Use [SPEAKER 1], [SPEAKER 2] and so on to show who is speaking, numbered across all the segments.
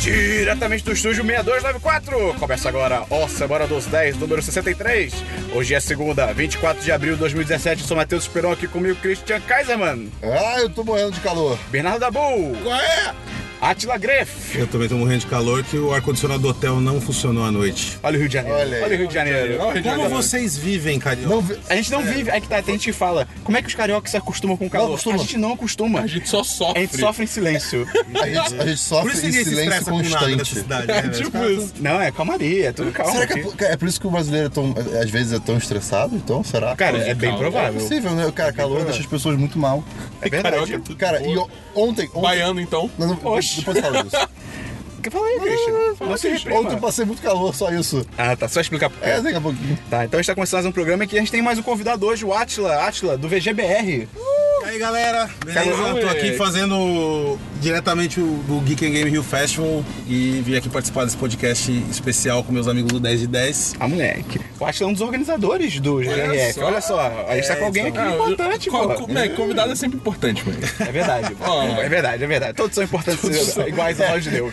[SPEAKER 1] diretamente do estúdio 6294. Começa agora, ó, Semana dos 10, número 63. Hoje é segunda, 24 de abril de 2017. Eu sou Matheus Esperon aqui comigo, Christian Kaiserman,
[SPEAKER 2] Ah, eu tô morrendo de calor.
[SPEAKER 1] Bernardo Dabu,
[SPEAKER 2] Qual é?
[SPEAKER 1] Atila Greff.
[SPEAKER 3] Eu também tô morrendo de calor que o ar-condicionado do hotel não funcionou à noite.
[SPEAKER 1] Olha o Rio de Janeiro.
[SPEAKER 2] Olha aí.
[SPEAKER 1] o Rio de Janeiro.
[SPEAKER 2] Olha o Rio de
[SPEAKER 3] Como
[SPEAKER 2] Janeiro.
[SPEAKER 3] vocês vivem, carioca?
[SPEAKER 2] Não vi-
[SPEAKER 1] A gente não vive, é que tá, tem gente que fala, como é que os cariocas se acostumam com o calor?
[SPEAKER 2] acostuma.
[SPEAKER 1] A gente não acostuma.
[SPEAKER 4] A gente só
[SPEAKER 1] A
[SPEAKER 4] sofre.
[SPEAKER 1] gente sofre em silêncio.
[SPEAKER 2] a, gente, a gente
[SPEAKER 3] Por
[SPEAKER 2] sofre
[SPEAKER 3] isso
[SPEAKER 2] em
[SPEAKER 3] ninguém se
[SPEAKER 2] silêncio
[SPEAKER 3] estressa com nada nessa
[SPEAKER 2] constante.
[SPEAKER 3] cidade.
[SPEAKER 1] É
[SPEAKER 3] né, velho?
[SPEAKER 4] Tipo
[SPEAKER 3] Os caras-
[SPEAKER 4] isso.
[SPEAKER 1] Não, é calmaria, é tudo calmo.
[SPEAKER 2] Será que é,
[SPEAKER 1] aqui.
[SPEAKER 2] por- cara, é por isso que o brasileiro é tão, às vezes é tão estressado? Então, será?
[SPEAKER 1] Cara, é bem
[SPEAKER 4] Calma.
[SPEAKER 2] é
[SPEAKER 1] provável.
[SPEAKER 2] possível, né? Cara, calor deixa as pessoas muito mal.
[SPEAKER 1] É verdade.
[SPEAKER 4] Carioca, tudo
[SPEAKER 2] Cara,
[SPEAKER 4] boa.
[SPEAKER 2] e o- ontem. ontem
[SPEAKER 4] Baiano, então.
[SPEAKER 2] Não, não,
[SPEAKER 1] Oxe.
[SPEAKER 2] depois eu falo disso.
[SPEAKER 1] Que fala aí,
[SPEAKER 2] Ah,
[SPEAKER 1] Christian. Não se
[SPEAKER 2] Ontem eu
[SPEAKER 1] reprima.
[SPEAKER 2] passei muito calor, só isso.
[SPEAKER 1] Ah, tá, só explicar. por quê.
[SPEAKER 2] É, daqui a pouquinho.
[SPEAKER 1] Tá, então a gente tá começando mais um programa que a gente tem mais um convidado hoje, o Atila, Atila, do VGBR.
[SPEAKER 3] E aí, galera? Beleza?
[SPEAKER 1] é
[SPEAKER 4] Calma,
[SPEAKER 3] Tô aqui
[SPEAKER 4] moleque.
[SPEAKER 3] fazendo diretamente o, do Geek and Game Rio Festival e vim aqui participar desse podcast especial com meus amigos do 10 de 10.
[SPEAKER 1] Ah, moleque. O Atila é um dos organizadores do GRF.
[SPEAKER 4] só.
[SPEAKER 1] Olha só, a gente tá com alguém aqui
[SPEAKER 4] Ah,
[SPEAKER 1] importante,
[SPEAKER 4] co-
[SPEAKER 1] pô.
[SPEAKER 4] co- moleque, convidado é sempre importante, mano.
[SPEAKER 1] É verdade.
[SPEAKER 4] Ó.
[SPEAKER 1] É verdade, é verdade. Todos são importantes, iguais aos olhos de Deus.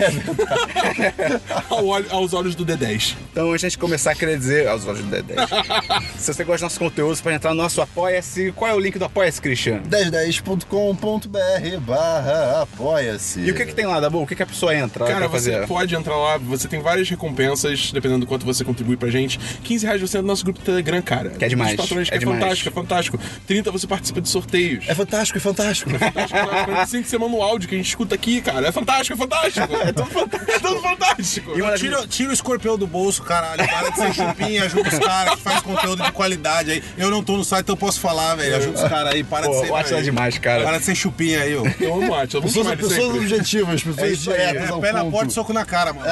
[SPEAKER 4] Ao olho- aos olhos do D10.
[SPEAKER 1] Então, antes de a gente começar, queria dizer aos olhos do Dedé. se você gosta do nosso conteúdo, você pode entrar no nosso Apoia-se. Qual é o link do Apoia-se, Christian?
[SPEAKER 2] 1010.com.br barra apoia-se.
[SPEAKER 1] E o que, que tem lá, Dabu? O que, que a pessoa entra
[SPEAKER 4] Cara,
[SPEAKER 1] pra
[SPEAKER 4] você
[SPEAKER 1] fazer?
[SPEAKER 4] pode entrar lá, você tem várias recompensas, dependendo do quanto você contribui pra gente. 15 reais você é no nosso grupo do Telegram, cara.
[SPEAKER 1] Que é demais,
[SPEAKER 4] Os patrões, que
[SPEAKER 1] é
[SPEAKER 4] é,
[SPEAKER 1] demais.
[SPEAKER 4] fantástico, é fantástico. 30 você participa de sorteios.
[SPEAKER 2] É fantástico, é fantástico.
[SPEAKER 4] É Sente ser manual de que a gente escuta aqui, cara. É fantástico, é fantástico. é tudo fantástico. É tudo fantástico.
[SPEAKER 1] E uma das-
[SPEAKER 3] Tira, tira o escorpião do bolso, caralho. Para de ser chupinha, ajuda os caras que faz conteúdo de qualidade aí. Eu não tô no site, então eu posso falar, velho. Ajuda os caras aí, para
[SPEAKER 1] Pô,
[SPEAKER 3] de ser.
[SPEAKER 1] o Atila é demais, cara.
[SPEAKER 3] Para de ser chupinha aí, ó.
[SPEAKER 4] Eu amo o Atila, Então, vamos
[SPEAKER 2] Pessoas,
[SPEAKER 4] chamar ele
[SPEAKER 2] pessoas
[SPEAKER 4] sempre.
[SPEAKER 2] objetivas,
[SPEAKER 1] É
[SPEAKER 2] pessoas
[SPEAKER 1] isso aí,
[SPEAKER 2] diretas
[SPEAKER 3] É,
[SPEAKER 2] ao
[SPEAKER 3] pé na Ah.
[SPEAKER 2] ponto.
[SPEAKER 3] porta e soco na cara, mano.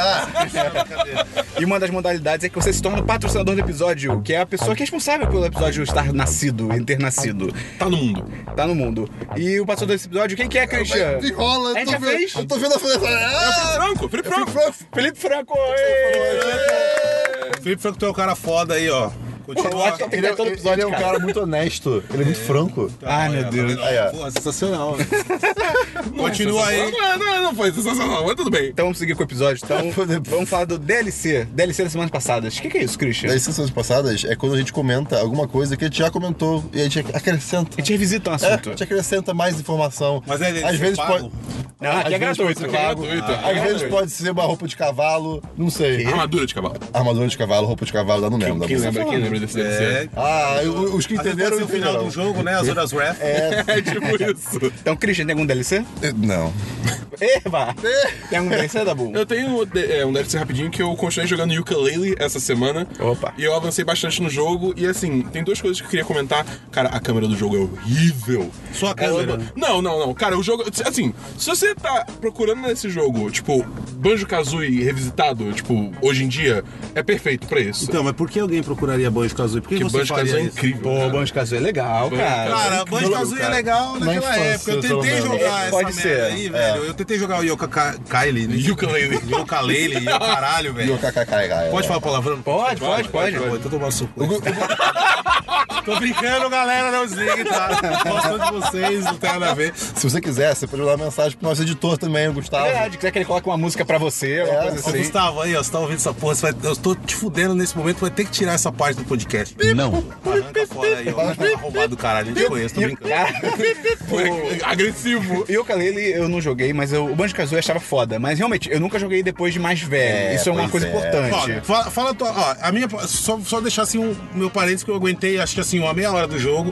[SPEAKER 1] E uma das modalidades é que você se torna o patrocinador do episódio, que é a pessoa que é responsável pelo episódio estar nascido e ter nascido.
[SPEAKER 4] Tá no mundo.
[SPEAKER 1] Tá no mundo. E o patrocinador desse episódio, quem que é, Christian?
[SPEAKER 2] Enrola,
[SPEAKER 1] A gente
[SPEAKER 2] tô
[SPEAKER 1] já
[SPEAKER 2] vendo,
[SPEAKER 1] fez?
[SPEAKER 2] eu tô vendo a frente. Ah,
[SPEAKER 4] Franco, É Felipe Franco.
[SPEAKER 1] Felipe Franco! ê!
[SPEAKER 3] Felipe Franco, tu é um cara foda aí, ó.
[SPEAKER 1] Eu
[SPEAKER 3] Continua.
[SPEAKER 1] acho que tem que
[SPEAKER 2] Ele,
[SPEAKER 1] ter
[SPEAKER 2] é-
[SPEAKER 1] todo
[SPEAKER 2] ele é
[SPEAKER 1] episódio,
[SPEAKER 2] um
[SPEAKER 1] cara.
[SPEAKER 2] cara muito honesto, ele é muito franco.
[SPEAKER 1] Ai, meu Deus.
[SPEAKER 2] Aí, ó.
[SPEAKER 3] Pô, sensacional. né?
[SPEAKER 4] Não é
[SPEAKER 3] Continua aí.
[SPEAKER 4] sensacional. Não, é- não foi sensacional, mas tudo bem.
[SPEAKER 1] Então vamos seguir com o episódio. Então vamos falar do DLC. DLC das semanas passadas. O que, que é isso, Christian?
[SPEAKER 2] Das sessões passadas é quando a gente comenta alguma coisa que a gente já comentou e a gente acrescenta.
[SPEAKER 1] A gente revisita um
[SPEAKER 2] É, a
[SPEAKER 1] assunto.
[SPEAKER 2] gente acrescenta mais informação.
[SPEAKER 3] Mas é,
[SPEAKER 2] às
[SPEAKER 3] é
[SPEAKER 2] vezes
[SPEAKER 3] pago?
[SPEAKER 2] pode,
[SPEAKER 1] Não, aqui é
[SPEAKER 2] às vezes
[SPEAKER 1] gratuito.
[SPEAKER 2] pode
[SPEAKER 4] É
[SPEAKER 2] ser
[SPEAKER 1] cara.
[SPEAKER 2] pago.
[SPEAKER 4] gratuito, é
[SPEAKER 2] às vezes
[SPEAKER 4] gratuito.
[SPEAKER 2] pode ser uma roupa de cavalo, não sei. Ah,
[SPEAKER 4] Armadura de cavalo.
[SPEAKER 2] Armadura de cavalo, roupa de cavalo, eu não lembro.
[SPEAKER 4] Quem
[SPEAKER 2] não lembro.
[SPEAKER 4] lembra, quem lembra desse
[SPEAKER 3] É.
[SPEAKER 4] DLC?
[SPEAKER 2] Ah, eu- os que
[SPEAKER 3] Às vezes pode
[SPEAKER 2] entenderam
[SPEAKER 3] ser o final
[SPEAKER 2] entenderam.
[SPEAKER 3] do jogo, né? As horas ref.
[SPEAKER 2] É,
[SPEAKER 4] É tipo isso.
[SPEAKER 1] Então, Christian, tem algum DLC?
[SPEAKER 2] Eh, não.
[SPEAKER 1] Eva! Tem algum DLC, Dabu?
[SPEAKER 4] Eu tenho um D- é, um DLC rapidinho que eu continuei jogando ukulele essa semana.
[SPEAKER 1] Opa.
[SPEAKER 4] E eu avancei bastante no jogo. E assim, tem duas coisas que eu queria comentar. Cara, a câmera do jogo é horrível.
[SPEAKER 3] Só a
[SPEAKER 4] Ela-
[SPEAKER 3] câmera.
[SPEAKER 4] Não, não, não. Cara, o jogo. Assim, se você tá procurando nesse jogo, tipo, Banjo Kazooie revisitado, tipo, hoje em dia, é perfeito pra isso.
[SPEAKER 3] Então, mas por que alguém procuraria Banjo Kazooie? Por que,
[SPEAKER 4] que
[SPEAKER 3] você
[SPEAKER 4] Banjo
[SPEAKER 3] faria
[SPEAKER 4] Kazooie é
[SPEAKER 3] isso?
[SPEAKER 4] incrível.
[SPEAKER 1] Pô,
[SPEAKER 4] cara.
[SPEAKER 1] o Banjo Kazooie é legal,
[SPEAKER 4] Banjo
[SPEAKER 1] cara.
[SPEAKER 3] Cara, Banjo Kazooie é legal naquela
[SPEAKER 2] infância,
[SPEAKER 3] época. Eu
[SPEAKER 2] pelo
[SPEAKER 3] tentei
[SPEAKER 2] menos.
[SPEAKER 3] jogar
[SPEAKER 1] É, pode
[SPEAKER 3] essa
[SPEAKER 1] ser.
[SPEAKER 3] merda aí, velho. Eu tentei jogar o Yoka Ka- Kylie. né?
[SPEAKER 4] Ukulele.
[SPEAKER 3] Yoka Lele, o caralho,
[SPEAKER 2] E o
[SPEAKER 3] velho.
[SPEAKER 2] kkk. é
[SPEAKER 3] Pode falar palavrão?
[SPEAKER 1] Pode, pode, pode.
[SPEAKER 3] Pô, então tomar seu cu. Tô brincando, galera, não desligue, tá? Gosto de vocês, não tem nada a ver.
[SPEAKER 2] Se você quiser, você pode mandar mensagem pro nosso editor também, o Gustavo.
[SPEAKER 1] É verdade, quiser que ele coloque uma música pra você, alguma
[SPEAKER 2] É,
[SPEAKER 1] coisa
[SPEAKER 3] Ô,
[SPEAKER 1] assim.
[SPEAKER 3] Gustavo, aí, ó, você tá ouvindo essa porra, você vai- eu tô te fudendo nesse momento, vai ter que tirar essa parte do podcast. Não. Arranca fora aí, ó. Arrombado do caralho, eu te conheço, tô brincando.
[SPEAKER 4] Foi agressivo.
[SPEAKER 1] E o Kalele eu não joguei, mas eu- o Banjo Kazooie achava foda. Mas realmente, eu nunca joguei depois de mais velho.
[SPEAKER 2] É,
[SPEAKER 1] Isso é uma
[SPEAKER 2] pois
[SPEAKER 1] coisa
[SPEAKER 2] é.
[SPEAKER 3] Olha,
[SPEAKER 1] importante.
[SPEAKER 3] fala, fala a tua. Ó, a minha. Só, só deixar assim um meu parênteses que eu aguentei, acho que assim, uma meia hora do jogo.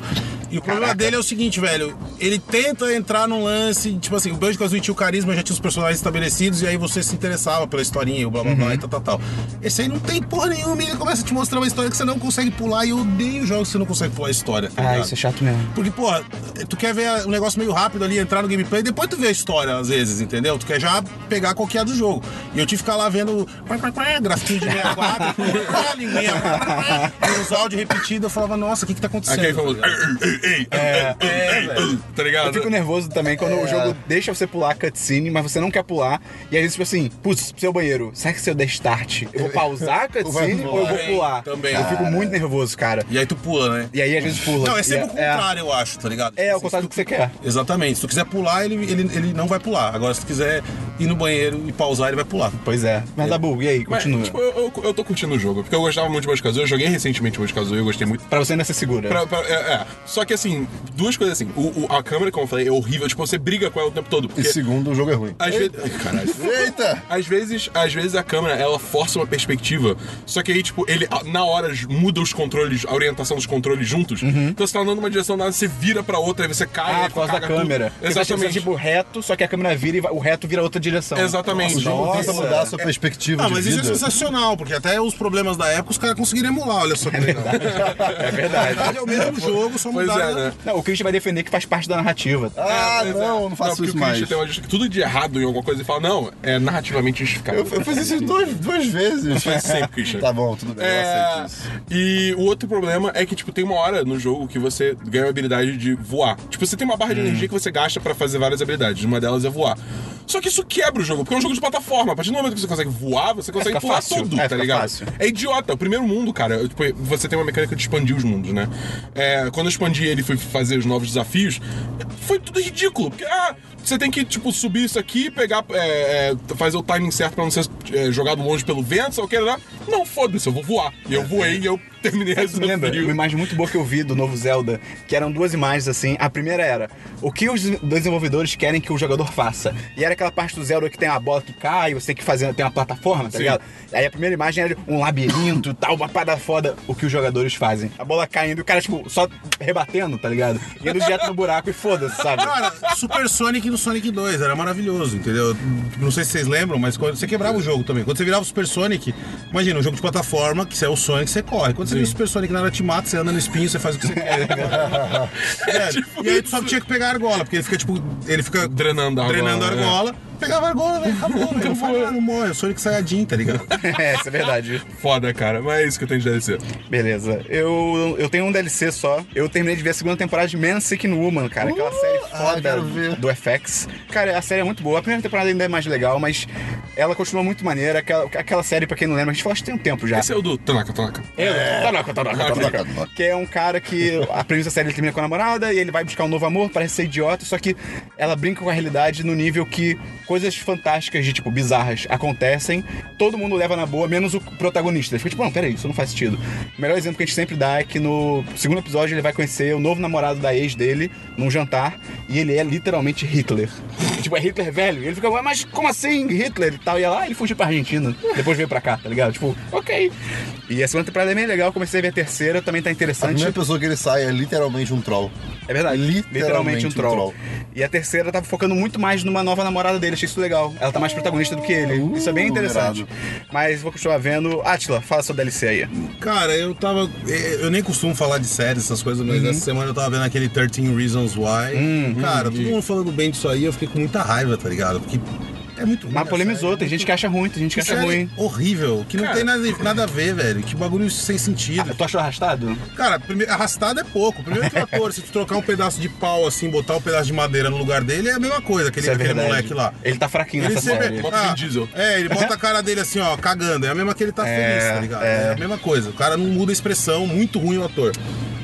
[SPEAKER 3] E o problema dele é o seguinte, velho. Ele tenta entrar num lance, tipo assim, o Banjo Kazooie tinha o carisma, já tinha os personagens estabelecidos, e aí você se interessava pela historinha, e o blá blá
[SPEAKER 1] Uhum.
[SPEAKER 3] blá e tal, tal, tal. Esse aí não tem porra nenhuma, e ele começa a te mostrar uma história que você não consegue pular, e eu odeio jogos que você não consegue pular a história. Tá
[SPEAKER 1] Ah,
[SPEAKER 3] ligado?
[SPEAKER 1] isso é chato mesmo.
[SPEAKER 3] Porque, pô, tu quer ver um negócio meio rápido ali, entrar no gameplay, depois tu vê a história, às vezes, entendeu? Tu quer já pegar qualquer do jogo. E eu tive que ficar lá vendo quá, quá, quá, grafitinho de 64, quá, linguinha, quá, quá, quá, e os áudios repetidos, eu falava, nossa, o que que tá acontecendo?
[SPEAKER 4] Aquele famoso.
[SPEAKER 3] Tá ligado?
[SPEAKER 4] É, Tá ligado?
[SPEAKER 1] Eu fico nervoso também quando o jogo deixa você pular a cutscene, mas você não quer pular. E às vezes, tipo assim, putz, preciso ir ao banheiro. Será que se eu der start, eu vou pausar a cutscene
[SPEAKER 2] Vai
[SPEAKER 1] ou eu vou
[SPEAKER 4] também,
[SPEAKER 1] pular?
[SPEAKER 4] também.
[SPEAKER 1] Eu fico muito nervoso, cara.
[SPEAKER 3] E aí tu pula, né?
[SPEAKER 1] E aí às vezes pula.
[SPEAKER 3] Não, é sempre
[SPEAKER 1] E
[SPEAKER 3] o contrário, eu acho, tá ligado?
[SPEAKER 1] É, é, o
[SPEAKER 3] Tipo assim,
[SPEAKER 1] contrário do que você quer.
[SPEAKER 3] Exatamente. Se tu quiser pular, ele, ele, ele não vai pular. Agora, se tu quiser ir no banheiro e pausar, ele vai pular.
[SPEAKER 1] Pois é. Mas Dabu, e aí?
[SPEAKER 4] Mas,
[SPEAKER 1] Continua.
[SPEAKER 4] tipo, eu, eu- eu tô curtindo o jogo, porque eu gostava muito de Banjo Kazooie, eu joguei recentemente Banjo Kazooie, eu gostei muito.
[SPEAKER 1] Pra você ainda ser segura.
[SPEAKER 4] Pra- pra- é, é. Só que assim, duas coisas assim. O, o- a câmera, como eu falei, é horrível, tipo, você briga com ela o tempo todo.
[SPEAKER 2] E
[SPEAKER 4] Porque
[SPEAKER 2] segundo, o jogo é ruim.
[SPEAKER 4] às vezes. Caralho.
[SPEAKER 2] Eita!
[SPEAKER 4] Às vezes, às vezes a câmera, ela força uma perspectiva, só que aí, tipo, ele a- na hora j- muda os controles, a orientação dos controles juntos. Então você tá andando numa direção, nada, você vira pra outra, aí você cai.
[SPEAKER 1] Uhum. Ah,
[SPEAKER 4] aí
[SPEAKER 1] por causa da
[SPEAKER 4] caga tudo.
[SPEAKER 1] câmera. Porque você
[SPEAKER 4] Exatamente.
[SPEAKER 1] Tá, tipo, reto, só que a câmera vira e va- o reto vira outra direção.
[SPEAKER 4] Exatamente.
[SPEAKER 2] O jogo
[SPEAKER 1] Nossa.
[SPEAKER 2] tenta mudar a sua perspectiva
[SPEAKER 3] Ah,
[SPEAKER 2] de
[SPEAKER 3] mas isso é
[SPEAKER 2] vida.
[SPEAKER 3] sensacional, porque até os problemas da época os caras conseguiram emular, olha só que legal.
[SPEAKER 1] É
[SPEAKER 3] Na
[SPEAKER 1] verdade.
[SPEAKER 3] verdade, é o mesmo jogo, só
[SPEAKER 4] Pois
[SPEAKER 3] mudaram.
[SPEAKER 4] é, né?
[SPEAKER 1] Não, o Christian vai defender que faz parte da narrativa. Tá
[SPEAKER 2] Ah,
[SPEAKER 4] Pois é.
[SPEAKER 2] não, eu não faço
[SPEAKER 4] porque
[SPEAKER 2] isso
[SPEAKER 4] o Christian
[SPEAKER 2] mais.
[SPEAKER 4] Tem uma justi- tudo de errado em alguma coisa e fala, não, é narrativamente justificável.
[SPEAKER 2] Eu, eu fiz isso duas, duas vezes.
[SPEAKER 4] Faz sempre, Christian.
[SPEAKER 2] Tá bom, tudo bem, eu
[SPEAKER 4] É,
[SPEAKER 2] aceito isso.
[SPEAKER 4] e o outro problema é que, tipo, tem uma hora no jogo que você ganha a habilidade de voar. Tipo, você tem uma barra de energia que você gasta pra fazer várias habilidades. Uma delas é voar. Só que isso quebra o jogo, porque é um jogo de plataforma. A partir do momento que você consegue voar, você consegue
[SPEAKER 1] fica
[SPEAKER 4] pular
[SPEAKER 1] fácil.
[SPEAKER 4] tudo,
[SPEAKER 1] É,
[SPEAKER 4] tá
[SPEAKER 1] fica
[SPEAKER 4] ligado?
[SPEAKER 1] fácil.
[SPEAKER 4] É idiota. O primeiro mundo, cara, eu, tipo, você tem uma mecânica de expandir os mundos, né? É, quando eu expandi ele e fui fazer os novos desafios, foi tudo ridículo. Porque, ah, você tem que, tipo, subir isso aqui, pegar, é, é, fazer o timing certo pra não ser é, jogado longe pelo vento, só que lá. Não, foda-se, eu vou voar. E eu voei e eu terminei
[SPEAKER 3] É
[SPEAKER 4] a
[SPEAKER 1] Lembra? assim, né, Uma
[SPEAKER 4] desafio.
[SPEAKER 1] imagem muito boa que eu vi do novo Zelda, que eram duas imagens assim. A primeira era o que os desenvolvedores querem que o jogador faça. E era aquela parte do Zelda que tem uma bola que cai, você tem que fazer, tem uma plataforma, tá ligado? Aí a primeira imagem era um labirinto e tal, uma parada foda, o que os jogadores fazem. A bola caindo e o cara, tipo, só rebatendo, tá ligado? Indo direto no buraco e foda-se, sabe?
[SPEAKER 3] Cara, Super Sonic no Sonic 2 era maravilhoso, entendeu? Não sei se vocês lembram, mas quando você quebrava o jogo também. Quando você virava o Super Sonic, imagina, um jogo de plataforma, que você é o Sonic, você corre. Quando você vira o Super Sonic na hora te mata, você anda no espinho, você faz o que você quer. É, e aí tu só tinha que pegar a argola, porque ele fica tipo. Ele fica
[SPEAKER 4] tipo Drenando a argola,
[SPEAKER 3] Drenando a
[SPEAKER 4] né?
[SPEAKER 3] argola. Pegava a argola, velho, acabou, velho. Não faz nada, Não morre, é o Sonic Saiyajin, tá ligado?
[SPEAKER 1] é, isso é verdade.
[SPEAKER 4] Foda, cara. Mas é isso que eu tenho de DLC.
[SPEAKER 1] Beleza. Eu, eu tenho um DLC só. Eu terminei de ver a segunda temporada de Man Seeking Woman, cara. Aquela série
[SPEAKER 2] ah,
[SPEAKER 1] foda
[SPEAKER 2] quero ver.
[SPEAKER 1] do FX. Cara, a série é muito boa. A primeira temporada ainda é mais legal, mas ela continua muito maneira. Aquela, aquela série, pra quem não lembra, a gente falou acho que tem um tempo já.
[SPEAKER 4] Esse é o do Tanaka, Tanaka.
[SPEAKER 1] É, Tanaka, Tanaka, Tanaka.
[SPEAKER 2] Tanaka.
[SPEAKER 1] Que é um cara que a premissa da série é ele termina com a namorada e ele vai buscar um novo amor, parece ser idiota, só que ela brinca com a realidade no nível que coisas fantásticas de tipo bizarras acontecem, todo mundo leva na boa, menos o protagonista. Ele fica tipo, não, peraí, isso não faz sentido. O melhor exemplo que a gente sempre dá é que no segundo episódio ele vai conhecer o novo namorado da ex dele num jantar e ele é literalmente Hitler. tipo, é Hitler velho. E ele fica, "Ué, mas como assim Hitler e tal? E ela, ah, ele fugiu pra Argentina, depois veio pra cá, tá ligado? Tipo, ok. E a segunda temporada é bem legal, comecei a ver a terceira, também tá
[SPEAKER 2] A
[SPEAKER 1] interessante.
[SPEAKER 2] primeira pessoa que ele sai é literalmente um troll.
[SPEAKER 1] É verdade.
[SPEAKER 2] Literalmente um troll.
[SPEAKER 1] E a terceira tava focando muito mais numa nova namorada dele, achei isso legal. Ela tá mais protagonista do que ele.
[SPEAKER 2] Uh,
[SPEAKER 1] isso é bem interessante.
[SPEAKER 2] irado.
[SPEAKER 1] Mas vou continuar vendo. Atila, fala seu DLC aí.
[SPEAKER 3] Cara, eu tava. eh, Eu nem costumo falar de séries, essas coisas, mas
[SPEAKER 1] Uhum.
[SPEAKER 3] essa semana eu tava vendo aquele 13 Reasons Why.
[SPEAKER 1] Hum,
[SPEAKER 3] Cara, todo mundo falando bem disso aí, eu fiquei com muita raiva, tá ligado? Porque é muito ruim.
[SPEAKER 1] Mas polemizou, tem gente que acha ruim, tem gente que
[SPEAKER 3] que
[SPEAKER 1] acha
[SPEAKER 3] série
[SPEAKER 1] ruim.
[SPEAKER 3] horrível, que não
[SPEAKER 4] Cara.
[SPEAKER 3] tem nada, nada a ver, velho. Que bagulho sem sentido.
[SPEAKER 1] Ah, tu achou arrastado?
[SPEAKER 3] Cara, primeiro, arrastado é pouco. Primeiro que o ator, se tu trocar um pedaço de pau assim, botar um pedaço de madeira no lugar dele, é a mesma coisa, aquele,
[SPEAKER 1] Isso é
[SPEAKER 3] aquele
[SPEAKER 1] verdade.
[SPEAKER 3] moleque lá.
[SPEAKER 1] Ele tá fraquinho
[SPEAKER 3] Ele
[SPEAKER 1] nessa
[SPEAKER 3] sempre-
[SPEAKER 1] série.
[SPEAKER 4] Bota o Vin Diesel.
[SPEAKER 3] É, ele bota a cara dele assim, ó, cagando. É a mesma que ele tá
[SPEAKER 1] É,
[SPEAKER 3] feliz, tá ligado?
[SPEAKER 1] é.
[SPEAKER 3] É. a mesma coisa. O cara não muda a expressão, muito ruim o ator.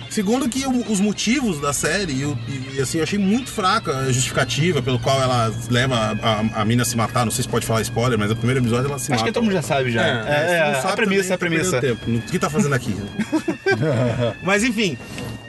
[SPEAKER 3] Segundo que o- os motivos da série, e, o- e, assim, eu achei muito fraca a justificativa pelo qual ela leva a, a, a mina a se matar. Não sei se pode falar spoiler, mas no primeiro episódio ela se
[SPEAKER 1] Acho
[SPEAKER 3] mata.
[SPEAKER 1] que todo mundo já sabe já.
[SPEAKER 4] É,
[SPEAKER 1] É, é,
[SPEAKER 3] Se não
[SPEAKER 1] a
[SPEAKER 3] sabe
[SPEAKER 1] premissa, é a
[SPEAKER 3] também, tá
[SPEAKER 1] premissa.
[SPEAKER 3] perdendo Tempo. O que tá fazendo aqui? Mas enfim,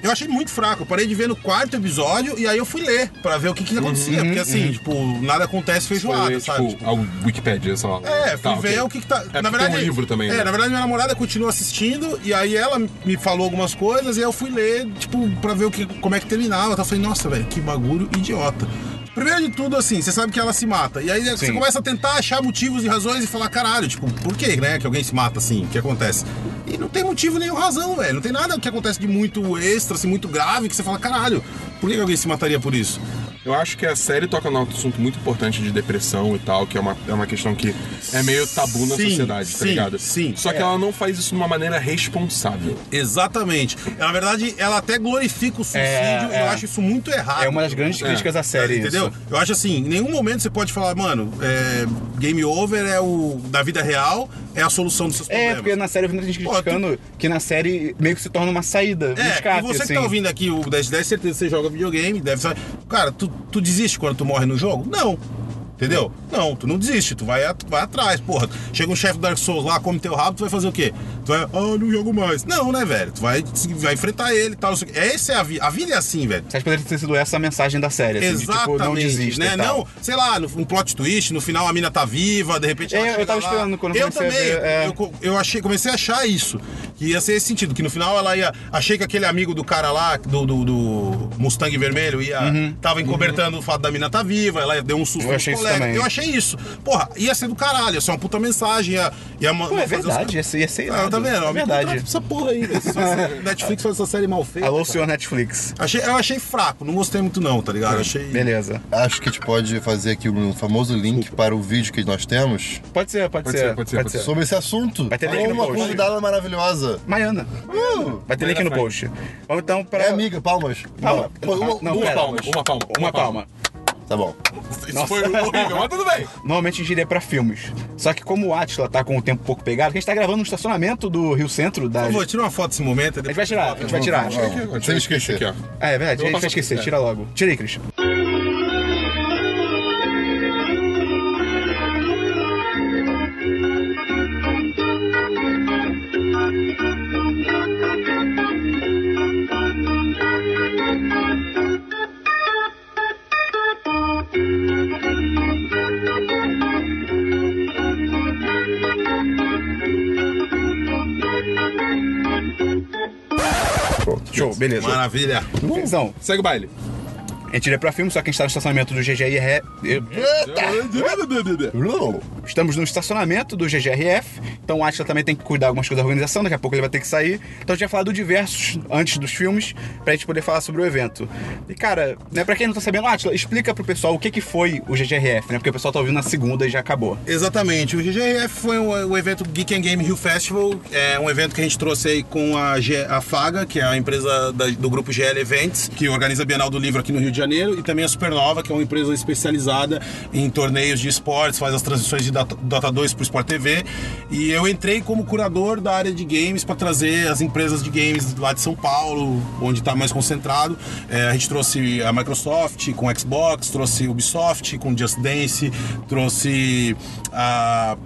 [SPEAKER 3] eu achei muito fraco. Eu parei de ver no quarto episódio e aí eu fui ler pra ver o
[SPEAKER 1] Uhum,
[SPEAKER 3] que que acontecia. porque assim, tipo, nada acontece feijoada,
[SPEAKER 4] Foi,
[SPEAKER 3] sabe?
[SPEAKER 4] tipo, a Wikipedia, sei lá.
[SPEAKER 3] É, fui
[SPEAKER 4] Tá,
[SPEAKER 3] ver
[SPEAKER 4] ok.
[SPEAKER 3] o que, que tá.
[SPEAKER 4] porque
[SPEAKER 3] na verdade,
[SPEAKER 4] tem um livro também,
[SPEAKER 3] É,
[SPEAKER 4] né?
[SPEAKER 3] na verdade, minha namorada continua assistindo e aí ela me falou algumas coisas e aí eu fui ler, tipo, pra ver o que, como é que terminava. Eu falei, nossa, velho, que bagulho idiota. Primeiro de tudo, assim, você sabe que ela se mata. E aí você
[SPEAKER 1] Sim.
[SPEAKER 3] começa a tentar achar motivos e razões e falar, caralho, tipo, por que, né, que alguém se mata assim? O que acontece? E não tem motivo nenhum razão, velho. Não tem nada que acontece de muito extra, assim, muito grave, que você fala, caralho, por que que alguém se mataria por isso?
[SPEAKER 4] Eu acho que a série toca num assunto muito importante de depressão e tal, que é uma, é uma questão que é meio tabu na
[SPEAKER 3] Sim,
[SPEAKER 4] sociedade, tá
[SPEAKER 3] sim,
[SPEAKER 4] ligado?
[SPEAKER 3] sim.
[SPEAKER 4] Só que ela não faz isso de uma maneira responsável.
[SPEAKER 3] Exatamente. Na verdade, ela até glorifica o suicídio.
[SPEAKER 1] É, é.
[SPEAKER 3] Eu acho isso muito errado.
[SPEAKER 1] É uma das grandes
[SPEAKER 4] É.
[SPEAKER 1] críticas da série,
[SPEAKER 3] Entendeu?
[SPEAKER 1] isso.
[SPEAKER 3] Eu acho assim, em nenhum momento você pode falar, mano, é, game over é o da vida real, é a solução dos seus problemas.
[SPEAKER 1] É, porque na série eu vi muita gente
[SPEAKER 3] Pô, tu-
[SPEAKER 1] criticando que na série meio que se torna uma saída, um
[SPEAKER 3] É,
[SPEAKER 1] escape,
[SPEAKER 3] e você
[SPEAKER 1] assim.
[SPEAKER 3] que tá ouvindo aqui o 10 10, certeza que você joga videogame, deve saber. Cara, tu, tu desiste quando tu morre no jogo? Não. Entendeu? Não, tu não desiste, tu vai, a- vai atrás, porra. Chega um chefe do Dark Souls lá, come teu rabo, tu vai fazer o quê? Tu vai, ah, não jogo mais. Não, né, velho? Tu vai, vai enfrentar ele e tal. não sei o quê. Essa é a vida. A vida é assim, velho.
[SPEAKER 1] Você acha que poderia ter sido essa a mensagem da série? Assim, de,
[SPEAKER 3] Exatamente,
[SPEAKER 1] tipo, não desista.
[SPEAKER 3] né?
[SPEAKER 1] e tal.
[SPEAKER 3] Não, sei lá, no, um plot twist, no final a mina tá viva, de repente ela
[SPEAKER 1] É, eu
[SPEAKER 3] chega
[SPEAKER 1] tava
[SPEAKER 3] lá.
[SPEAKER 1] esperando quando
[SPEAKER 3] Eu
[SPEAKER 1] comecei a
[SPEAKER 3] também,
[SPEAKER 1] ver, é.
[SPEAKER 3] eu, co- eu achei, comecei a achar isso, que ia ser esse sentido, que no final ela ia, achei que aquele amigo do cara lá, do, do, do Mustang vermelho, ia, tava encobertando o fato da mina tá viva, ela deu um susto
[SPEAKER 1] Uhum. Eu achei isso
[SPEAKER 3] no colega.
[SPEAKER 1] também.
[SPEAKER 3] Eu achei isso. Porra, ia ser do caralho, ia ser uma puta mensagem, ia, ia ma-
[SPEAKER 1] Pô, é
[SPEAKER 3] fazer os-
[SPEAKER 1] verdade, ia ser, ia ser
[SPEAKER 3] Ah,
[SPEAKER 1] irado.
[SPEAKER 3] tá vendo?
[SPEAKER 1] É verdade.
[SPEAKER 3] Essa porra aí, velho. Essa- Netflix faz essa série mal feita.
[SPEAKER 1] Alô,
[SPEAKER 3] cara.
[SPEAKER 1] senhor Netflix.
[SPEAKER 3] Achei, eu achei fraco, não gostei muito não, tá
[SPEAKER 1] É.
[SPEAKER 3] ligado? Achei...
[SPEAKER 1] Beleza.
[SPEAKER 2] Acho que a gente pode fazer aqui um famoso link para o vídeo que nós temos
[SPEAKER 1] Pode ser, pode, ser, Pode ser,
[SPEAKER 2] sobre esse assunto.
[SPEAKER 1] É. Vai ter link
[SPEAKER 2] com
[SPEAKER 1] no
[SPEAKER 2] uma
[SPEAKER 1] post.
[SPEAKER 2] convidada maravilhosa.
[SPEAKER 1] Maiana.
[SPEAKER 2] Uh,
[SPEAKER 1] Vai ter link no
[SPEAKER 4] Maiana
[SPEAKER 1] post. Vamos então pra.
[SPEAKER 2] é amiga, palmas.
[SPEAKER 1] Palma.
[SPEAKER 2] Uma- uma-
[SPEAKER 1] Não,
[SPEAKER 4] Uma
[SPEAKER 1] pera.
[SPEAKER 4] palma, uma palma,
[SPEAKER 1] Uma palma.
[SPEAKER 2] Tá bom.
[SPEAKER 4] Isso
[SPEAKER 1] Nossa.
[SPEAKER 4] foi horrível, mas tudo bem.
[SPEAKER 1] Normalmente a gente iria pra filmes. Só que como o Atila tá com o tempo pouco pegado, que a gente tá gravando no estacionamento do Rio Centro da.
[SPEAKER 3] Por favor, tira uma foto desse momento.
[SPEAKER 1] A gente vai tirar, a gente vai tirar.
[SPEAKER 2] Vamos, vamos.
[SPEAKER 4] Aqui agora,
[SPEAKER 2] Sem
[SPEAKER 4] deixa eu
[SPEAKER 2] esquecer.
[SPEAKER 4] aqui, ó.
[SPEAKER 1] Ah, é verdade,
[SPEAKER 4] Eu
[SPEAKER 1] a
[SPEAKER 4] vou
[SPEAKER 1] gente vai
[SPEAKER 4] passar-
[SPEAKER 1] esquecer,
[SPEAKER 4] é.
[SPEAKER 1] tira logo. Tira aí, Cris. Show, beleza.
[SPEAKER 3] Maravilha.
[SPEAKER 1] Então,
[SPEAKER 4] Segue o baile.
[SPEAKER 1] a gente iria pra filme, só que a gente tá no estacionamento do GGRF. Estamos no estacionamento do GGRF, então o Atila também tem que cuidar algumas coisas da organização, daqui a pouco ele vai ter que sair. Então a gente vai falar do diversos antes dos filmes, pra gente poder falar sobre o evento. E cara, né, pra quem não tá sabendo, Atila, explica pro pessoal o que que foi o GGRF, né? Porque o pessoal tá ouvindo na segunda e já acabou.
[SPEAKER 3] Exatamente. O GGRF foi um- o evento Geek and Game Rio Festival, é um evento que a gente trouxe aí com a, G- a Faga, que é a empresa da- do grupo GL Events, que organiza a Bienal do Livro aqui no Rio de Janeiro, e também a Supernova, que é uma empresa especializada em torneios de esportes, faz as transições de Dota, Dota 2 pro Sport TV. E eu entrei como curador da área de games para trazer as empresas de games lá de São Paulo, onde está mais concentrado. É, a gente trouxe a Microsoft com Xbox, trouxe Ubisoft com Just Dance, trouxe a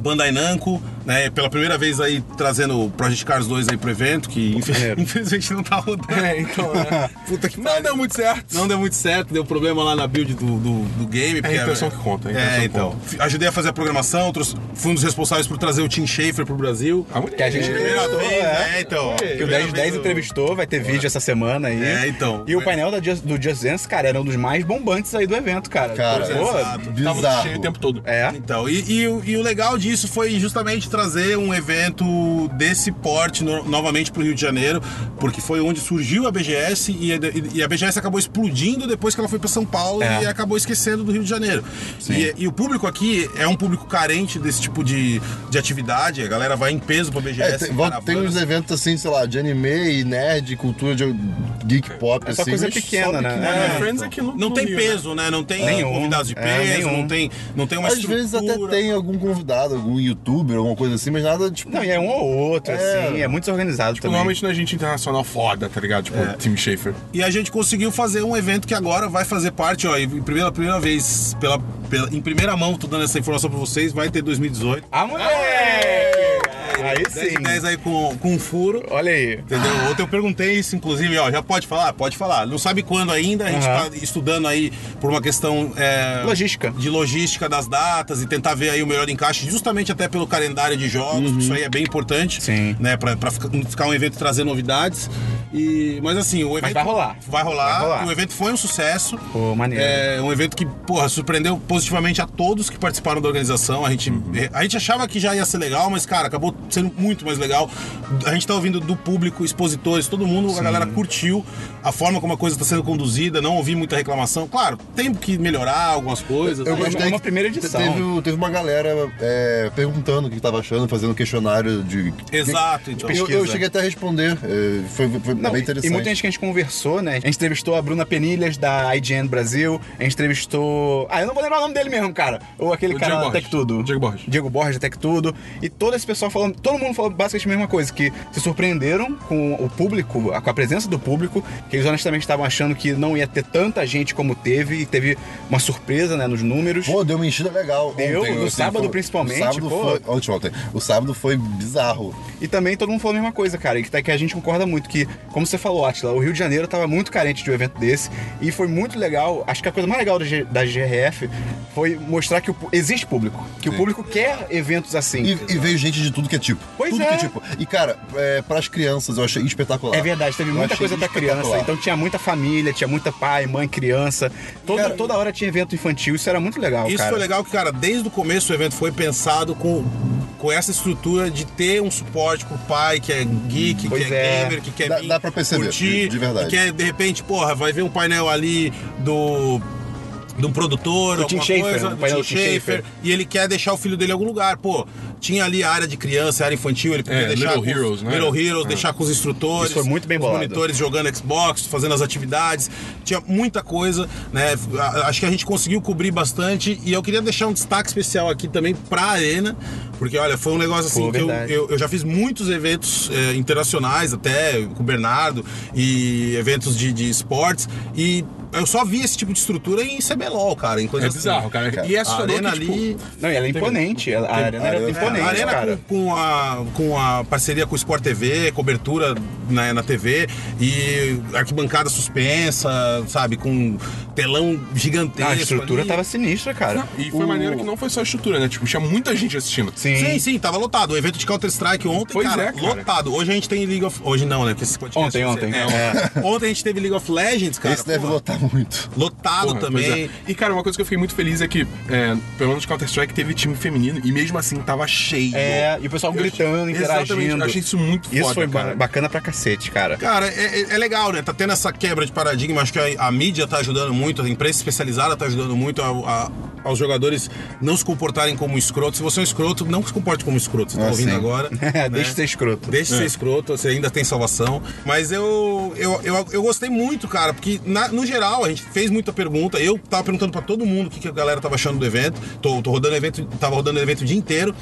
[SPEAKER 3] Bandai Namco, né? Pela primeira vez aí trazendo o Project Cars 2 aí pro evento, que infe-
[SPEAKER 1] maneiro.
[SPEAKER 3] infelizmente não tá rodando.
[SPEAKER 4] É, então, né?
[SPEAKER 3] Puta que
[SPEAKER 4] Não deu muito certo.
[SPEAKER 3] não deu muito certo, deu problema lá na build do, do, do game. porque
[SPEAKER 4] intenção que conta, é a intenção
[SPEAKER 3] É,
[SPEAKER 4] que
[SPEAKER 3] então. F- Ajudei a fazer a programação, trouxe, fui um dos responsáveis por trazer o Tim Schafer pro Brasil.
[SPEAKER 4] Ah, muito
[SPEAKER 1] Que a gente-
[SPEAKER 4] bem.
[SPEAKER 3] Primeira
[SPEAKER 1] É,
[SPEAKER 3] vez,
[SPEAKER 1] é.
[SPEAKER 3] é, então.
[SPEAKER 1] Que o 10 10 entrevistou, vai ter vídeo essa semana aí.
[SPEAKER 3] É, então.
[SPEAKER 1] E o painel da Just- do Just Dance, cara, era um dos mais bombantes aí do evento, cara.
[SPEAKER 2] Cara,
[SPEAKER 1] Pô,
[SPEAKER 3] exato.
[SPEAKER 4] Tava
[SPEAKER 2] bizarro.
[SPEAKER 4] cheio o tempo todo.
[SPEAKER 1] é.
[SPEAKER 3] Então, e, e o- e o legal disso foi justamente trazer um evento desse porte no- novamente para o Rio de Janeiro, porque foi onde surgiu a BGS e, a- e a BGS acabou explodindo depois que ela foi para São Paulo
[SPEAKER 1] É.
[SPEAKER 3] e acabou esquecendo do Rio de Janeiro. E, e o público aqui é um público carente desse tipo de, de atividade, a galera vai em peso para a
[SPEAKER 2] É,
[SPEAKER 3] BGS.
[SPEAKER 2] tem,
[SPEAKER 3] em
[SPEAKER 2] vão-
[SPEAKER 3] caravana.
[SPEAKER 2] tem uns eventos assim, sei lá, de anime e nerd, cultura de geek pop,
[SPEAKER 1] só
[SPEAKER 2] assim.
[SPEAKER 1] coisa
[SPEAKER 2] mas
[SPEAKER 1] pequena,
[SPEAKER 2] só
[SPEAKER 1] né?
[SPEAKER 2] pequenininho.
[SPEAKER 4] É,
[SPEAKER 1] É,
[SPEAKER 4] meu Friends aqui no-
[SPEAKER 3] não
[SPEAKER 4] no
[SPEAKER 3] tem
[SPEAKER 4] Rio, né?
[SPEAKER 3] peso, né? Não tem
[SPEAKER 1] Nenhum.
[SPEAKER 3] convidados de
[SPEAKER 1] É,
[SPEAKER 3] peso,
[SPEAKER 1] nenhum.
[SPEAKER 3] não, tem, não tem uma
[SPEAKER 2] Às vezes até
[SPEAKER 3] estrutura.
[SPEAKER 2] tem algum convidado, algum youtuber, alguma coisa assim, mas nada tipo.
[SPEAKER 1] Não, e é um ou outro,
[SPEAKER 2] É.
[SPEAKER 1] assim, é muito desorganizado
[SPEAKER 4] Tipo,
[SPEAKER 1] também.
[SPEAKER 4] normalmente não é gente internacional foda, tá ligado? Tipo, Tim Schafer.
[SPEAKER 3] E a gente conseguiu fazer um evento que agora vai fazer parte, ó, e pela primeira vez, pela, pela- em primeira mão, tô dando essa informação pra vocês, vai ter 2018.
[SPEAKER 1] Ah, moleque! Aí
[SPEAKER 3] 10
[SPEAKER 1] sim. Ah.
[SPEAKER 3] 10 aí com, com um furo.
[SPEAKER 1] Olha aí.
[SPEAKER 3] Entendeu? Ontem eu perguntei isso, inclusive, ó, já pode falar? Pode falar. Não sabe quando ainda, a gente
[SPEAKER 1] Aham.
[SPEAKER 3] tá estudando aí por uma questão é,
[SPEAKER 1] Logística.
[SPEAKER 3] de logística das datas e tentar ver aí o melhor encaixe, justamente até pelo calendário de jogos, que isso aí é bem importante,
[SPEAKER 1] Uhum. Sim.
[SPEAKER 3] né, pra, pra ficar ficar um evento e trazer novidades. E, mas assim, o evento
[SPEAKER 1] vai rolar.
[SPEAKER 3] Vai rolar.
[SPEAKER 1] Vai rolar.
[SPEAKER 3] O evento foi um sucesso.
[SPEAKER 1] Pô, maneiro.
[SPEAKER 3] É um evento que, porra, surpreendeu positivamente a todos que participaram da organização. A gente,
[SPEAKER 2] Uhum.
[SPEAKER 3] a gente achava que já ia ser legal, mas, cara, acabou sendo muito mais legal. A gente tá ouvindo do público, expositores, todo mundo, a galera curtiu a forma como a coisa tá sendo conduzida, não ouvi muita reclamação. Claro, tem que melhorar algumas coisas.
[SPEAKER 2] Eu
[SPEAKER 3] né?
[SPEAKER 2] gostei
[SPEAKER 1] É uma
[SPEAKER 2] que
[SPEAKER 1] primeira edição.
[SPEAKER 2] Teve, o- teve uma galera é, perguntando o que tava achando, fazendo questionário de.
[SPEAKER 3] Exato, então.
[SPEAKER 2] Eu, eu
[SPEAKER 1] pesquisa.
[SPEAKER 2] cheguei até a responder. é, foi foi
[SPEAKER 1] Não,
[SPEAKER 2] bem
[SPEAKER 1] e-
[SPEAKER 2] interessante.
[SPEAKER 1] e muita gente que a gente conversou, né? A gente entrevistou a Bruna Penilhas, da IGN Brasil. A gente entrevistou... Ah, eu não vou lembrar o nome dele mesmo, cara. Ou aquele
[SPEAKER 4] O
[SPEAKER 1] cara
[SPEAKER 4] Diego
[SPEAKER 1] da
[SPEAKER 4] Borges.
[SPEAKER 1] é Tech Tudo.
[SPEAKER 4] Diego Borges.
[SPEAKER 1] Diego Borges, da Tech Tudo. E todo esse pessoal falando... Todo mundo falou basicamente a mesma coisa, que se surpreenderam com o público, com a presença do público, que eles honestamente estavam achando que não ia ter tanta gente como teve, e teve uma surpresa, né, nos números.
[SPEAKER 2] Pô, deu uma enchida legal.
[SPEAKER 1] Deu,
[SPEAKER 2] ontem,
[SPEAKER 1] no
[SPEAKER 2] assim,
[SPEAKER 1] sábado
[SPEAKER 2] foi-
[SPEAKER 1] principalmente,
[SPEAKER 2] O sábado
[SPEAKER 1] pô.
[SPEAKER 2] foi. Ontem, ontem. O sábado foi bizarro.
[SPEAKER 1] E também todo mundo falou a mesma coisa, cara, e que, tá- que a gente concorda muito, que, como você falou, Atila, o Rio de Janeiro tava muito carente de um evento desse, e foi muito legal, acho que a coisa mais legal da, G- da GRF foi mostrar que o pu- existe público, que o público quer eventos assim.
[SPEAKER 2] E, e veio gente de tudo que é tipo.
[SPEAKER 1] Pois
[SPEAKER 2] tudo
[SPEAKER 1] é.
[SPEAKER 2] que é tipo. E, cara, é, pras crianças eu achei espetacular.
[SPEAKER 1] É verdade, teve
[SPEAKER 2] Eu
[SPEAKER 1] muita
[SPEAKER 2] achei
[SPEAKER 1] coisa pra criança.
[SPEAKER 2] espetacular.
[SPEAKER 1] Então tinha muita família, tinha muita pai, mãe, criança. Toda,
[SPEAKER 2] Cara-
[SPEAKER 1] toda hora tinha evento infantil, isso era muito legal,
[SPEAKER 3] Isso
[SPEAKER 1] cara.
[SPEAKER 3] foi legal que, cara, desde o começo o evento foi pensado com, com essa estrutura de ter um suporte pro pai que é geek,
[SPEAKER 1] Pois
[SPEAKER 3] que
[SPEAKER 1] é.
[SPEAKER 3] é, gamer, que quer
[SPEAKER 2] Dá-
[SPEAKER 3] vir
[SPEAKER 2] dá pra perceber,
[SPEAKER 3] curtir,
[SPEAKER 2] de- de verdade.
[SPEAKER 3] que quer, de repente, porra, vai ver um painel ali do... De um produtor,
[SPEAKER 1] Tim
[SPEAKER 3] alguma
[SPEAKER 1] Schafer,
[SPEAKER 3] coisa,
[SPEAKER 1] um
[SPEAKER 3] do
[SPEAKER 1] painel
[SPEAKER 3] Tim
[SPEAKER 1] do Tim Schafer.
[SPEAKER 3] Schafer, e ele quer deixar o filho dele em algum lugar. Pô, tinha ali a área de criança, a área infantil, ele podia
[SPEAKER 4] É,
[SPEAKER 3] deixar.
[SPEAKER 4] Little
[SPEAKER 3] com os-
[SPEAKER 4] Heroes, né?
[SPEAKER 3] Little Heroes,
[SPEAKER 4] É.
[SPEAKER 3] deixar com os instrutores,
[SPEAKER 1] Isso foi muito bem
[SPEAKER 3] os
[SPEAKER 1] bolado.
[SPEAKER 3] monitores jogadores jogando Xbox, fazendo as atividades, tinha muita coisa, né? A- Acho que a gente conseguiu cobrir bastante e eu queria deixar um destaque especial aqui também pra Arena, porque olha, foi um negócio assim
[SPEAKER 1] Pô,
[SPEAKER 3] que eu,
[SPEAKER 1] verdade.
[SPEAKER 3] eu, eu já fiz muitos eventos eh, internacionais, até com o Bernardo, e eventos de, de esportes, e eu só vi esse tipo de estrutura em CBLOL, cara, em coisa
[SPEAKER 4] É
[SPEAKER 3] assim.
[SPEAKER 4] bizarro, cara.
[SPEAKER 2] cara.
[SPEAKER 4] E é
[SPEAKER 3] A
[SPEAKER 4] assustador
[SPEAKER 3] arena
[SPEAKER 4] que, tipo,
[SPEAKER 3] ali.
[SPEAKER 1] Não, e ela é imponente. A a arena era
[SPEAKER 2] arena-
[SPEAKER 1] imponente,
[SPEAKER 3] É, a Arena
[SPEAKER 1] cara.
[SPEAKER 3] Com, com a, com a parceria com o Sport TV, cobertura na, na TV e arquibancada suspensa, sabe? Com telão gigantesco.
[SPEAKER 1] Não, Ah, a estrutura
[SPEAKER 3] ali.
[SPEAKER 1] tava sinistra, cara.
[SPEAKER 4] E foi maneiro que não foi só a estrutura, né? Tipo, tinha muita gente assistindo.
[SPEAKER 1] Sim.
[SPEAKER 3] Sim, sim, tava lotado. O evento de Counter-Strike ontem,
[SPEAKER 4] Pois
[SPEAKER 3] cara,
[SPEAKER 4] é, cara.
[SPEAKER 3] lotado. Hoje a gente tem League of... Hoje não, né? Porque esse podcast...
[SPEAKER 1] Ontem,
[SPEAKER 3] é-
[SPEAKER 1] ontem.
[SPEAKER 3] é, Ontem a gente teve League of Legends, cara.
[SPEAKER 2] Esse deve
[SPEAKER 3] Pô,
[SPEAKER 2] lotar muito.
[SPEAKER 3] Lotado
[SPEAKER 4] Porra,
[SPEAKER 3] também.
[SPEAKER 4] pois é. E, cara, uma coisa que eu fiquei muito feliz é que, é, pelo menos Counter-Strike teve time feminino e mesmo assim tava cheio.
[SPEAKER 1] É, e o pessoal
[SPEAKER 4] Eu achei-
[SPEAKER 1] gritando,
[SPEAKER 4] Exatamente,
[SPEAKER 1] interagindo.
[SPEAKER 4] eu achei isso muito
[SPEAKER 1] Isso
[SPEAKER 4] foda,
[SPEAKER 1] foi ba-
[SPEAKER 4] cara.
[SPEAKER 1] bacana pra cacete, cara.
[SPEAKER 3] Cara, é, é- é legal, né? Tá tendo essa quebra de paradigma. Acho que a, a mídia tá ajudando muito, a imprensa especializada tá ajudando muito a- a- aos jogadores não se comportarem como escroto. Se você é um escroto, não se comporte como escroto. Você tá
[SPEAKER 2] Ah,
[SPEAKER 3] ouvindo
[SPEAKER 2] sim.
[SPEAKER 3] agora.
[SPEAKER 1] É,
[SPEAKER 3] né?
[SPEAKER 1] Deixa de ser escroto. É.
[SPEAKER 3] Deixe ser escroto, você ainda tem salvação. Mas eu, eu, eu, eu gostei muito, cara, porque na- no geral a gente fez muita pergunta. Eu tava perguntando pra todo mundo o que, que a galera tava achando do evento. Tô, tô rodando evento, tava rodando evento o dia inteiro.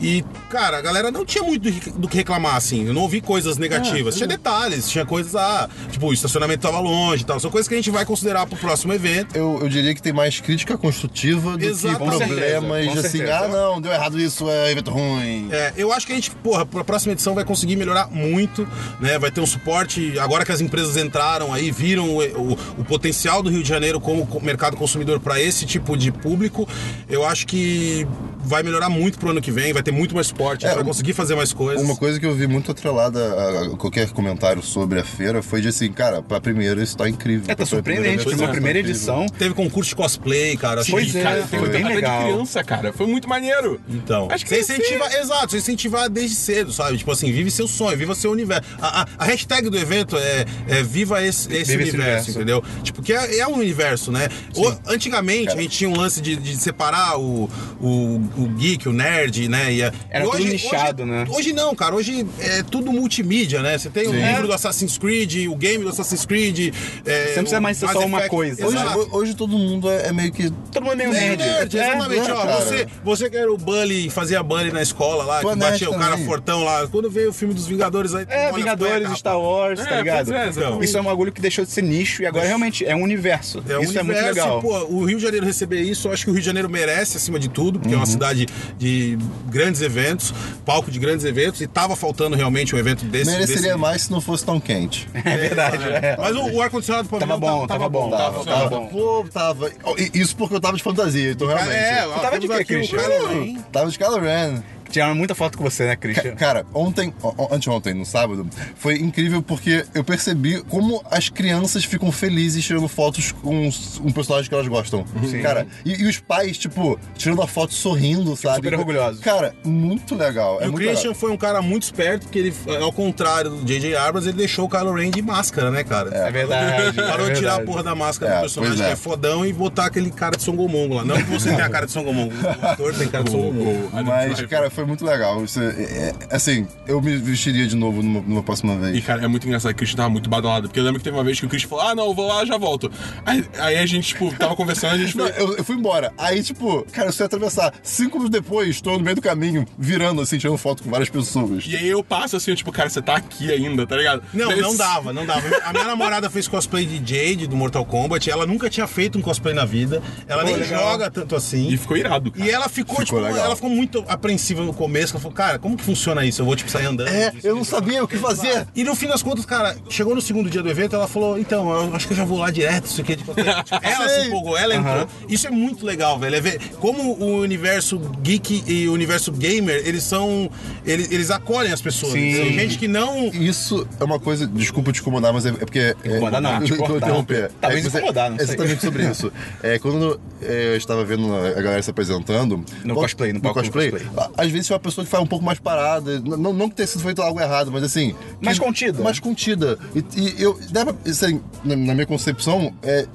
[SPEAKER 3] E, cara, a galera não tinha muito do, que- do que reclamar, assim. Eu não ouvi coisas negativas. tinha detalhes, tinha coisas, ah, tipo, o estacionamento tava longe e tal. São coisas que a gente vai considerar pro próximo evento.
[SPEAKER 2] Eu, eu diria que tem mais crítica construtiva do
[SPEAKER 3] Exato,
[SPEAKER 2] que
[SPEAKER 3] com certeza,
[SPEAKER 2] problemas
[SPEAKER 1] com
[SPEAKER 2] de assim,
[SPEAKER 1] certeza.
[SPEAKER 2] ah não, deu errado isso, é evento ruim.
[SPEAKER 3] É, eu acho que a gente, porra, pra próxima edição vai conseguir melhorar muito, né? Vai ter um suporte. Agora que as empresas entraram aí, viram o, o- o potencial do Rio de Janeiro como co- mercado consumidor para esse tipo de público, eu acho que vai melhorar muito pro ano que vem, vai ter muito mais suporte,
[SPEAKER 1] É, um
[SPEAKER 3] vai conseguir fazer mais coisas.
[SPEAKER 2] Uma coisa que eu vi muito atrelada a qualquer comentário sobre a feira foi de assim, cara, pra primeira isso tá incrível.
[SPEAKER 1] É, tá
[SPEAKER 2] Pra primeira
[SPEAKER 1] surpreendente.
[SPEAKER 2] vez,
[SPEAKER 1] Foi
[SPEAKER 2] tá
[SPEAKER 1] uma primeira
[SPEAKER 2] incrível.
[SPEAKER 1] edição.
[SPEAKER 3] Teve concurso de cosplay, cara. acho
[SPEAKER 1] Pois
[SPEAKER 3] que-
[SPEAKER 1] é,
[SPEAKER 4] Cara,
[SPEAKER 1] foi
[SPEAKER 4] teve
[SPEAKER 1] bem
[SPEAKER 4] tanta
[SPEAKER 1] legal.
[SPEAKER 4] de criança, cara. Foi muito maneiro.
[SPEAKER 3] Então,
[SPEAKER 4] Acho que
[SPEAKER 3] você
[SPEAKER 4] sim.
[SPEAKER 3] incentiva, exato, você incentivar desde cedo, sabe? Tipo assim, vive seu sonho, viva seu universo. A, a- a hashtag do evento é, é viva esse, esse
[SPEAKER 1] Viva esse
[SPEAKER 3] universo,
[SPEAKER 1] universo.
[SPEAKER 3] entendeu? Tipo, que é, é um universo, né? O- antigamente a gente tinha um lance de, de separar o, o, o geek, o nerd, né? E a-
[SPEAKER 1] Era
[SPEAKER 3] e
[SPEAKER 1] tudo nichado,
[SPEAKER 3] hoje,
[SPEAKER 1] né?
[SPEAKER 3] Hoje não, cara. Hoje é tudo multimídia, né? Você tem o livro do Assassin's Creed, o game do Assassin's Creed. é,
[SPEAKER 1] Você não precisa
[SPEAKER 3] o
[SPEAKER 1] mais ser
[SPEAKER 3] Mass
[SPEAKER 1] só uma
[SPEAKER 3] Effect.
[SPEAKER 1] coisa,
[SPEAKER 3] Exato.
[SPEAKER 1] né?
[SPEAKER 2] Hoje, hoje todo mundo é, é meio que.
[SPEAKER 1] Todo mundo é né, meio
[SPEAKER 3] É,
[SPEAKER 1] nerd.
[SPEAKER 3] nerd, exatamente.
[SPEAKER 2] É,
[SPEAKER 3] ó,
[SPEAKER 2] cara.
[SPEAKER 3] você, você que era o Bully, fazia Bully na escola lá,
[SPEAKER 2] Pô,
[SPEAKER 3] que
[SPEAKER 2] nerd
[SPEAKER 3] batia o cara
[SPEAKER 2] também.
[SPEAKER 3] fortão lá. Quando veio o filme dos Vingadores aí...
[SPEAKER 1] É,
[SPEAKER 3] olha as
[SPEAKER 1] Vingadores,
[SPEAKER 3] cuecas,
[SPEAKER 1] Star Wars,
[SPEAKER 4] É,
[SPEAKER 1] tá ligado?
[SPEAKER 4] pois é, exatamente.
[SPEAKER 1] isso é um bagulho que deixou de ser nicho e agora realmente é um universo.
[SPEAKER 3] É um
[SPEAKER 1] isso é muito
[SPEAKER 3] universo,
[SPEAKER 1] legal.
[SPEAKER 3] e, pô, o Rio de Janeiro receber isso, eu acho que o Rio de Janeiro merece acima de tudo, porque é
[SPEAKER 1] Uhum.
[SPEAKER 3] uma cidade de grandes eventos, palco de grandes eventos, e tava faltando realmente um evento desse.
[SPEAKER 2] Mereceria
[SPEAKER 3] desse-
[SPEAKER 2] mais se não fosse tão quente.
[SPEAKER 1] é verdade. é.
[SPEAKER 3] Mas o, o ar-condicionado do
[SPEAKER 1] Tava
[SPEAKER 3] pavilhão
[SPEAKER 1] bom, tava bom, tava, tava tá bom.
[SPEAKER 2] Pô, tava. E- Isso porque eu tava de fantasia, então
[SPEAKER 3] Cara,
[SPEAKER 2] realmente.
[SPEAKER 3] É,
[SPEAKER 1] Você tava de
[SPEAKER 3] temos
[SPEAKER 1] quê,
[SPEAKER 3] aqui o
[SPEAKER 1] Christian?
[SPEAKER 3] cara,
[SPEAKER 1] Hum.
[SPEAKER 3] hein?
[SPEAKER 2] Tava de Kylo Ren.
[SPEAKER 1] Tiraram muita foto com você, né,
[SPEAKER 2] Ca-
[SPEAKER 1] Christian?
[SPEAKER 2] Cara, ontem, o- o- anteontem, no sábado, foi incrível porque eu percebi como as crianças ficam felizes tirando fotos com s- um personagem que elas gostam. Cara, e, e os pais, tipo, tirando a foto sorrindo, sabe?
[SPEAKER 1] Super orgulhosos.
[SPEAKER 2] Cara, muito legal. É
[SPEAKER 3] E o
[SPEAKER 2] muito
[SPEAKER 3] Christian
[SPEAKER 2] legal.
[SPEAKER 3] foi um cara muito esperto, porque ele, é, ao contrário do J.J. Abrams, ele deixou o Kylo Ren de máscara, né, cara?
[SPEAKER 1] É verdade. é
[SPEAKER 3] Parou de tirar a
[SPEAKER 1] verdade.
[SPEAKER 3] porra da máscara
[SPEAKER 2] É,
[SPEAKER 3] do personagem
[SPEAKER 2] pois é.
[SPEAKER 3] que é fodão e botar aquele cara de Songomongo lá. Não que você tenha a cara de Songomongo, o ator tem cara de Songomongo.
[SPEAKER 4] Adam
[SPEAKER 2] Mas,
[SPEAKER 4] Driver.
[SPEAKER 2] cara, foi foi muito legal. Isso é- é- assim, eu me vestiria de novo numa, numa próxima vez.
[SPEAKER 4] E, cara, é muito engraçado que o Christian tava muito badalado. Porque eu lembro que teve uma vez que o Christian falou, ah, não, eu vou lá, já volto. Aí, aí a gente, tipo, tava conversando, a gente
[SPEAKER 2] Não,
[SPEAKER 4] foi...
[SPEAKER 2] eu, eu fui embora. Aí, tipo, cara, eu só ia atravessar. Cinco minutos depois, tô no meio do caminho, virando, assim, tirando foto com várias pessoas.
[SPEAKER 4] E aí eu passo assim, eu, tipo, cara, você tá aqui ainda, tá ligado?
[SPEAKER 3] Não,
[SPEAKER 4] Daí-
[SPEAKER 3] não dava, não dava. A minha namorada fez cosplay de Jade do Mortal Kombat, ela nunca tinha feito um cosplay na vida, ela nem
[SPEAKER 4] legal.
[SPEAKER 3] joga tanto assim.
[SPEAKER 4] E ficou irado, cara.
[SPEAKER 3] E ela ficou,
[SPEAKER 2] Ficou
[SPEAKER 3] tipo,
[SPEAKER 2] legal.
[SPEAKER 3] ela ficou muito apreensiva no começo. Ela falou, cara, como que funciona isso? Eu vou, tipo, sair andando.
[SPEAKER 2] É,
[SPEAKER 3] disso,
[SPEAKER 2] eu não
[SPEAKER 3] disso.
[SPEAKER 2] sabia o que fazer.
[SPEAKER 3] E no fim das contas, cara, chegou no segundo dia do evento, ela falou, então, eu acho que eu já vou lá direto, isso aqui. Tipo, tipo, ela
[SPEAKER 2] Sei.
[SPEAKER 3] se empolgou, ela entrou. Isso é muito legal, velho. É ver como o universo geek e o universo gamer, eles são... Eles, eles acolhem as pessoas.
[SPEAKER 1] Sim.
[SPEAKER 3] Tem gente que não...
[SPEAKER 2] Isso é uma coisa. Desculpa te incomodar, mas é, é porque. é-
[SPEAKER 1] Incomodar não, te
[SPEAKER 2] eu vou
[SPEAKER 1] cortar.
[SPEAKER 2] interromper.
[SPEAKER 1] Talvez
[SPEAKER 2] É, mas é-
[SPEAKER 1] incomodar, não sei.
[SPEAKER 2] Exatamente sobre isso. É, quando é, eu estava vendo a galera se apresentando. quando-
[SPEAKER 1] cosplay, no palco do
[SPEAKER 2] cosplay.
[SPEAKER 1] cosplay.
[SPEAKER 2] a- Às vezes é uma pessoa que faz um pouco mais parada. n- Não, não que tenha sido feito algo errado, mas assim. que-
[SPEAKER 1] Mais contida.
[SPEAKER 2] Mais contida. E, e eu. dá pra- assim, na, na minha concepção, é.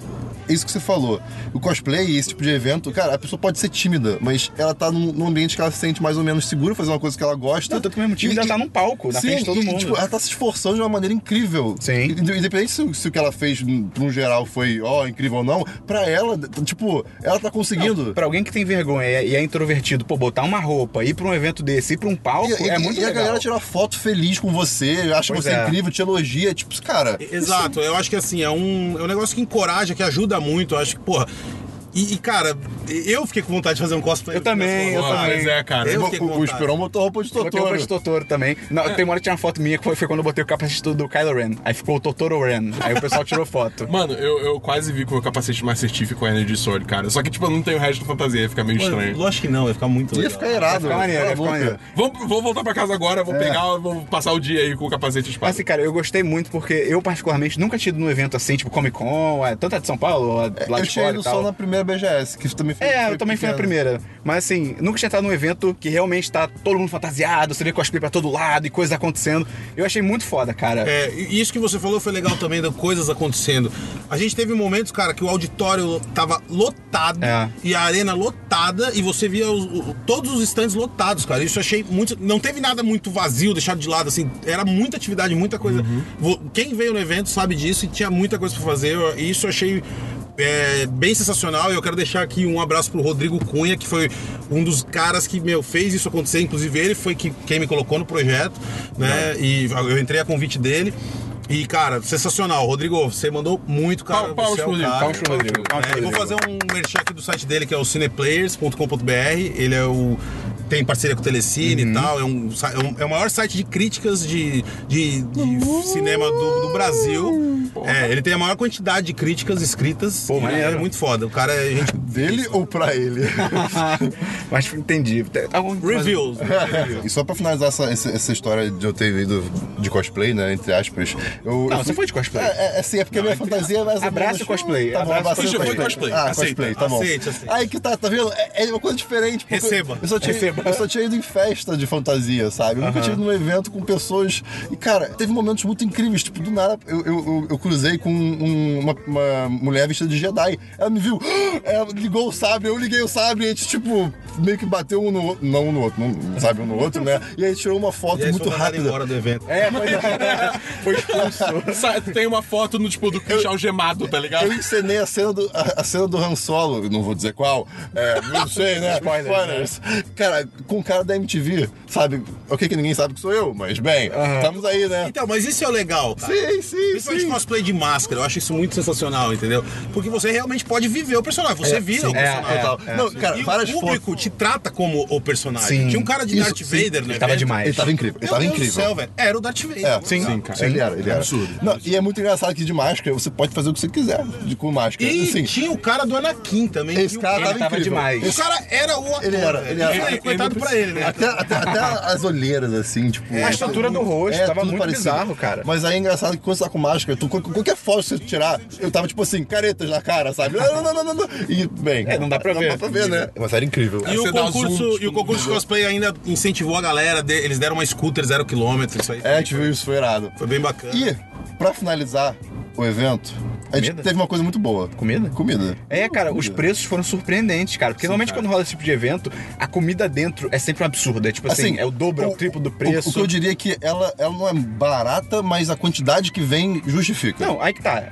[SPEAKER 2] Isso que você falou, o cosplay e esse tipo de evento, cara, a pessoa pode ser tímida, mas ela tá num, num ambiente que ela se sente mais ou menos segura, fazer uma coisa que ela gosta.
[SPEAKER 1] Não, tanto que mesmo time
[SPEAKER 2] E-
[SPEAKER 1] ela
[SPEAKER 2] e-
[SPEAKER 1] tá num palco, na
[SPEAKER 2] Sim,
[SPEAKER 1] frente de todo
[SPEAKER 2] e,
[SPEAKER 1] mundo.
[SPEAKER 2] tipo, ela tá se esforçando de uma maneira incrível.
[SPEAKER 1] Sim.
[SPEAKER 2] Inde- Independente se, o- se o que ela fez, n- no geral, foi, ó, incrível ou não, pra ela, t- tipo, ela tá conseguindo.
[SPEAKER 1] Pra alguém que tem vergonha e é introvertido, pô, botar uma roupa, ir pra um evento desse, ir pra um palco,
[SPEAKER 2] E, e-
[SPEAKER 1] é muito
[SPEAKER 2] e a
[SPEAKER 1] legal.
[SPEAKER 2] galera tira foto feliz com você, acha
[SPEAKER 1] Pois
[SPEAKER 2] você
[SPEAKER 1] é.
[SPEAKER 2] incrível, te elogia, tipo, cara.
[SPEAKER 3] Exato, eu acho que assim, é um, é um negócio que encoraja, que ajuda muito, eu acho que, porra. E, e, cara, eu fiquei com vontade de fazer um cosplay.
[SPEAKER 1] Eu também, eu
[SPEAKER 4] Pô,
[SPEAKER 1] também.
[SPEAKER 4] Mas é, cara.
[SPEAKER 3] Eu
[SPEAKER 2] o-
[SPEAKER 3] fiquei com
[SPEAKER 2] o, o
[SPEAKER 3] vontade.
[SPEAKER 2] Esperão botou roupa de
[SPEAKER 1] Coloquei roupa de
[SPEAKER 2] Totoro.
[SPEAKER 1] Totoro também. Não, Tem uma hora que tinha uma foto minha que foi, foi quando eu botei o capacete do- do Kylo Ren. Aí ficou o Totoro Ren. Aí o pessoal tirou foto.
[SPEAKER 4] Mano, eu, eu quase vi com o meu capacete mais certificado com a Energy Sword, cara. Só que, tipo, eu não tenho o resto da fantasia, ia ficar meio
[SPEAKER 3] Mano,
[SPEAKER 4] estranho.
[SPEAKER 3] Lógico que não, ia ficar muito
[SPEAKER 2] Ia
[SPEAKER 3] legal.
[SPEAKER 2] ficar irado.
[SPEAKER 1] Fica maneiro,
[SPEAKER 2] cala a
[SPEAKER 1] ia ficar
[SPEAKER 2] boca.
[SPEAKER 1] maneiro.
[SPEAKER 4] Vou, vou voltar pra casa agora,
[SPEAKER 3] É.
[SPEAKER 4] vou pegar, vou passar o dia aí com o capacete espada.
[SPEAKER 1] Assim, cara, eu gostei muito porque eu, particularmente, nunca tinha ido num evento assim, tipo Comic Con, é, tanto a de São Paulo, a lá
[SPEAKER 2] É, Eu
[SPEAKER 1] de
[SPEAKER 2] tinha
[SPEAKER 1] fora e
[SPEAKER 2] ido
[SPEAKER 1] tal.
[SPEAKER 2] só na primeira BGS, que também foi.
[SPEAKER 1] É,
[SPEAKER 2] foi
[SPEAKER 1] eu também fui na
[SPEAKER 2] pequena.
[SPEAKER 1] primeira. Mas assim, nunca tinha entrado num evento que realmente tá todo mundo fantasiado, você vê cosplay pra todo lado e coisas acontecendo. Eu achei muito foda, cara.
[SPEAKER 3] É, e isso que você falou foi legal também, de coisas acontecendo. A gente teve momentos, cara, que o auditório tava lotado
[SPEAKER 1] É.
[SPEAKER 3] e a arena lotada e você via os- o- todos os stands lotados, cara. Isso eu achei muito. Não teve nada muito vazio, deixado de lado, assim. Era muita atividade, muita coisa.
[SPEAKER 4] Uhum.
[SPEAKER 3] Vo- Quem veio no evento sabe disso e tinha muita coisa pra fazer. eu- E isso eu achei. é, bem sensacional, e eu quero deixar aqui um abraço pro Rodrigo Cunha, que foi um dos caras que, meu, fez isso acontecer, inclusive ele foi que, quem me colocou no projeto, né, e eu entrei a convite dele, e, cara, sensacional. Rodrigo, você mandou muito, cara.
[SPEAKER 4] Pau- palmas
[SPEAKER 3] você é o
[SPEAKER 4] pro Rodrigo,
[SPEAKER 3] cara.
[SPEAKER 4] palmas pro Rodrigo,
[SPEAKER 1] palmas pro
[SPEAKER 3] É, eu vou
[SPEAKER 1] Rodrigo.
[SPEAKER 3] fazer um merchan aqui do site dele, que é o cineplayers.com.br. Ele é o... Tem parceria com o Telecine e tal. É, um, sa- é, um- é o maior site de críticas de, de, de cinema do, do Brasil. É, ele tem a maior quantidade de críticas escritas.
[SPEAKER 1] Pô,
[SPEAKER 3] E
[SPEAKER 1] maneiro.
[SPEAKER 3] é muito foda. O cara é gente...
[SPEAKER 2] Dele ou pra ele?
[SPEAKER 1] Mas entendi. Tem algum- tipo
[SPEAKER 3] Reviews.
[SPEAKER 2] E só pra finalizar essa, essa, essa história de eu ter ido de cosplay, né? Entre aspas. Eu,
[SPEAKER 1] Não,
[SPEAKER 2] eu
[SPEAKER 1] você foi de cosplay.
[SPEAKER 2] É, é, é, sim, é porque a minha fantasia é mais ou
[SPEAKER 1] Abraça
[SPEAKER 2] menos-
[SPEAKER 1] o cosplay,
[SPEAKER 2] Tá
[SPEAKER 1] abraça
[SPEAKER 2] bom,
[SPEAKER 1] o
[SPEAKER 2] abraça o
[SPEAKER 4] cosplay.
[SPEAKER 2] cosplay.
[SPEAKER 4] Foi cosplay,
[SPEAKER 2] Ah,
[SPEAKER 4] aceita.
[SPEAKER 2] cosplay, tá bom.
[SPEAKER 3] Aceite, aceite.
[SPEAKER 2] Aí que tá, tá vendo? É, é uma coisa diferente. porque
[SPEAKER 3] Receba.
[SPEAKER 2] Eu só tinha,
[SPEAKER 1] Receba.
[SPEAKER 2] É. Eu só tinha ido em festa de fantasia, sabe? Eu nunca tinha ido num evento com pessoas. E, cara, teve momentos muito incríveis. Tipo, do nada, eu, eu, eu- eu cruzei com um- uma, uma mulher vestida de Jedi. Ela me viu, ela ligou o sabre, eu liguei o sabre, e a gente, tipo, meio que bateu um no outro. Não um no outro, não, não sabe um no outro, né? E aí tirou uma foto
[SPEAKER 3] E aí
[SPEAKER 2] muito
[SPEAKER 3] foi mandado
[SPEAKER 2] rápida.
[SPEAKER 3] embora do evento.
[SPEAKER 1] É, foi, foi expulso.
[SPEAKER 4] Sa- Tem uma foto no, tipo, do Christian algemado, tá ligado?
[SPEAKER 2] Eu encenei a cena do, a, a cena do Han Solo, eu não vou dizer qual, é, não sei, né?
[SPEAKER 1] Spoilers,
[SPEAKER 2] Cara, com o cara da MTV, sabe? O que que ninguém sabe que sou eu, mas bem, estamos aí, né?
[SPEAKER 3] Então, mas isso é o legal, cara.
[SPEAKER 2] Sim, sim,
[SPEAKER 3] Principalmente
[SPEAKER 2] sim.
[SPEAKER 3] cosplay de máscara, eu acho isso muito sensacional, entendeu? Porque você realmente pode viver o personagem, você vira o
[SPEAKER 1] é,
[SPEAKER 3] personagem.
[SPEAKER 2] Total.
[SPEAKER 1] é,
[SPEAKER 2] não,
[SPEAKER 1] sim.
[SPEAKER 2] cara,
[SPEAKER 3] e
[SPEAKER 2] várias
[SPEAKER 3] o público
[SPEAKER 2] fotos.
[SPEAKER 3] te trata como o personagem.
[SPEAKER 1] Sim.
[SPEAKER 3] Tinha um cara de
[SPEAKER 2] Isso,
[SPEAKER 3] Darth
[SPEAKER 2] sim.
[SPEAKER 3] Vader, né?
[SPEAKER 1] Ele tava demais.
[SPEAKER 2] Ele tava incrível, ele
[SPEAKER 3] Meu
[SPEAKER 2] tava
[SPEAKER 3] Deus
[SPEAKER 2] incrível.
[SPEAKER 3] do céu, velho. Era o Darth Vader.
[SPEAKER 2] É,
[SPEAKER 1] Sim.
[SPEAKER 4] Sim, cara.
[SPEAKER 2] Ele era, ele era.
[SPEAKER 4] Absurdo.
[SPEAKER 2] Não, e é muito engraçado que de máscara você pode fazer o que você quiser de- com máscara.
[SPEAKER 3] E
[SPEAKER 2] assim,
[SPEAKER 3] tinha o cara do Anakin também.
[SPEAKER 2] esse
[SPEAKER 3] que o
[SPEAKER 2] cara
[SPEAKER 1] Ele
[SPEAKER 2] tava,
[SPEAKER 1] tava
[SPEAKER 2] incrível.
[SPEAKER 1] demais.
[SPEAKER 3] O cara era o ator.
[SPEAKER 2] Ele era,
[SPEAKER 3] velho.
[SPEAKER 2] ele era.
[SPEAKER 3] E aí,
[SPEAKER 4] Ele
[SPEAKER 3] coitado
[SPEAKER 4] não
[SPEAKER 3] pra ele, né?
[SPEAKER 2] Até, até- até as olheiras, assim, tipo. é
[SPEAKER 1] A estatura do rosto, tava
[SPEAKER 2] tudo
[SPEAKER 1] muito bizarro, cara.
[SPEAKER 2] Mas aí é engraçado que quando você tá com máscara, tu, qual- qualquer foto que você tirar, eu tava tipo assim, caretas na cara, sabe? Não, não, não, não, não. E, bem.
[SPEAKER 1] É, não dá pra ver.
[SPEAKER 2] Não dá pra ver, né? Mas era incrível.
[SPEAKER 3] E
[SPEAKER 4] Você
[SPEAKER 3] o,
[SPEAKER 4] dá
[SPEAKER 3] concurso,
[SPEAKER 4] zoom, tipo,
[SPEAKER 3] e o concurso de cosplay ainda incentivou a galera. de- eles deram uma scooter zero quilômetro, isso aí.
[SPEAKER 2] É, a gente viu isso, foi irado.
[SPEAKER 3] Foi bem bacana.
[SPEAKER 2] E, pra finalizar o evento, A gente
[SPEAKER 1] Comida?
[SPEAKER 2] teve uma coisa muito boa.
[SPEAKER 1] Comida?
[SPEAKER 2] Comida.
[SPEAKER 1] É, cara, os preços foram surpreendentes, cara. Porque normalmente
[SPEAKER 4] cara.
[SPEAKER 1] quando rola esse tipo de evento, a comida dentro é sempre um absurdo. É tipo assim, é o dobro, é o triplo do preço.
[SPEAKER 2] O, que eu diria é que ela, ela não é barata, mas a quantidade que vem justifica.
[SPEAKER 1] Não, aí que tá.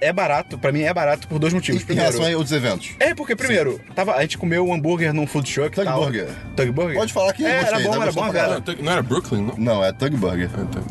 [SPEAKER 1] É barato, pra mim é barato por dois
[SPEAKER 2] Em,
[SPEAKER 1] motivos.
[SPEAKER 2] em relação a
[SPEAKER 1] Primeiro.
[SPEAKER 2] outros eventos.
[SPEAKER 1] É, porque primeiro, tava, a gente comeu um hambúrguer num food truck.
[SPEAKER 2] Thug
[SPEAKER 1] e tal.
[SPEAKER 2] Burger.
[SPEAKER 1] Thug Burger?
[SPEAKER 2] Pode falar que eu
[SPEAKER 1] é, era
[SPEAKER 2] gostei,
[SPEAKER 1] bom,
[SPEAKER 2] tá
[SPEAKER 1] era
[SPEAKER 2] gostando
[SPEAKER 1] bom,
[SPEAKER 2] pra
[SPEAKER 1] cara.
[SPEAKER 2] caralho.
[SPEAKER 4] Não era Brooklyn, não?
[SPEAKER 2] Não, é Thug Burger.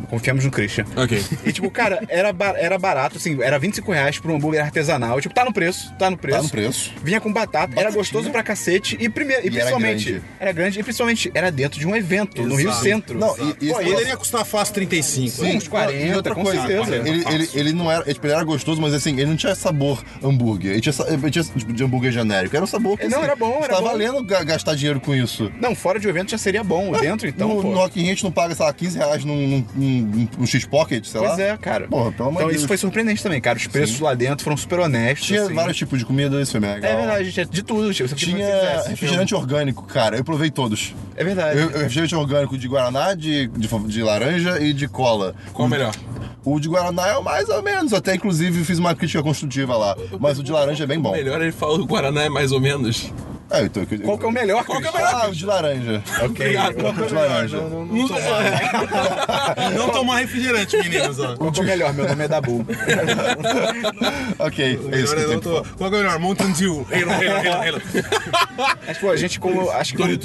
[SPEAKER 1] Confiamos no Christian.
[SPEAKER 4] Ok.
[SPEAKER 1] E tipo, cara, era, ba- era barato, assim, era 25 reais por um hambúrguer artesanal. Tipo, tá no preço, tá no preço.
[SPEAKER 2] Tá no preço.
[SPEAKER 1] Vinha com batata, era gostoso pra cacete e, primeiro, e,
[SPEAKER 2] E era
[SPEAKER 1] principalmente. Era
[SPEAKER 2] grande.
[SPEAKER 1] grande. e principalmente era dentro de um evento, no Rio
[SPEAKER 3] Exato.
[SPEAKER 1] Centro.
[SPEAKER 2] Não, e- e-
[SPEAKER 1] Pô, ele-
[SPEAKER 3] Poderia custar fácil 35.
[SPEAKER 1] Sim. Uns 40, com certeza.
[SPEAKER 2] Ele, ele, ele não era. Tipo, ele era gostoso, mas assim, ele não tinha sabor hambúrguer. Ele tinha, sa- ele tinha tipo, de hambúrguer genérico. Era um sabor que.
[SPEAKER 1] Não,
[SPEAKER 2] assim,
[SPEAKER 1] era bom, era
[SPEAKER 2] tá
[SPEAKER 1] bom.
[SPEAKER 2] valendo ga- gastar dinheiro com isso.
[SPEAKER 1] Não, fora de um evento já seria bom. dentro, então,
[SPEAKER 2] no,
[SPEAKER 1] pô.
[SPEAKER 2] no Rock in Rio a gente não paga, sei lá, 15 reais num, num, num- num X-Pocket, sei lá.
[SPEAKER 1] Pois é, cara.
[SPEAKER 2] Porra, pelo amor
[SPEAKER 1] então
[SPEAKER 2] de
[SPEAKER 1] isso
[SPEAKER 2] Deus.
[SPEAKER 1] foi surpreendente também, cara. Os preços lá dentro foram super honestos.
[SPEAKER 2] Tinha
[SPEAKER 1] assim.
[SPEAKER 2] vários tipos de comida, isso foi mega legal.
[SPEAKER 1] É verdade, gente. De tudo, tipo, você podia fazer o que você
[SPEAKER 2] Tinha
[SPEAKER 1] quisesse.
[SPEAKER 2] refrigerante orgânico, cara. Eu provei todos.
[SPEAKER 1] É verdade.
[SPEAKER 2] Eu, eu- refrigerante orgânico de guaraná, de, de, fa- de laranja e de cola.
[SPEAKER 4] Qual o melhor?
[SPEAKER 2] O de guaraná é o mais ou menos. Até inclusive fiz uma crítica construtiva lá. Mas o de laranja é bem bom.
[SPEAKER 4] Melhor ele fala que o Guaraná é mais ou menos.
[SPEAKER 2] É, então, eu-
[SPEAKER 1] Qual que é o melhor?
[SPEAKER 4] Qual que é o melhor?
[SPEAKER 2] Ah, o de laranja.
[SPEAKER 1] Ok.
[SPEAKER 4] Obrigado.
[SPEAKER 1] Qual que é o
[SPEAKER 2] De
[SPEAKER 1] melhor?
[SPEAKER 2] laranja.
[SPEAKER 4] Não é.
[SPEAKER 3] Não tomar refrigerante, meninos. ó.
[SPEAKER 1] Qual que é o melhor? Meu nome é Dabu.
[SPEAKER 2] Ok, é isso
[SPEAKER 3] Melhor
[SPEAKER 2] que
[SPEAKER 3] é
[SPEAKER 2] eu tenho.
[SPEAKER 3] não
[SPEAKER 2] pra
[SPEAKER 3] tomar. Qual que é o melhor? Mountain Dew. Halo, halo, halo, halo.
[SPEAKER 1] Mas, pô, a gente como. Acho que como,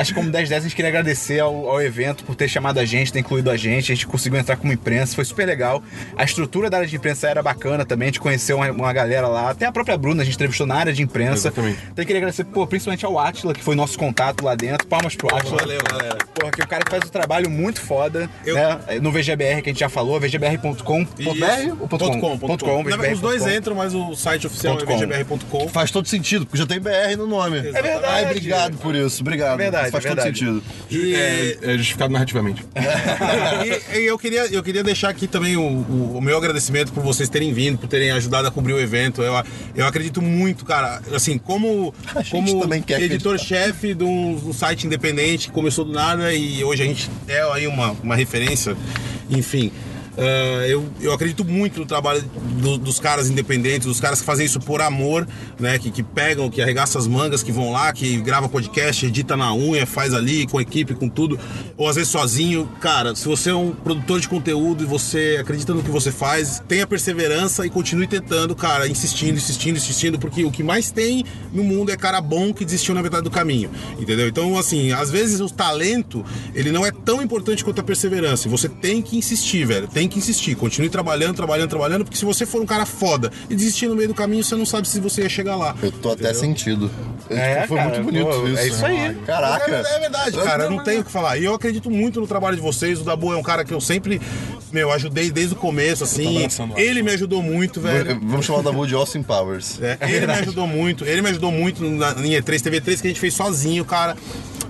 [SPEAKER 1] acho que como 10 10 a gente queria agradecer ao, ao evento por ter chamado a gente, ter incluído a gente. A gente conseguiu entrar como imprensa, foi super legal. A estrutura da área de imprensa era bacana também, a gente conheceu uma, uma galera lá, até a própria Bruna, a gente entrevistou na área de imprensa.
[SPEAKER 4] Exatamente.
[SPEAKER 1] Então eu queria agradecer, pô, principalmente ao Atila, que foi nosso contato lá dentro. Palmas pro Atila.
[SPEAKER 3] Valeu, galera.
[SPEAKER 1] Porra, que o cara faz um trabalho muito foda,
[SPEAKER 3] Eu-
[SPEAKER 1] né? No VGBR que a gente já falou, vgbr.com.br ou ponto
[SPEAKER 3] .com,
[SPEAKER 1] .com? Ponto .com,
[SPEAKER 3] Na verdade, Os dois
[SPEAKER 1] vgbr.com.
[SPEAKER 3] entram, mas o site oficial é
[SPEAKER 1] Ponto com.
[SPEAKER 2] falar.
[SPEAKER 3] vgbr.com.
[SPEAKER 2] Faz todo sentido, porque já tem BR no nome. É
[SPEAKER 1] verdade.
[SPEAKER 2] Ai, obrigado por isso, obrigado.
[SPEAKER 1] Verdade,
[SPEAKER 2] Faz
[SPEAKER 1] é
[SPEAKER 2] todo
[SPEAKER 1] verdade.
[SPEAKER 2] sentido.
[SPEAKER 3] E,
[SPEAKER 4] É justificado narrativamente.
[SPEAKER 3] É. e- e eu, queria, eu queria deixar aqui também o, o- o meu agradecimento por vocês terem vindo, por terem ajudado a cobrir o evento. Eu, eu acredito muito, cara. Assim, como,
[SPEAKER 2] A gente
[SPEAKER 3] como
[SPEAKER 2] também quer
[SPEAKER 3] editor-chefe de um, de um site independente que começou do nada e hoje a gente é aí uma, uma referência. Enfim. ah, eu, eu acredito muito no trabalho do- dos caras independentes, dos caras que fazem isso por amor, né? Que, que pegam, que arregaçam as mangas, que vão lá, que grava podcast, edita na unha, faz ali com a equipe, com tudo, ou às vezes sozinho. Cara, se você é um produtor de conteúdo e você acredita no que você faz, tenha perseverança e continue tentando, cara, insistindo, insistindo, insistindo, porque o que mais tem no mundo é cara bom que desistiu na metade do caminho, entendeu? Então, assim, às vezes o talento, ele não é tão importante quanto a perseverança. E Você tem que insistir, velho, tem que insistir. Continue trabalhando, trabalhando, trabalhando, porque se você for um cara foda e desistir no meio do caminho, você não sabe se você ia chegar lá.
[SPEAKER 2] Eu tô até sentido.
[SPEAKER 1] É,
[SPEAKER 2] Tipo, foi
[SPEAKER 1] cara,
[SPEAKER 2] muito bonito
[SPEAKER 1] pô,
[SPEAKER 2] isso.
[SPEAKER 1] é isso aí.
[SPEAKER 2] Caraca.
[SPEAKER 3] Mas É, é verdade, cara. Eu não tenho o que falar. E eu acredito muito no trabalho de vocês. O Dabu é um cara que eu sempre, meu, ajudei desde o começo, assim.
[SPEAKER 4] abraçando lá.
[SPEAKER 3] Ele me ajudou muito, velho.
[SPEAKER 2] Vamos chamar o Dabu de Austin Powers.
[SPEAKER 3] É, ele me ajudou muito. Ele me ajudou muito na linha 3, TV3, que a gente fez sozinho, cara.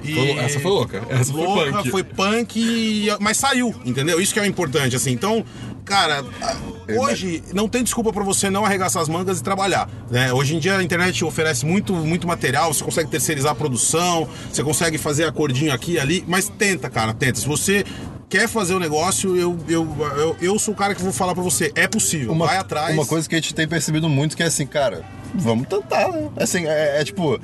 [SPEAKER 3] E-
[SPEAKER 4] Foi lou- essa foi louca. Essa foi
[SPEAKER 3] louca,
[SPEAKER 4] punk.
[SPEAKER 3] foi punk, e- mas saiu, entendeu? Isso que é o importante, assim. Então, cara, a-
[SPEAKER 4] É,
[SPEAKER 3] hoje não tem desculpa pra você não arregaçar as mangas e trabalhar. né? Hoje em dia a internet oferece muito, muito material, você consegue terceirizar a produção, você consegue fazer acordinho aqui e ali, mas tenta, cara, tenta. Se você quer fazer o negócio, eu, eu, eu, eu sou o cara que vou falar pra você. É possível,
[SPEAKER 2] uma,
[SPEAKER 3] vai atrás.
[SPEAKER 2] Uma coisa que a gente tem percebido muito que é assim, cara, vamos tentar, né? Assim, é, é tipo.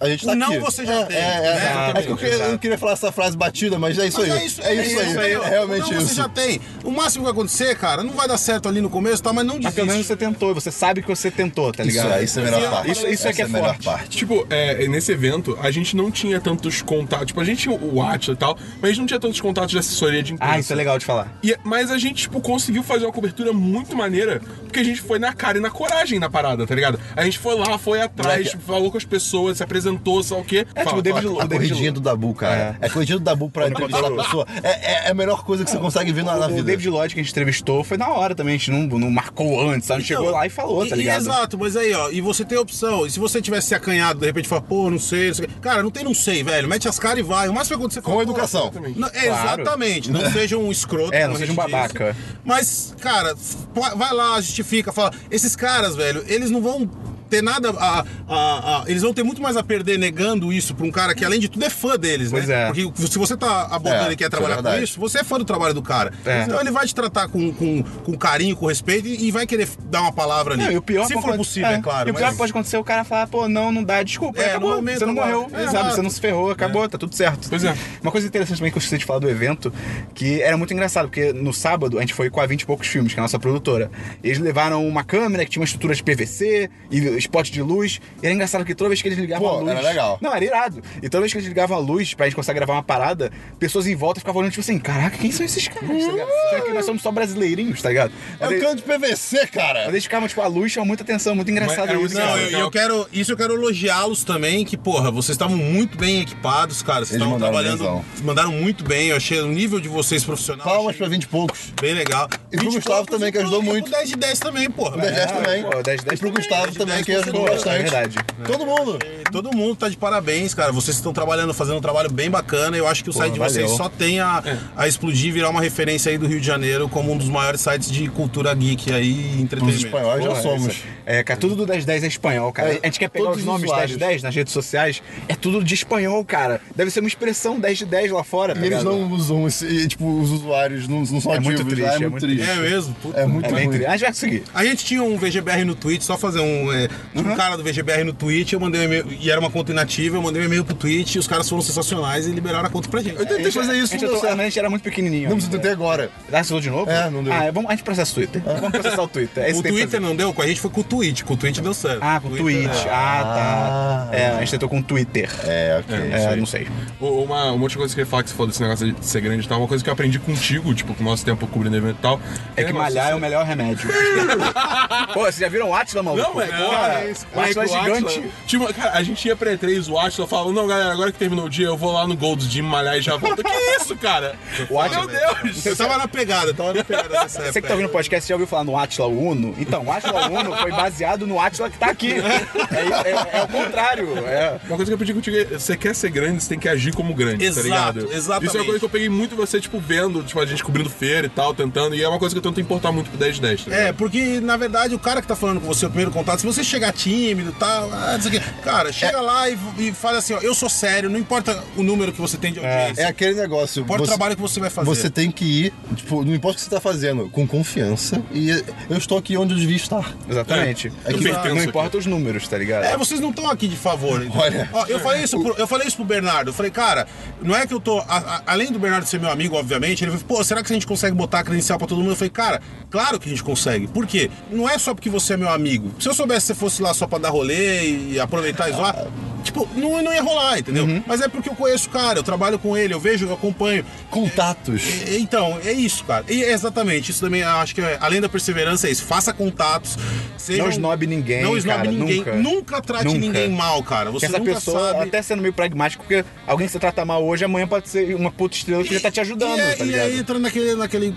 [SPEAKER 2] A gente tá
[SPEAKER 3] O não
[SPEAKER 2] aqui.
[SPEAKER 3] você já
[SPEAKER 2] é,
[SPEAKER 3] tem,
[SPEAKER 2] É, é,
[SPEAKER 3] né?
[SPEAKER 2] é que eu, queria, eu não queria falar essa frase batida, mas é isso
[SPEAKER 3] Mas
[SPEAKER 2] aí.
[SPEAKER 3] é isso,
[SPEAKER 2] é isso aí. É realmente
[SPEAKER 3] não, Você
[SPEAKER 2] isso.
[SPEAKER 3] já tem. O máximo que vai acontecer, cara, não vai dar certo ali no começo, tá? Mas não
[SPEAKER 1] Mas Ah, pelo menos
[SPEAKER 3] desiste.
[SPEAKER 1] você tentou, você sabe que você tentou, tá
[SPEAKER 2] Isso,
[SPEAKER 1] ligado?
[SPEAKER 2] é, isso é a melhor parte.
[SPEAKER 1] Isso- isso é
[SPEAKER 2] Essa
[SPEAKER 1] que é
[SPEAKER 2] a melhor
[SPEAKER 1] forte.
[SPEAKER 2] parte.
[SPEAKER 4] Tipo, é, nesse evento, a gente não tinha tantos contatos. Tipo, a gente tinha o WhatsApp e tal, mas a gente não tinha tantos contatos de assessoria de imprensa.
[SPEAKER 1] Ah, isso é legal de falar.
[SPEAKER 4] E- mas a gente, tipo, conseguiu fazer uma cobertura muito maneira, porque a gente foi na cara e na coragem na parada, tá ligado? A gente foi lá, foi atrás, tipo,
[SPEAKER 2] Moleque.
[SPEAKER 4] falou com as pessoas, se apresentou, sabe o quê?
[SPEAKER 1] É, tipo, o David
[SPEAKER 2] A
[SPEAKER 1] Lu- David
[SPEAKER 2] corridinha
[SPEAKER 1] Lu-
[SPEAKER 2] do Dabu, cara. É, a corridinha do Dabu pra entrevistar a pessoa. É, é- é a melhor coisa que você consegue ver na, na
[SPEAKER 1] O
[SPEAKER 2] vida.
[SPEAKER 1] David Lloyd que a gente entrevistou foi na hora também, a gente não, não marcou antes, sabe? A gente
[SPEAKER 3] Então,
[SPEAKER 1] chegou lá e falou, tá
[SPEAKER 3] e- e
[SPEAKER 1] ligado?
[SPEAKER 3] exato, mas aí, ó, e você tem a opção. E se você tivesse se acanhado, de repente, falar, pô, não sei, não sei. o quê. Cara, não tem não sei, velho. Mete as caras e vai. O máximo que vai acontecer
[SPEAKER 2] Com
[SPEAKER 3] pô,
[SPEAKER 2] educação.
[SPEAKER 3] Não, é,
[SPEAKER 1] Claro.
[SPEAKER 3] Exatamente. Não seja um escroto.
[SPEAKER 1] É, não
[SPEAKER 3] como a
[SPEAKER 1] seja
[SPEAKER 3] gente
[SPEAKER 1] um babaca.
[SPEAKER 3] disse. Mas, cara, f- vai lá, justifica, fala. Esses caras, velho, eles não vão ter nada a, a- a- Eles vão ter muito mais a perder negando isso pra um cara que, além de tudo, é fã deles,
[SPEAKER 1] Pois
[SPEAKER 3] né?
[SPEAKER 1] é.
[SPEAKER 3] Porque se você tá abordando
[SPEAKER 2] É,
[SPEAKER 3] e quer
[SPEAKER 2] isso é
[SPEAKER 3] trabalhar com
[SPEAKER 2] verdade.
[SPEAKER 3] isso, você é fã do trabalho do cara.
[SPEAKER 1] É.
[SPEAKER 3] Então ele vai te tratar com, com, com carinho, com respeito e, e vai querer dar uma palavra ali.
[SPEAKER 1] Não, e o pior
[SPEAKER 3] se
[SPEAKER 1] pode-
[SPEAKER 3] for possível, é, claro.
[SPEAKER 1] E o pior
[SPEAKER 3] mas-
[SPEAKER 1] que pode acontecer é o cara falar, pô, não, não dá, desculpa.
[SPEAKER 3] É,
[SPEAKER 1] acabou,
[SPEAKER 3] no momento
[SPEAKER 1] você não
[SPEAKER 3] agora.
[SPEAKER 1] morreu,
[SPEAKER 3] É,
[SPEAKER 1] sabe?
[SPEAKER 3] exato.
[SPEAKER 1] Você não se ferrou, acabou, tá tudo certo.
[SPEAKER 4] Pois é.
[SPEAKER 1] Uma coisa interessante também que eu esqueci de falar do evento, que era muito engraçado, porque no sábado a gente foi com a 20 e poucos filmes, que é a nossa produtora. E eles levaram uma câmera que tinha uma estrutura de PVC e spot de luz. E era engraçado que toda vez que eles ligavam
[SPEAKER 2] Pô,
[SPEAKER 1] a luz.
[SPEAKER 2] era legal.
[SPEAKER 1] Não, era irado. E toda vez que eles ligavam a luz pra gente conseguir gravar uma parada, pessoas em volta ficavam olhando, tipo assim, caraca, quem são esses caras? tá ligado? Será que nós somos só brasileirinhos, tá ligado?
[SPEAKER 2] É
[SPEAKER 1] Aí-
[SPEAKER 2] um canto de PVC, cara.
[SPEAKER 1] mas eles ficavam, tipo, a luz chama muita atenção, muito engraçado
[SPEAKER 4] Mas era
[SPEAKER 1] isso.
[SPEAKER 4] muito
[SPEAKER 1] cara.
[SPEAKER 3] Não, eu, eu quero. Isso eu quero elogiá-los também, que, porra, vocês estavam muito bem equipados, cara. Vocês
[SPEAKER 2] Eles
[SPEAKER 3] estavam
[SPEAKER 2] mandaram
[SPEAKER 3] trabalhando.
[SPEAKER 2] benzão.
[SPEAKER 3] Mandaram muito bem. Eu achei o nível de vocês profissional.
[SPEAKER 2] Palmas
[SPEAKER 3] achei
[SPEAKER 2] pra 20 e poucos.
[SPEAKER 3] Bem legal.
[SPEAKER 2] E pro
[SPEAKER 3] 20
[SPEAKER 2] Gustavo
[SPEAKER 3] poucos,
[SPEAKER 2] também, que
[SPEAKER 3] e pro-
[SPEAKER 2] ajudou
[SPEAKER 3] e pro
[SPEAKER 2] muito.
[SPEAKER 3] 10 de 10 também, porra. É.
[SPEAKER 2] O 10
[SPEAKER 1] Ah,
[SPEAKER 2] também.
[SPEAKER 1] pô, 10
[SPEAKER 2] e pro
[SPEAKER 1] também.
[SPEAKER 2] Gustavo
[SPEAKER 3] 10
[SPEAKER 2] também, que
[SPEAKER 3] com
[SPEAKER 2] ajudou
[SPEAKER 1] certeza.
[SPEAKER 2] bastante.
[SPEAKER 1] É verdade.
[SPEAKER 2] Todo mundo.
[SPEAKER 3] Todo mundo tá de parabéns, cara. Vocês estão trabalhando, fazendo um trabalho bem bacana. Eu acho que o site de vocês
[SPEAKER 1] valeu.
[SPEAKER 3] só tem a, a explodir e virar uma referência aí do Rio de Janeiro como um dos maiores sites de cultura geek aí
[SPEAKER 1] Um
[SPEAKER 3] e
[SPEAKER 2] Os
[SPEAKER 3] entretenimento.
[SPEAKER 2] espanhóis já
[SPEAKER 1] Porra,
[SPEAKER 2] somos.
[SPEAKER 1] isso- É, cara, tudo do 1010 é espanhol, cara.
[SPEAKER 2] É,
[SPEAKER 1] a gente quer pegar
[SPEAKER 2] todos
[SPEAKER 1] os
[SPEAKER 2] os
[SPEAKER 1] nomes
[SPEAKER 2] usuários.
[SPEAKER 1] 1010 nas redes sociais, é tudo de espanhol, cara. Deve ser uma expressão 10 de 10 lá fora, tá
[SPEAKER 2] E eles
[SPEAKER 1] ligado?
[SPEAKER 2] não usam, esse, e, tipo, os usuários não, não são
[SPEAKER 1] É muito
[SPEAKER 2] ativos.
[SPEAKER 1] triste,
[SPEAKER 2] ah,
[SPEAKER 1] é
[SPEAKER 2] é muito
[SPEAKER 1] muito
[SPEAKER 2] triste.
[SPEAKER 3] É mesmo? Puta.
[SPEAKER 2] É muito
[SPEAKER 1] É bem
[SPEAKER 2] ruim.
[SPEAKER 1] tri... A gente vai conseguir.
[SPEAKER 3] A gente tinha um VGBR no Twitch, só fazer um. é, tinha
[SPEAKER 1] Uhum.
[SPEAKER 3] um cara do VGBR no Twitch, eu mandei um e-mail. E era uma conta inativa, eu mandei um e-mail pro Twitch, e os caras foram sensacionais e liberaram a conta pra gente.
[SPEAKER 2] Eu tentei
[SPEAKER 1] a
[SPEAKER 2] fazer isso, não
[SPEAKER 1] gente, tá-
[SPEAKER 2] deu
[SPEAKER 1] eu tô-
[SPEAKER 2] certo.
[SPEAKER 1] a gente era muito pequenininho.
[SPEAKER 2] Não
[SPEAKER 1] ainda.
[SPEAKER 2] precisa ter agora.
[SPEAKER 1] Ah, você usou de novo?
[SPEAKER 2] É, não deu.
[SPEAKER 1] Ah, vamos, a gente processa o Twitter. Vamos processar o Twitter. É isso
[SPEAKER 3] o
[SPEAKER 1] que tem que
[SPEAKER 3] Twitter
[SPEAKER 1] fazer.
[SPEAKER 3] não deu, com a gente foi com o Twitch, com o Twitch deu certo. é.
[SPEAKER 1] Ah, com o Twitch. Ah, tá. É, a gente tentou com o Twitter.
[SPEAKER 2] É, ok.
[SPEAKER 1] É, não sei.
[SPEAKER 4] O- Uma, um monte de coisa que ele fala que você falou desse negócio de ser grande e tal, uma coisa que eu aprendi contigo, tipo, com o nosso tempo cobrindo evento e tal.
[SPEAKER 1] É que
[SPEAKER 4] negócio,
[SPEAKER 1] malhar é o melhor remédio. Pô, vocês já viram o Atila, maluco?
[SPEAKER 4] Não, é,
[SPEAKER 1] Pô,
[SPEAKER 4] cara, isso.
[SPEAKER 1] O Atila é gigante.
[SPEAKER 4] Tipo, cara, a gente ia pra E3, o Atila falava, não, galera, agora que terminou o dia, eu vou lá no Gold Gym malhar e já volto. que isso, cara?
[SPEAKER 1] O Atila.
[SPEAKER 4] Meu Deus!
[SPEAKER 3] Eu tava na pegada, eu tava na pegada dessa época.
[SPEAKER 1] Você que tá ouvindo o podcast já ouviu falar no Atila Uno? Então, o Atila Uno foi baseado no Atila que tá aqui. É, é- é o contrário. É.
[SPEAKER 4] Uma coisa que eu pedi contigo é, você quer ser grande, você tem que agir como grande,
[SPEAKER 3] Exato,
[SPEAKER 4] tá ligado?
[SPEAKER 3] exatamente.
[SPEAKER 4] Isso é uma coisa que eu peguei muito você, tipo, vendo, tipo, a gente cobrindo feira e tal, tentando, e é uma coisa que eu tento importar muito pro 10 de 10, tá ligado?
[SPEAKER 3] É, porque na verdade o cara que tá falando com você, o primeiro contato, se você chegar tímido e tal, ah, não sei o quê. cara, chega lá e, e fala assim: ó, eu sou sério, não importa o número que você tem de audiência,
[SPEAKER 2] É aquele negócio.
[SPEAKER 3] importa o
[SPEAKER 2] você-
[SPEAKER 3] trabalho que você vai fazer.
[SPEAKER 2] Você tem que ir, tipo, não importa o que você tá fazendo, com confiança. E eu estou aqui onde eu devia estar.
[SPEAKER 1] Exatamente.
[SPEAKER 2] É que-
[SPEAKER 1] não importa os números, tá ligado?
[SPEAKER 3] É, vocês não estão aqui de favor.
[SPEAKER 2] Olha.
[SPEAKER 3] Ó, eu falei isso pro, eu falei isso pro Bernardo. Eu falei, cara, não é que eu tô. a- a- além do Bernardo ser meu amigo, obviamente, ele falou, pô, será que a gente consegue botar a credencial pra todo mundo? Eu falei, cara, claro que a gente consegue. Por quê? Não é só porque você é meu amigo. Se eu soubesse que você fosse lá só pra dar rolê e aproveitar e zoar. Tipo, não, não ia rolar, entendeu? Mas é porque eu conheço o cara, eu trabalho com ele, eu vejo, eu acompanho.
[SPEAKER 2] Contatos.
[SPEAKER 3] E- Então, é isso, cara. E é exatamente, isso também eu acho que é- além da perseverança é isso. Faça contatos. Seja um-
[SPEAKER 1] Não esnobe ninguém,
[SPEAKER 3] Não
[SPEAKER 1] cara,
[SPEAKER 3] ninguém.
[SPEAKER 1] nunca.
[SPEAKER 3] trate
[SPEAKER 1] Nunca.
[SPEAKER 3] ninguém mal, cara.
[SPEAKER 1] Porque
[SPEAKER 3] Você
[SPEAKER 1] essa
[SPEAKER 3] nunca
[SPEAKER 1] pessoa,
[SPEAKER 3] sabe.
[SPEAKER 1] até sendo meio pragmático, porque alguém que você trata mal hoje, amanhã pode ser uma puta estrela que já tá te ajudando,
[SPEAKER 3] E, é-
[SPEAKER 1] tá
[SPEAKER 3] e
[SPEAKER 1] ligado?
[SPEAKER 3] aí entra naquele, naquele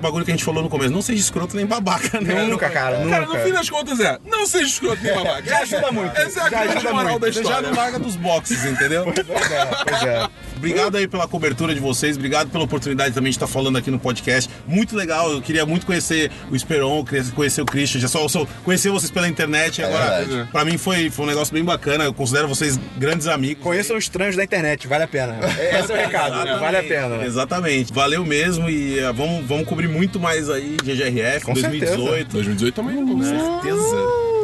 [SPEAKER 3] bagulho que a gente falou no começo. Não seja escroto nem babaca, né?
[SPEAKER 1] Nunca, cara, nunca.
[SPEAKER 4] Cara, no fim das contas é, não seja escroto nem babaca.
[SPEAKER 1] Já ajuda muito,
[SPEAKER 4] Essa é a
[SPEAKER 1] já
[SPEAKER 4] grande
[SPEAKER 1] ajuda
[SPEAKER 4] moral
[SPEAKER 1] muito.
[SPEAKER 4] da
[SPEAKER 3] Você já
[SPEAKER 4] história.
[SPEAKER 3] não larga dos boxes, entendeu?
[SPEAKER 1] Pois é, pois é.
[SPEAKER 3] Obrigado aí pela cobertura de vocês, obrigado pela oportunidade também de estar falando aqui no podcast. Muito legal, eu queria muito conhecer o Esperon, queria conhecer o Christian, já só, só conhecer vocês pela internet. Agora,
[SPEAKER 2] verdade.
[SPEAKER 3] pra mim foi, foi um negócio bem bacana, eu considero vocês grandes amigos.
[SPEAKER 1] Conheçam os estranhos da internet, vale a pena. É- Esse é o recado, né?
[SPEAKER 3] Exatamente,
[SPEAKER 1] vale a pena.
[SPEAKER 3] Exatamente. Valeu mesmo e eh, vamos, vamos cobrir muito mais aí GGRF
[SPEAKER 1] Com
[SPEAKER 3] 2018.
[SPEAKER 4] 2018 também, não
[SPEAKER 3] Com
[SPEAKER 4] sei.
[SPEAKER 3] certeza.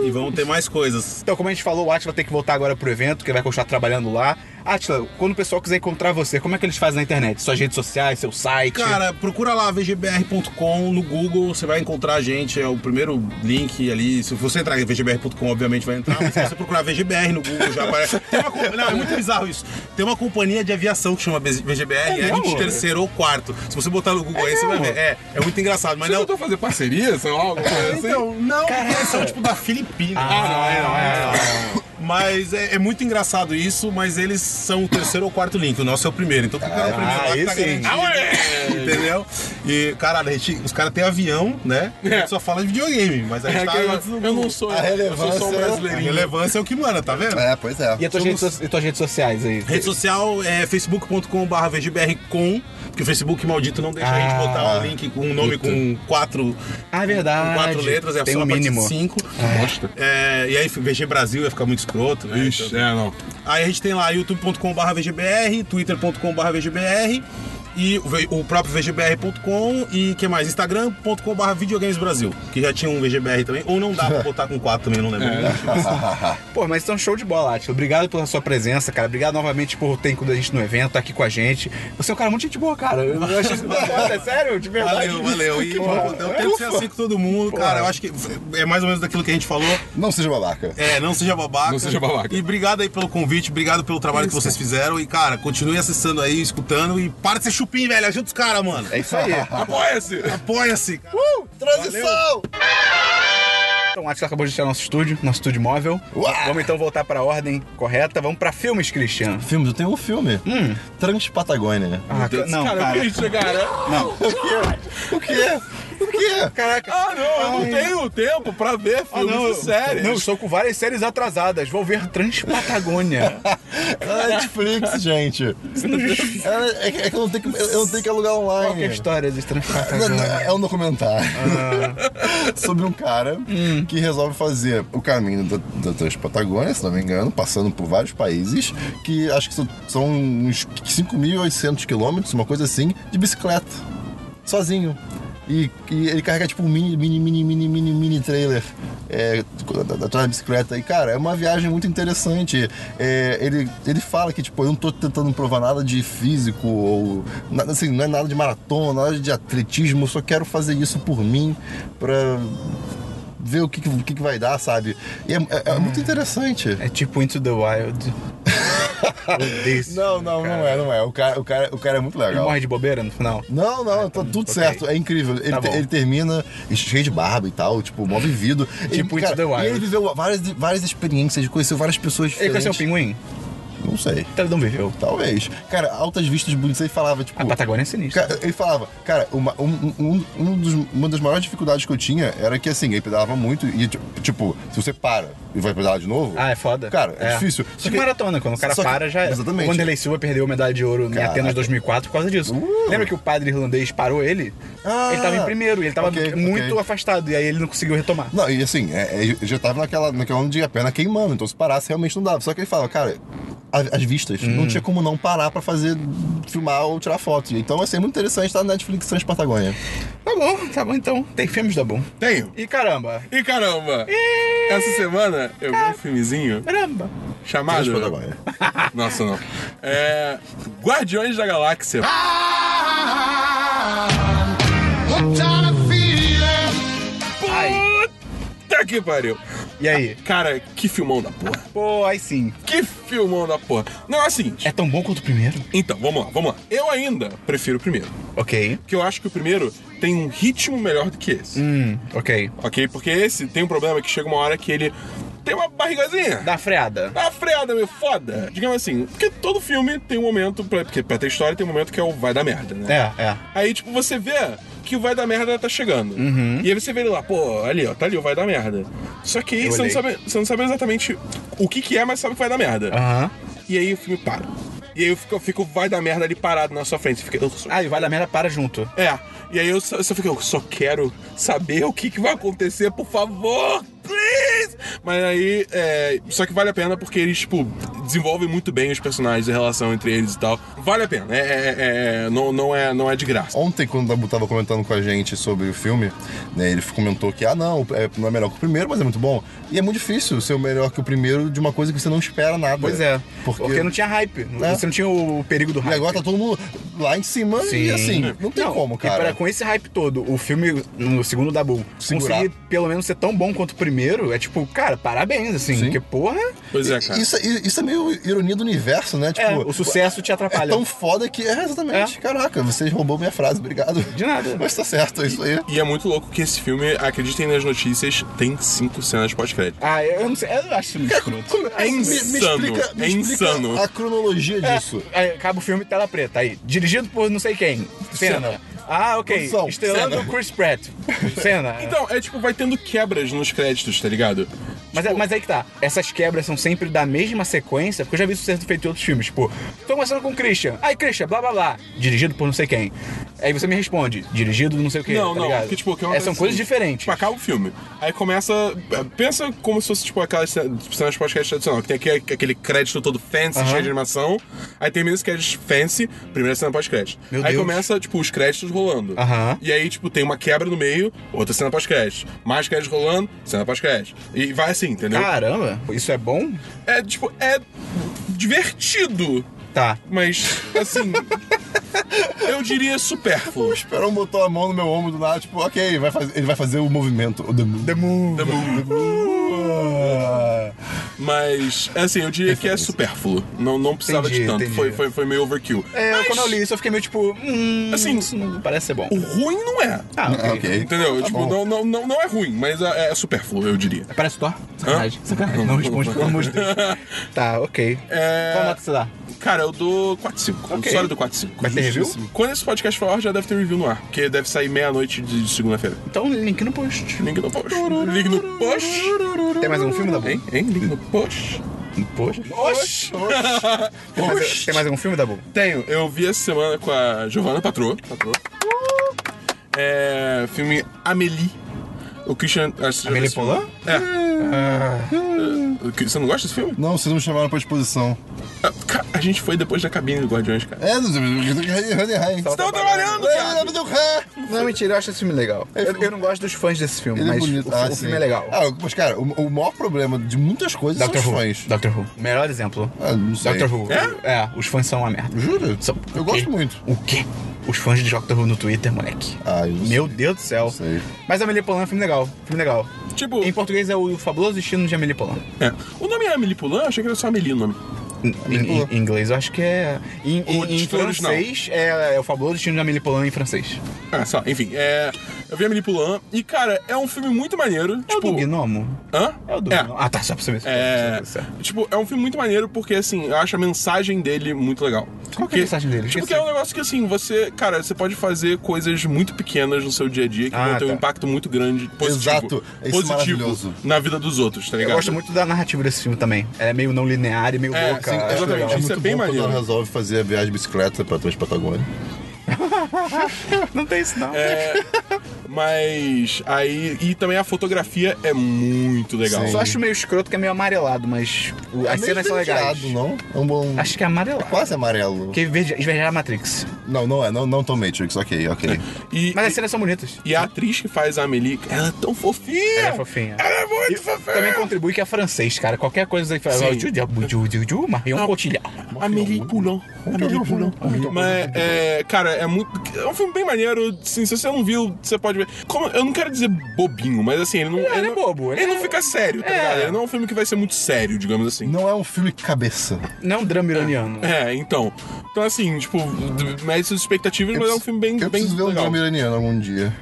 [SPEAKER 3] E vamos ter mais coisas.
[SPEAKER 1] Então, como a gente falou, o Atila tem que voltar agora pro evento, que ele vai continuar trabalhando lá. Atila, quando o pessoal quiser encontrar você, como é que eles fazem na internet? Suas redes sociais, seu site?
[SPEAKER 3] Cara, procura lá vgbr.com no Google, você vai encontrar a gente, é o primeiro link ali. Se você entrar em vgbr.com, obviamente vai entrar, mas se você procurar VGBR no Google já aparece. Tem uma co- não, é muito bizarro isso. Tem uma companhia de aviação que chama VGBR, é,
[SPEAKER 1] mesmo?
[SPEAKER 3] de terceiro ou quarto. Se você botar no Google aí, você vai
[SPEAKER 1] mesmo?
[SPEAKER 3] ver. É, é muito engraçado, mas
[SPEAKER 4] Você
[SPEAKER 3] não. é
[SPEAKER 4] tentou fazer parceria, sei lá, alguma coisa assim?
[SPEAKER 3] Então, não, porque eles são tipo da Filipina.
[SPEAKER 1] Ah, não, é, não, é, não, é, não.
[SPEAKER 3] Mas é, é muito engraçado isso, mas eles são o terceiro ou quarto link. O nosso é o primeiro. Então
[SPEAKER 4] Ah,
[SPEAKER 3] quem tá no primeiro lá
[SPEAKER 1] aí
[SPEAKER 3] que tá
[SPEAKER 1] sim.
[SPEAKER 3] garantido. Entendeu? E, caralho, a gente- os caras têm avião, né? A gente só fala de videogame, mas a gente
[SPEAKER 4] É
[SPEAKER 3] tá
[SPEAKER 4] que
[SPEAKER 3] antes
[SPEAKER 4] eu,
[SPEAKER 3] do-
[SPEAKER 4] eu não sou.
[SPEAKER 2] A
[SPEAKER 4] Eu sou só um
[SPEAKER 2] relevância-
[SPEAKER 3] A
[SPEAKER 4] brasileirinho.
[SPEAKER 3] relevância é o que manda, tá vendo?
[SPEAKER 2] É, pois é.
[SPEAKER 1] E as tuas,
[SPEAKER 3] Somos-
[SPEAKER 1] redes, so- e tuas redes sociais aí?
[SPEAKER 3] Rede social é facebook.com.br VGBRcom, porque o Facebook maldito não deixa a gente
[SPEAKER 1] Ah,
[SPEAKER 3] botar um link, um nome com quatro,
[SPEAKER 1] Ah, é
[SPEAKER 3] com
[SPEAKER 1] verdade.
[SPEAKER 3] quatro letras, é
[SPEAKER 1] Tem
[SPEAKER 3] só
[SPEAKER 1] um
[SPEAKER 3] a partir de
[SPEAKER 1] mínimo.
[SPEAKER 3] cinco.
[SPEAKER 4] Bosta.
[SPEAKER 3] É, e aí VG Brasil ia ficar muito escroto, né?
[SPEAKER 4] Ixi, é, não.
[SPEAKER 3] Aí a gente tem lá youtube.com.br VGBR, twitter.com.br VGBR e o ve- o próprio VGBR.com e que mais? Instagram.com.br Videogames Brasil, que já tinha um VGBR também, ou não dá pra botar com quatro também, não lembro.
[SPEAKER 1] É. Pô, mas isso é um show de bola, Atila. Obrigado pela sua presença, cara. Obrigado novamente por ter incluído a gente no evento, tá aqui com a gente. Você é um cara muito gente boa, cara. Eu acho isso foda, é sério, de verdade. é
[SPEAKER 3] Valeu, valeu. E
[SPEAKER 1] Que
[SPEAKER 3] pô,
[SPEAKER 1] bom.
[SPEAKER 3] eu tento ser assim com todo mundo, cara. Eu acho que é mais ou menos daquilo que a gente falou.
[SPEAKER 2] Não seja babaca.
[SPEAKER 3] É, não seja babaca.
[SPEAKER 4] Não seja babaca.
[SPEAKER 3] E obrigado aí pelo convite, obrigado pelo trabalho que vocês fizeram. E, cara, continue acessando aí, escutando. E para de ser chupim, velho. Ajuda os caras, mano.
[SPEAKER 1] É isso aí.
[SPEAKER 4] Apoia-se!
[SPEAKER 3] Apoia-se, cara.
[SPEAKER 2] Transição!
[SPEAKER 1] Então, o Atila acabou de deixar nosso estúdio, nosso estúdio móvel.
[SPEAKER 2] Uau!
[SPEAKER 1] Vamos então voltar pra ordem correta. Vamos pra filmes, Cristiano.
[SPEAKER 2] Filmes, eu tenho um filme. Transpatagônia.
[SPEAKER 1] Ah, ca- não,
[SPEAKER 4] cara,
[SPEAKER 1] cara.
[SPEAKER 4] bicho, cara.
[SPEAKER 1] Não.
[SPEAKER 2] O quê? O quê?
[SPEAKER 1] Caraca.
[SPEAKER 4] Ah, não, eu não tenho tempo pra ver
[SPEAKER 1] Ah,
[SPEAKER 4] filmes e séries.
[SPEAKER 1] não, estou com várias séries atrasadas. Vou ver Transpatagônia.
[SPEAKER 2] É Netflix, gente. É, é que- é que eu não tenho que, eu não tenho que alugar
[SPEAKER 1] Qual que é a
[SPEAKER 2] online.
[SPEAKER 1] história de
[SPEAKER 2] Não, não,
[SPEAKER 1] Transpatagônia?
[SPEAKER 2] É um documentário sobre um cara que resolve fazer o caminho da, da Transpatagônia, se não me engano, passando por vários países, que acho que são- são uns 5.800 quilômetros, uma coisa assim, de bicicleta, sozinho. E, e ele carrega tipo um mini, mini, mini, mini, mini, mini trailer é, at- atrás da bicicleta. E cara, é uma viagem muito interessante. É, ele, ele fala que, tipo, eu não tô tentando provar nada de físico ou nada, assim, não é nada de maratona, nada de atletismo, eu só quero fazer isso por mim, pra ver o que, que, o que que vai dar, sabe? E é, é- é muito interessante.
[SPEAKER 1] É tipo Into the Wild. Odeio esse
[SPEAKER 2] Não,
[SPEAKER 1] filme,
[SPEAKER 2] não,
[SPEAKER 1] cara.
[SPEAKER 2] não é, não é. O cara, o cara, o cara é muito
[SPEAKER 1] Ele
[SPEAKER 2] legal.
[SPEAKER 1] morre de bobeira no final?
[SPEAKER 2] Não,
[SPEAKER 1] Ah,
[SPEAKER 2] não, tá tudo certo. É incrível. Ele,
[SPEAKER 1] Tá
[SPEAKER 2] te-
[SPEAKER 1] bom.
[SPEAKER 2] ele termina cheio de barba e tal, tipo, mó vivido.
[SPEAKER 1] Tipo
[SPEAKER 2] ele,
[SPEAKER 1] Into the Wild.
[SPEAKER 2] E ele viveu várias, várias experiências, conheceu várias pessoas
[SPEAKER 1] Ele
[SPEAKER 2] diferentes.
[SPEAKER 1] conheceu um pinguim?
[SPEAKER 2] Não sei.
[SPEAKER 1] Então ele não viveu.
[SPEAKER 2] Talvez. Cara, altas vistas bonitas. Ele falava, tipo...
[SPEAKER 1] A Patagônia é sinistra.
[SPEAKER 2] Ca- Ele falava, cara, uma, um- um- um dos- uma das maiores dificuldades que eu tinha era que assim, ele pedalava muito e, ti- tipo, se você para e vai pedalar de novo.
[SPEAKER 1] Ah, é foda.
[SPEAKER 2] Cara, é, difícil.
[SPEAKER 1] Só que maratona, quando o cara
[SPEAKER 2] só que-
[SPEAKER 1] para já é. era.
[SPEAKER 2] Exatamente.
[SPEAKER 1] O Wanderlei Silva perdeu a medalha de ouro em
[SPEAKER 2] Caraca.
[SPEAKER 1] Atenas 2004 por causa disso.
[SPEAKER 2] Uh.
[SPEAKER 1] Lembra que o padre irlandês parou ele?
[SPEAKER 2] Ah.
[SPEAKER 1] ele tava em primeiro e ele tava
[SPEAKER 2] Ok,
[SPEAKER 1] muito
[SPEAKER 2] ok.
[SPEAKER 1] afastado. E aí ele não conseguiu retomar.
[SPEAKER 2] Não, e assim, é, é, eu já tava naquela, naquela onda de a perna queimando, então se parasse realmente não dava. Só que ele falava, cara, a- as vistas,
[SPEAKER 1] Hum.
[SPEAKER 2] não tinha como não parar pra fazer, filmar ou tirar foto. Então, assim, é muito interessante tá na Netflix Transpatagônia.
[SPEAKER 1] Tá bom, tá bom então. Tem filmes da bom.
[SPEAKER 4] Tenho.
[SPEAKER 1] E caramba.
[SPEAKER 4] E caramba! Essa semana eu vi um filmezinho
[SPEAKER 1] Caramba.
[SPEAKER 4] chamado.
[SPEAKER 2] Transpatagônia.
[SPEAKER 4] Nossa, não. É. Guardiões da Galáxia. Puta que pariu.
[SPEAKER 1] E aí?
[SPEAKER 4] Cara, que filmão da porra.
[SPEAKER 1] Pô, aí sim.
[SPEAKER 4] Que filmão da porra. Não, assim.
[SPEAKER 1] É tão bom quanto o primeiro?
[SPEAKER 4] Então, vamos lá, vamos lá. Eu ainda prefiro o primeiro.
[SPEAKER 1] Ok.
[SPEAKER 4] Porque eu acho que o primeiro tem um ritmo melhor do que esse.
[SPEAKER 1] Hum, ok.
[SPEAKER 4] Ok? Porque esse tem um problema que chega uma hora que ele tem uma barrigazinha.
[SPEAKER 1] Dá freada.
[SPEAKER 4] Tá freada, meu, foda. Digamos assim, porque todo filme tem um momento, pra, porque pra ter história tem um momento que é o vai dar merda, né?
[SPEAKER 1] É, é.
[SPEAKER 4] Aí, tipo, você vê que o vai dar merda tá chegando.
[SPEAKER 1] Uhum.
[SPEAKER 4] E aí você vê ele lá, pô, ali, ó, tá ali, o vai dar merda. Só que aí
[SPEAKER 1] Eu
[SPEAKER 4] você não,
[SPEAKER 1] olhei.
[SPEAKER 4] sabe, você não sabe exatamente o que que é, mas sabe que vai dar merda.
[SPEAKER 1] Aham.
[SPEAKER 4] E aí o filme para. E aí eu fico, eu fico o vai dar merda ali parado na sua frente. Você fica, eu só-
[SPEAKER 1] Ah, e o Vale da Merda para junto.
[SPEAKER 4] É. E aí eu só, eu só fico, eu só quero saber o que, que vai acontecer, por favor, please! Mas aí, é, só que vale a pena porque eles, tipo, desenvolvem muito bem os personagens, a relação entre eles e tal. Vale a pena, é, é- é- não, não, é, não é de graça.
[SPEAKER 2] Ontem, quando o Dabu tava comentando com a gente sobre o filme, né, ele comentou que, ah, não, é- não é melhor que o primeiro, mas é muito bom. E é muito difícil ser o melhor que o primeiro de uma coisa que você não espera nada.
[SPEAKER 1] Pois é.
[SPEAKER 2] Porque,
[SPEAKER 1] Porque, não tinha hype.
[SPEAKER 2] É.
[SPEAKER 1] Você não tinha o perigo do
[SPEAKER 2] E
[SPEAKER 1] hype.
[SPEAKER 2] agora tá todo mundo lá em cima e assim, não tem como, cara.
[SPEAKER 1] E pra- com esse hype todo, o filme, no segundo Dabu,
[SPEAKER 2] Segurar.
[SPEAKER 1] conseguir pelo menos ser tão bom quanto o primeiro, é tipo, cara, parabéns, assim.
[SPEAKER 2] Sim.
[SPEAKER 1] Porque, porra,
[SPEAKER 4] Pois é, cara.
[SPEAKER 2] Isso, isso é meio meio ironia do universo, né? Tipo,
[SPEAKER 1] É, o sucesso te
[SPEAKER 2] é
[SPEAKER 1] atrapalha.
[SPEAKER 2] tão foda que. É, exatamente.
[SPEAKER 1] É.
[SPEAKER 2] Caraca, vocês roubou minha frase, obrigado.
[SPEAKER 1] De nada.
[SPEAKER 2] Mas tá certo, é isso aí.
[SPEAKER 4] E é muito louco que esse filme, acreditem nas notícias, tem cinco cenas pós-crédito.
[SPEAKER 1] Ah, eu não sei. Eu acho muito escroto.
[SPEAKER 2] Me- me
[SPEAKER 4] insano,
[SPEAKER 2] explica- me
[SPEAKER 4] é
[SPEAKER 2] explica
[SPEAKER 4] insano.
[SPEAKER 2] A cronologia disso.
[SPEAKER 1] É, Aí acaba o filme, tela preta. Aí, dirigido por não sei quem. Cena.
[SPEAKER 2] Senna.
[SPEAKER 1] Ah, ok.
[SPEAKER 2] Produção,
[SPEAKER 1] Estrelando
[SPEAKER 2] Senna.
[SPEAKER 1] Chris Pratt. Cena.
[SPEAKER 4] Então, é tipo, vai tendo quebras nos créditos, tá ligado?
[SPEAKER 1] Mas,
[SPEAKER 4] Tipo-
[SPEAKER 1] é- mas aí que tá. Essas quebras são sempre da mesma sequência, porque eu já vi isso sendo feito em outros filmes. Tipo, tô conversando com o Christian. Aí, Christian, blá blá blá. Dirigido por não sei quem. Aí você me responde, dirigido por não sei o quê. tá
[SPEAKER 4] não, não,
[SPEAKER 1] ligado?
[SPEAKER 4] porque, tipo, que é uma
[SPEAKER 1] Essas são
[SPEAKER 4] coisa
[SPEAKER 1] coisas
[SPEAKER 4] assim,
[SPEAKER 1] diferentes.
[SPEAKER 4] Tipo, acaba o filme. Aí começa. é, Pensa como se fosse, tipo, aquelas cen- cenas de podcast tradicional, que tem aquele, aquele crédito todo fancy,
[SPEAKER 1] Aham.
[SPEAKER 4] cheio de animação. Aí termina esse crédito fancy, primeira cena pós-crédito.
[SPEAKER 1] Meu
[SPEAKER 4] Aí
[SPEAKER 1] Deus.
[SPEAKER 4] começa, tipo, os créditos rolando.
[SPEAKER 1] Aham.
[SPEAKER 4] E aí, tipo, tem uma quebra no meio, outra cena pós-crédito. Mais crédito rolando, cena pós-crédito. E vai assim, entendeu?
[SPEAKER 1] Caramba, isso é bom?
[SPEAKER 4] É, tipo, é divertido,
[SPEAKER 1] Tá.
[SPEAKER 4] mas, assim. eu diria supérfluo.
[SPEAKER 2] O Esperão botou a mão no meu ombro do nada, tipo, ok, vai fazer- ele vai fazer o movimento. O The Move.
[SPEAKER 1] The Move.
[SPEAKER 4] The Move.
[SPEAKER 2] Ah.
[SPEAKER 4] Mas, assim, eu diria que é supérfluo. Não, não precisava
[SPEAKER 1] Entendi,
[SPEAKER 4] de tanto.
[SPEAKER 1] entendi.
[SPEAKER 4] Foi, foi, foi meio overkill.
[SPEAKER 1] É,
[SPEAKER 4] Mas
[SPEAKER 1] quando eu li isso, eu fiquei meio tipo, hum,
[SPEAKER 4] Assim,
[SPEAKER 1] isso não parece ser bom.
[SPEAKER 4] O ruim não é.
[SPEAKER 1] Ah,
[SPEAKER 2] Ah, ok.
[SPEAKER 4] Entendeu?
[SPEAKER 2] Tá
[SPEAKER 4] tipo,
[SPEAKER 2] bom.
[SPEAKER 4] não, não, não, não é ruim, mas é, é supérfluo, eu diria.
[SPEAKER 1] Parece Thor? Sacanagem.
[SPEAKER 4] Hã?
[SPEAKER 1] Sacanagem. Não responde, pelo amor de Deus. Tá, ok.
[SPEAKER 4] É.
[SPEAKER 1] Qual nota você dá?
[SPEAKER 4] Cara, eu dou 4-5.
[SPEAKER 1] Ok.
[SPEAKER 4] Só do 4-5.
[SPEAKER 1] Vai ter review?
[SPEAKER 4] Justíssimo. Quando esse podcast for ao ar, já deve ter review no ar. Porque deve sair meia-noite de de segunda-feira.
[SPEAKER 1] Então, link no post.
[SPEAKER 4] Link no post. Link no post.
[SPEAKER 1] Tem mais algum filme da
[SPEAKER 4] Hein? Hein? Link no post.
[SPEAKER 1] No post? Oxi! Tem mais, um, tem mais algum filme da Boom?
[SPEAKER 4] Tenho. Eu vi essa semana com a Giovanna Patroa. Patroa. É, filme Amélie. O Christian. acho que você já
[SPEAKER 1] Amélie
[SPEAKER 4] viu esse filme.
[SPEAKER 1] Poulain? Ah.
[SPEAKER 4] É. O que- Você não gosta desse filme?
[SPEAKER 2] Não, vocês não me chamaram pra exposição.
[SPEAKER 4] Ah, cara, A gente foi depois da cabine do Guardiões, cara.
[SPEAKER 2] É, Vocês
[SPEAKER 4] Estão trabalhando, cara!
[SPEAKER 1] Não, mentira, eu acho esse filme legal. Eu, eu não gosto dos fãs desse filme,
[SPEAKER 2] Ele é
[SPEAKER 1] mas
[SPEAKER 2] bonito.
[SPEAKER 1] o,
[SPEAKER 2] Ah,
[SPEAKER 1] o
[SPEAKER 2] sim.
[SPEAKER 1] filme é legal.
[SPEAKER 2] Ah, mas, cara, o, o maior problema de muitas coisas
[SPEAKER 1] Doctor
[SPEAKER 2] são
[SPEAKER 1] Who.
[SPEAKER 2] os fãs.
[SPEAKER 1] Doctor Who. Melhor exemplo.
[SPEAKER 2] Ah, não sei.
[SPEAKER 1] Doctor Who. É? os fãs são uma merda.
[SPEAKER 2] Jura?
[SPEAKER 1] São-
[SPEAKER 2] Eu
[SPEAKER 1] o
[SPEAKER 2] gosto
[SPEAKER 1] quê?
[SPEAKER 2] muito.
[SPEAKER 1] O quê? Os fãs de Doctor Who no Twitter, moleque.
[SPEAKER 2] Ah, eu não
[SPEAKER 1] Meu Deus do céu.
[SPEAKER 2] sei.
[SPEAKER 1] Mas Amelie Polan é um filme legal. Filme legal.
[SPEAKER 4] Tipo,
[SPEAKER 1] Em português é o fabuloso destino de Amelie Polan.
[SPEAKER 4] é. o nome é Amélie Poulain? Eu achei que era só Amélie o nome.
[SPEAKER 1] Em, em- em inglês eu acho que é. Em, em-
[SPEAKER 4] O
[SPEAKER 1] em
[SPEAKER 4] título original.
[SPEAKER 1] francês é, é o fabuloso destino de Amelie Polan em francês.
[SPEAKER 4] Ah, só, enfim. É, eu vi Amélie Poulain e, cara, é um filme muito maneiro.
[SPEAKER 1] É o do
[SPEAKER 4] tipo,
[SPEAKER 1] Gnomo?
[SPEAKER 4] Hã?
[SPEAKER 1] É o do
[SPEAKER 4] É.
[SPEAKER 1] Gnomo. Ah, tá, só pra saber se
[SPEAKER 4] É,
[SPEAKER 1] se- se- se-
[SPEAKER 4] tipo, é um filme muito maneiro porque, assim, eu acho a mensagem dele muito legal.
[SPEAKER 1] Qual que é a mensagem dele?
[SPEAKER 4] Tipo,
[SPEAKER 1] Esqueci.
[SPEAKER 4] que é um negócio que, assim, você, cara, você pode fazer coisas muito pequenas no seu dia a dia que
[SPEAKER 1] Ah,
[SPEAKER 4] vão ter um
[SPEAKER 1] tá.
[SPEAKER 4] impacto muito grande, positivo.
[SPEAKER 2] Exato. Isso é maravilhoso.
[SPEAKER 4] positivo na vida dos outros, tá ligado?
[SPEAKER 1] Eu gosto muito da narrativa desse filme também. Ela é meio não linear e meio
[SPEAKER 4] É,
[SPEAKER 1] louca.
[SPEAKER 4] sim,
[SPEAKER 1] acho
[SPEAKER 4] exatamente.
[SPEAKER 1] legal.
[SPEAKER 2] É
[SPEAKER 4] Isso
[SPEAKER 2] muito
[SPEAKER 4] é bem
[SPEAKER 2] bom quando
[SPEAKER 4] maneiro.
[SPEAKER 2] ela resolve fazer a viagem de bicicleta pra Transpatagônia.
[SPEAKER 1] Não tem isso, não.
[SPEAKER 4] É. Mas aí. E também a fotografia é muito legal.
[SPEAKER 1] Só acho meio escroto que é meio amarelado, mas o- as
[SPEAKER 2] é meio
[SPEAKER 1] cenas são legais.
[SPEAKER 2] esverdeado, não? É um bom...
[SPEAKER 1] Acho que é amarelado.
[SPEAKER 2] Quase amarelo.
[SPEAKER 1] Porque verde- esverdear a Matrix.
[SPEAKER 2] Não, não é. Não, não Tom Matrix. Ok, ok.
[SPEAKER 4] E,
[SPEAKER 1] Mas as
[SPEAKER 4] e-
[SPEAKER 1] cenas são bonitas.
[SPEAKER 4] e a atriz que faz a Amelie, ela é tão fofinha!
[SPEAKER 1] Ela é fofinha.
[SPEAKER 4] Ela é muito fofinha!
[SPEAKER 1] Também contribui que é francês, cara. Qualquer coisa que fala.
[SPEAKER 4] Sim.
[SPEAKER 1] Marion Cotillard.
[SPEAKER 4] Amélie Poulain. Amélie Poulain. Mas, é, cara, é muito. É um filme bem maneiro. Assim, se você não viu, você pode ver. Como- eu não quero dizer bobinho, mas assim, ele não.
[SPEAKER 1] ele é
[SPEAKER 4] não-
[SPEAKER 1] bobo, ele
[SPEAKER 4] Ele,
[SPEAKER 1] é-
[SPEAKER 4] não fica sério, tá
[SPEAKER 1] É.
[SPEAKER 4] ligado? Ele não é um filme que vai ser muito sério, digamos assim.
[SPEAKER 2] Não é um filme cabeça.
[SPEAKER 1] Não é um drama iraniano.
[SPEAKER 4] É, então. Então, assim, tipo, mede suas expectativas, mas é um filme bem.
[SPEAKER 2] Eu
[SPEAKER 4] bem
[SPEAKER 2] preciso ver um
[SPEAKER 4] legal.
[SPEAKER 2] drama iraniano algum dia.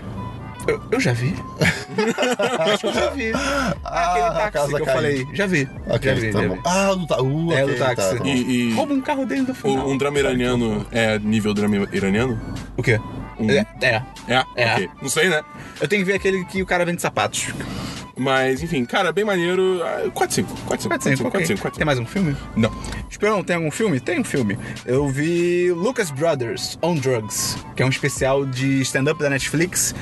[SPEAKER 1] Eu, eu já vi. Acho que eu já vi. Aquele
[SPEAKER 2] a
[SPEAKER 1] táxi
[SPEAKER 2] Ah, casa
[SPEAKER 1] que eu
[SPEAKER 2] caindo.
[SPEAKER 1] falei. Já vi.
[SPEAKER 2] Ok,
[SPEAKER 1] já vi,
[SPEAKER 2] tá
[SPEAKER 1] já
[SPEAKER 2] bom.
[SPEAKER 1] vi.
[SPEAKER 2] Ah, do, tá, uh,
[SPEAKER 1] É,
[SPEAKER 2] ok,
[SPEAKER 1] do táxi.
[SPEAKER 2] Tá, tá bom.
[SPEAKER 4] E, e
[SPEAKER 1] Rouba um carro dentro do
[SPEAKER 4] o-
[SPEAKER 1] final.
[SPEAKER 4] um drama iraniano é nível drama iraniano?
[SPEAKER 1] O quê?
[SPEAKER 4] Um-
[SPEAKER 1] É, é.
[SPEAKER 4] É?
[SPEAKER 1] É.
[SPEAKER 4] Ok. Não sei, né?
[SPEAKER 1] Eu tenho que ver aquele que o cara vende sapatos.
[SPEAKER 4] Mas, enfim, cara, bem maneiro. Ah, 4-5. 4-5. 4-5. 4-5. 4-5.
[SPEAKER 1] Tem mais um filme?
[SPEAKER 4] Não.
[SPEAKER 1] Esperão, tem algum filme? Tem um filme. Eu vi Lucas Brothers on Drugs, que é um especial de stand-up da Netflix,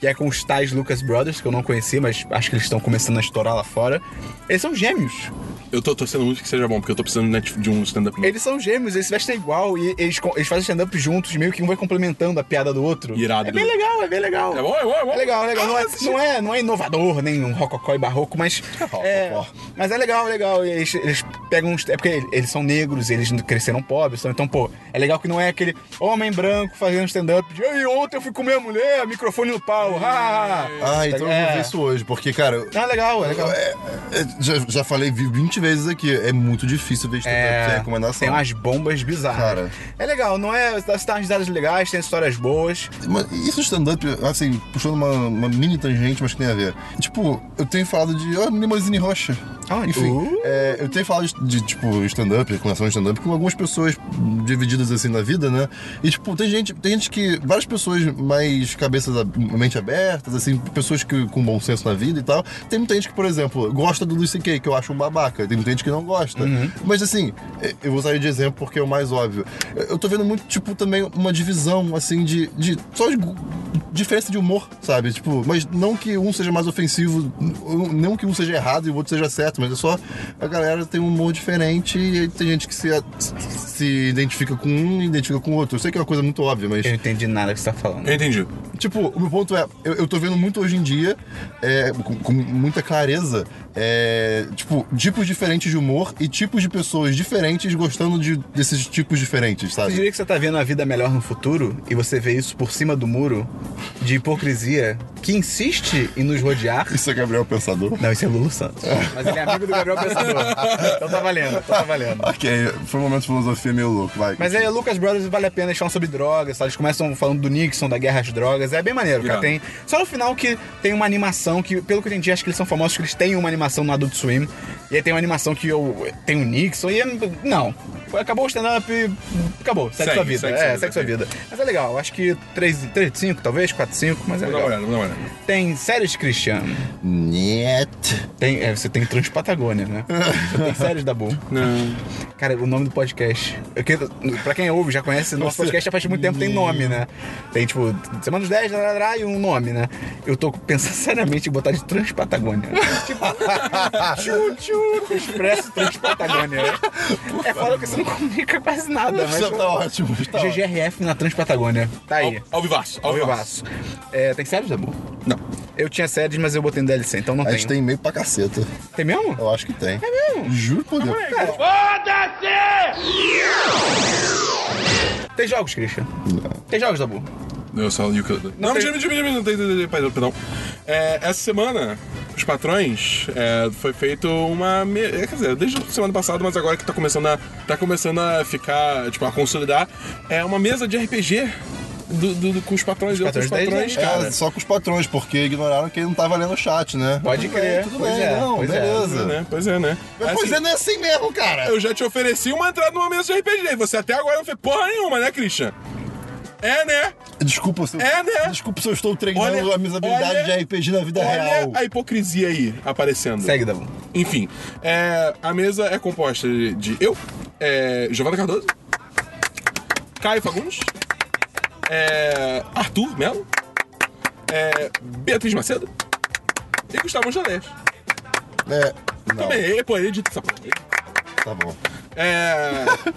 [SPEAKER 1] que é com os tais Lucas Brothers, que eu não conheci, mas acho que eles estão começando a estourar lá fora. Eles são gêmeos.
[SPEAKER 4] Eu tô torcendo muito que seja bom, porque eu tô precisando né, de um stand-up.
[SPEAKER 1] Eles são gêmeos, eles se vestem igual e eles, co- eles fazem stand-up juntos, meio que um vai complementando a piada do outro.
[SPEAKER 4] Irado.
[SPEAKER 1] É bem legal, é bem legal.
[SPEAKER 4] É bom, é bom, é bom.
[SPEAKER 1] É legal, é legal. Não é,
[SPEAKER 4] assisti.
[SPEAKER 1] não, é, não é inovador, nem um rococó e barroco, mas. é, mas é legal, é legal. E Eles, eles pegam uns. É porque eles são negros, eles cresceram pobres, então, então, pô, é legal que não é aquele homem branco fazendo um stand-up de "Ei, ontem eu fui comer a mulher, microfone no pau. ha, ha, ha."
[SPEAKER 2] Ah, então eu
[SPEAKER 1] É.
[SPEAKER 2] vou ver isso hoje, porque, cara, eu-
[SPEAKER 1] Ah, é legal, é legal.
[SPEAKER 2] é- é- já, já falei vi 20 vezes aqui. É muito difícil ver isso é... de recomendação.
[SPEAKER 1] Tem umas bombas bizarras.
[SPEAKER 2] Cara.
[SPEAKER 1] É legal, não é? Você dá umas risadas legais, tem histórias boas.
[SPEAKER 2] Mas isso de stand-up, assim, puxando uma, uma mini tangente, mas que tem a ver. Tipo, eu tenho falado de. Ó, Limousine Rocha.
[SPEAKER 1] Ah,
[SPEAKER 2] Enfim,
[SPEAKER 1] uh.
[SPEAKER 2] é, eu tenho falado de, tipo, stand-up, recomendação de stand-up, com algumas pessoas divididas assim na vida, né? E, tipo, tem gente, tem gente que. Várias pessoas mais cabeças, ab- mente abertas, assim, pessoas que, com bom senso na vida e tal. Tem muita gente que, por exemplo, gosta do Luis C.K., que eu acho um babaca. Tem muita gente que não gosta. Mas, assim, é, eu vou sair de exemplo porque é o mais óbvio. Eu- Eu tô vendo muito, tipo, também uma divisão, assim, de. de só de gu- diferença de humor, sabe? Tipo, mas não que um seja mais ofensivo, n- não que um seja errado e o outro seja certo, mas é só a galera tem um humor diferente e aí tem gente que se, a- se identifica com um e identifica com o outro. Eu sei que é uma coisa muito óbvia, mas.
[SPEAKER 1] Eu não entendi nada que você tá falando.
[SPEAKER 4] Eu entendi.
[SPEAKER 2] Tipo, o meu ponto é, eu, eu tô vendo muito hoje em dia, é, com, com muita clareza, é, tipo, tipos diferentes de humor e tipos de pessoas diferentes gostando de, desses tipos diferentes,
[SPEAKER 1] Você
[SPEAKER 2] sabe?
[SPEAKER 1] diria que você tá vendo a vida melhor no futuro e você vê isso por cima do muro de hipocrisia que insiste em nos rodear?
[SPEAKER 2] Isso é Gabriel Pensador.
[SPEAKER 1] Não, isso é Lulu Santos. Mas ele é amigo do Gabriel Pensador. Então tá valendo, então tá valendo.
[SPEAKER 2] Ok, foi um momento de filosofia meio louco, vai.
[SPEAKER 4] é-
[SPEAKER 1] Mas aí, Lucas Brothers vale a pena, eles falam sobre drogas, sabe? eles começam falando do Nixon, da guerra às drogas, é bem maneiro, cara.
[SPEAKER 4] Irado.
[SPEAKER 1] Tem, só no final que tem uma animação que, pelo que eu entendi, acho que eles são famosos, que eles têm uma animação no Adult Swim, e aí tem uma animação que eu, tem o Nixon, e é, não, acabou o stand-up, e acabou, segue,
[SPEAKER 4] Segue,
[SPEAKER 1] sua vida,
[SPEAKER 4] segue
[SPEAKER 1] é,
[SPEAKER 4] sua
[SPEAKER 1] segue, sua
[SPEAKER 4] vida, ok.
[SPEAKER 1] vida. Mas é legal, acho que 3, 3 5, talvez, 4, 5, mas é
[SPEAKER 4] Vou dar uma
[SPEAKER 1] legal.
[SPEAKER 4] olhada, vou dar uma olhada.
[SPEAKER 1] Tem séries Cristiano,
[SPEAKER 2] Net.
[SPEAKER 1] tem, é, você tem Transpatagônia, né? Você tem séries da boa. Cara, o nome do podcast. Eu quero, pra quem ouve, já conhece, nosso podcast já faz muito tempo tem nome, né? Tem tipo, Semana dos 10, lá, lá, lá, e um nome, né? Eu tô pensando seriamente em botar de Transpatagônia. tipo, tchu, tchu, Tipo, expresso Transpatagônia. né? É foda que você não comunica quase nada, mas.
[SPEAKER 2] Isso tá ótimo. Tá ótimo.
[SPEAKER 1] GGRF na Transpatagônia. Tá aí.
[SPEAKER 4] Ao, ao vivaço, ao
[SPEAKER 1] Ao
[SPEAKER 4] vivaço.
[SPEAKER 1] vivaço. É, tem séries, Dabu?
[SPEAKER 4] Não.
[SPEAKER 1] Eu tinha séries, mas eu botei no DLC, então não
[SPEAKER 2] A
[SPEAKER 1] tem.
[SPEAKER 2] gente tem e-mail pra caceta.
[SPEAKER 1] Tem mesmo?
[SPEAKER 2] Eu acho que tem. É mesmo? Juro por Deus.
[SPEAKER 1] Tem jogos, Christian. Tem jogos, Dabu.
[SPEAKER 4] Eu só li o que eu- Não,
[SPEAKER 1] tem-
[SPEAKER 4] Jimmy, Jimmy, Jimmy, não tem. tem- tem- Perdão, perdão. É, essa semana, os patrões, é, foi feito uma. me- é, Quer dizer, desde a semana passada, mas agora que tá começando a. tá começando a ficar, tipo, a consolidar, é uma mesa de RPG. do- do- do- com os patrões e outros
[SPEAKER 1] patrões
[SPEAKER 4] patrões,
[SPEAKER 1] deles,
[SPEAKER 4] cara.
[SPEAKER 2] É, só com os patrões, porque ignoraram que ele não tava lendo o chat, né?
[SPEAKER 1] Pode
[SPEAKER 2] Tudo
[SPEAKER 1] crer.
[SPEAKER 2] Bem, tudo
[SPEAKER 1] Pois
[SPEAKER 2] bem,
[SPEAKER 1] é,
[SPEAKER 2] não,
[SPEAKER 1] pois é.
[SPEAKER 2] beleza.
[SPEAKER 4] Pois é, né? Pois é, né?
[SPEAKER 2] Mas
[SPEAKER 4] Assim,
[SPEAKER 2] pois é, não é assim mesmo, cara.
[SPEAKER 4] Eu já te ofereci uma entrada numa mesa de RPG. Você até agora não fez porra nenhuma, né, Christian? É, né?
[SPEAKER 2] Desculpa se eu,
[SPEAKER 4] É, né?
[SPEAKER 2] desculpa se eu estou treinando
[SPEAKER 4] Olha-
[SPEAKER 2] a minha habilidade
[SPEAKER 4] olha-
[SPEAKER 2] de RPG na vida
[SPEAKER 4] Olha
[SPEAKER 2] real.
[SPEAKER 4] a hipocrisia aí aparecendo.
[SPEAKER 1] Segue, Dabu.
[SPEAKER 4] Enfim, é, a mesa é composta de, de eu, é, Giovanna Cardoso, Caio Fagundes, é, Arthur Melo, é, Beatriz Macedo e Gustavo Angelés.
[SPEAKER 2] É, não,
[SPEAKER 4] Também, é, pô, ele edita essa porra.
[SPEAKER 2] tá bom.
[SPEAKER 4] É,
[SPEAKER 2] Desculpa,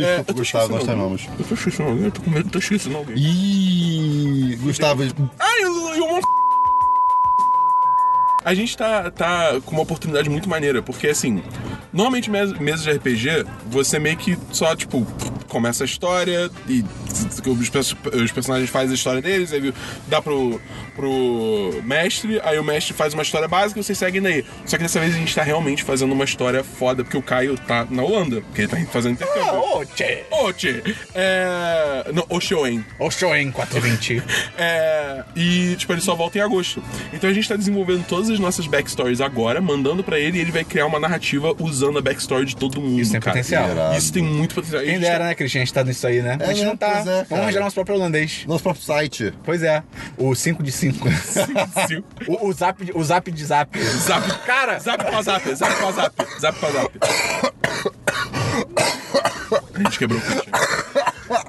[SPEAKER 4] é, eu tô
[SPEAKER 2] Gustavo, nós
[SPEAKER 4] esquecendo
[SPEAKER 2] chamamos.
[SPEAKER 4] alguém. Eu tô esquecendo alguém, eu tô com medo, tô esquecendo alguém.
[SPEAKER 2] Ih, Gustavo,
[SPEAKER 4] Ah, e o, e o Mon- A gente tá, tá com uma oportunidade muito maneira, porque assim, normalmente mes- mesas de RPG, você meio que só, tipo, começa a história e os, perso- os personagens fazem a história deles, aí dá pro, pro mestre, aí o mestre faz uma história básica e vocês seguem daí. Só que dessa vez a gente tá realmente fazendo uma história foda, porque o Caio tá na Holanda, porque ele tá fazendo
[SPEAKER 2] Ah,
[SPEAKER 4] intercâmbio.
[SPEAKER 1] Oxe!
[SPEAKER 4] Oxe! É. Não, Oxioen.
[SPEAKER 1] em 420.
[SPEAKER 4] É, e, tipo, ele só volta em agosto. Então a gente tá desenvolvendo todas as nossas backstories agora, mandando pra ele e ele vai criar uma narrativa usando a backstory de todo mundo.
[SPEAKER 1] Isso tem
[SPEAKER 4] cara.
[SPEAKER 1] potencial.
[SPEAKER 2] Irado.
[SPEAKER 4] Isso tem muito potencial. E a
[SPEAKER 1] Quem
[SPEAKER 4] gente tá-
[SPEAKER 1] dera, né, Cristian? A gente tá nisso aí, né? a gente
[SPEAKER 2] né?
[SPEAKER 1] não tá.
[SPEAKER 2] Pois é, cara.
[SPEAKER 1] Vamos arranjar nosso próprio holandês.
[SPEAKER 2] nosso próprio site.
[SPEAKER 1] Pois é. O 5 de 5.
[SPEAKER 4] Sim.
[SPEAKER 1] o, o, zap, de- o zap de zap.
[SPEAKER 4] tá Zap.
[SPEAKER 1] Cara!
[SPEAKER 4] Zap pra zap, zap pra zap, zap pra zap. A gente quebrou o cantinho.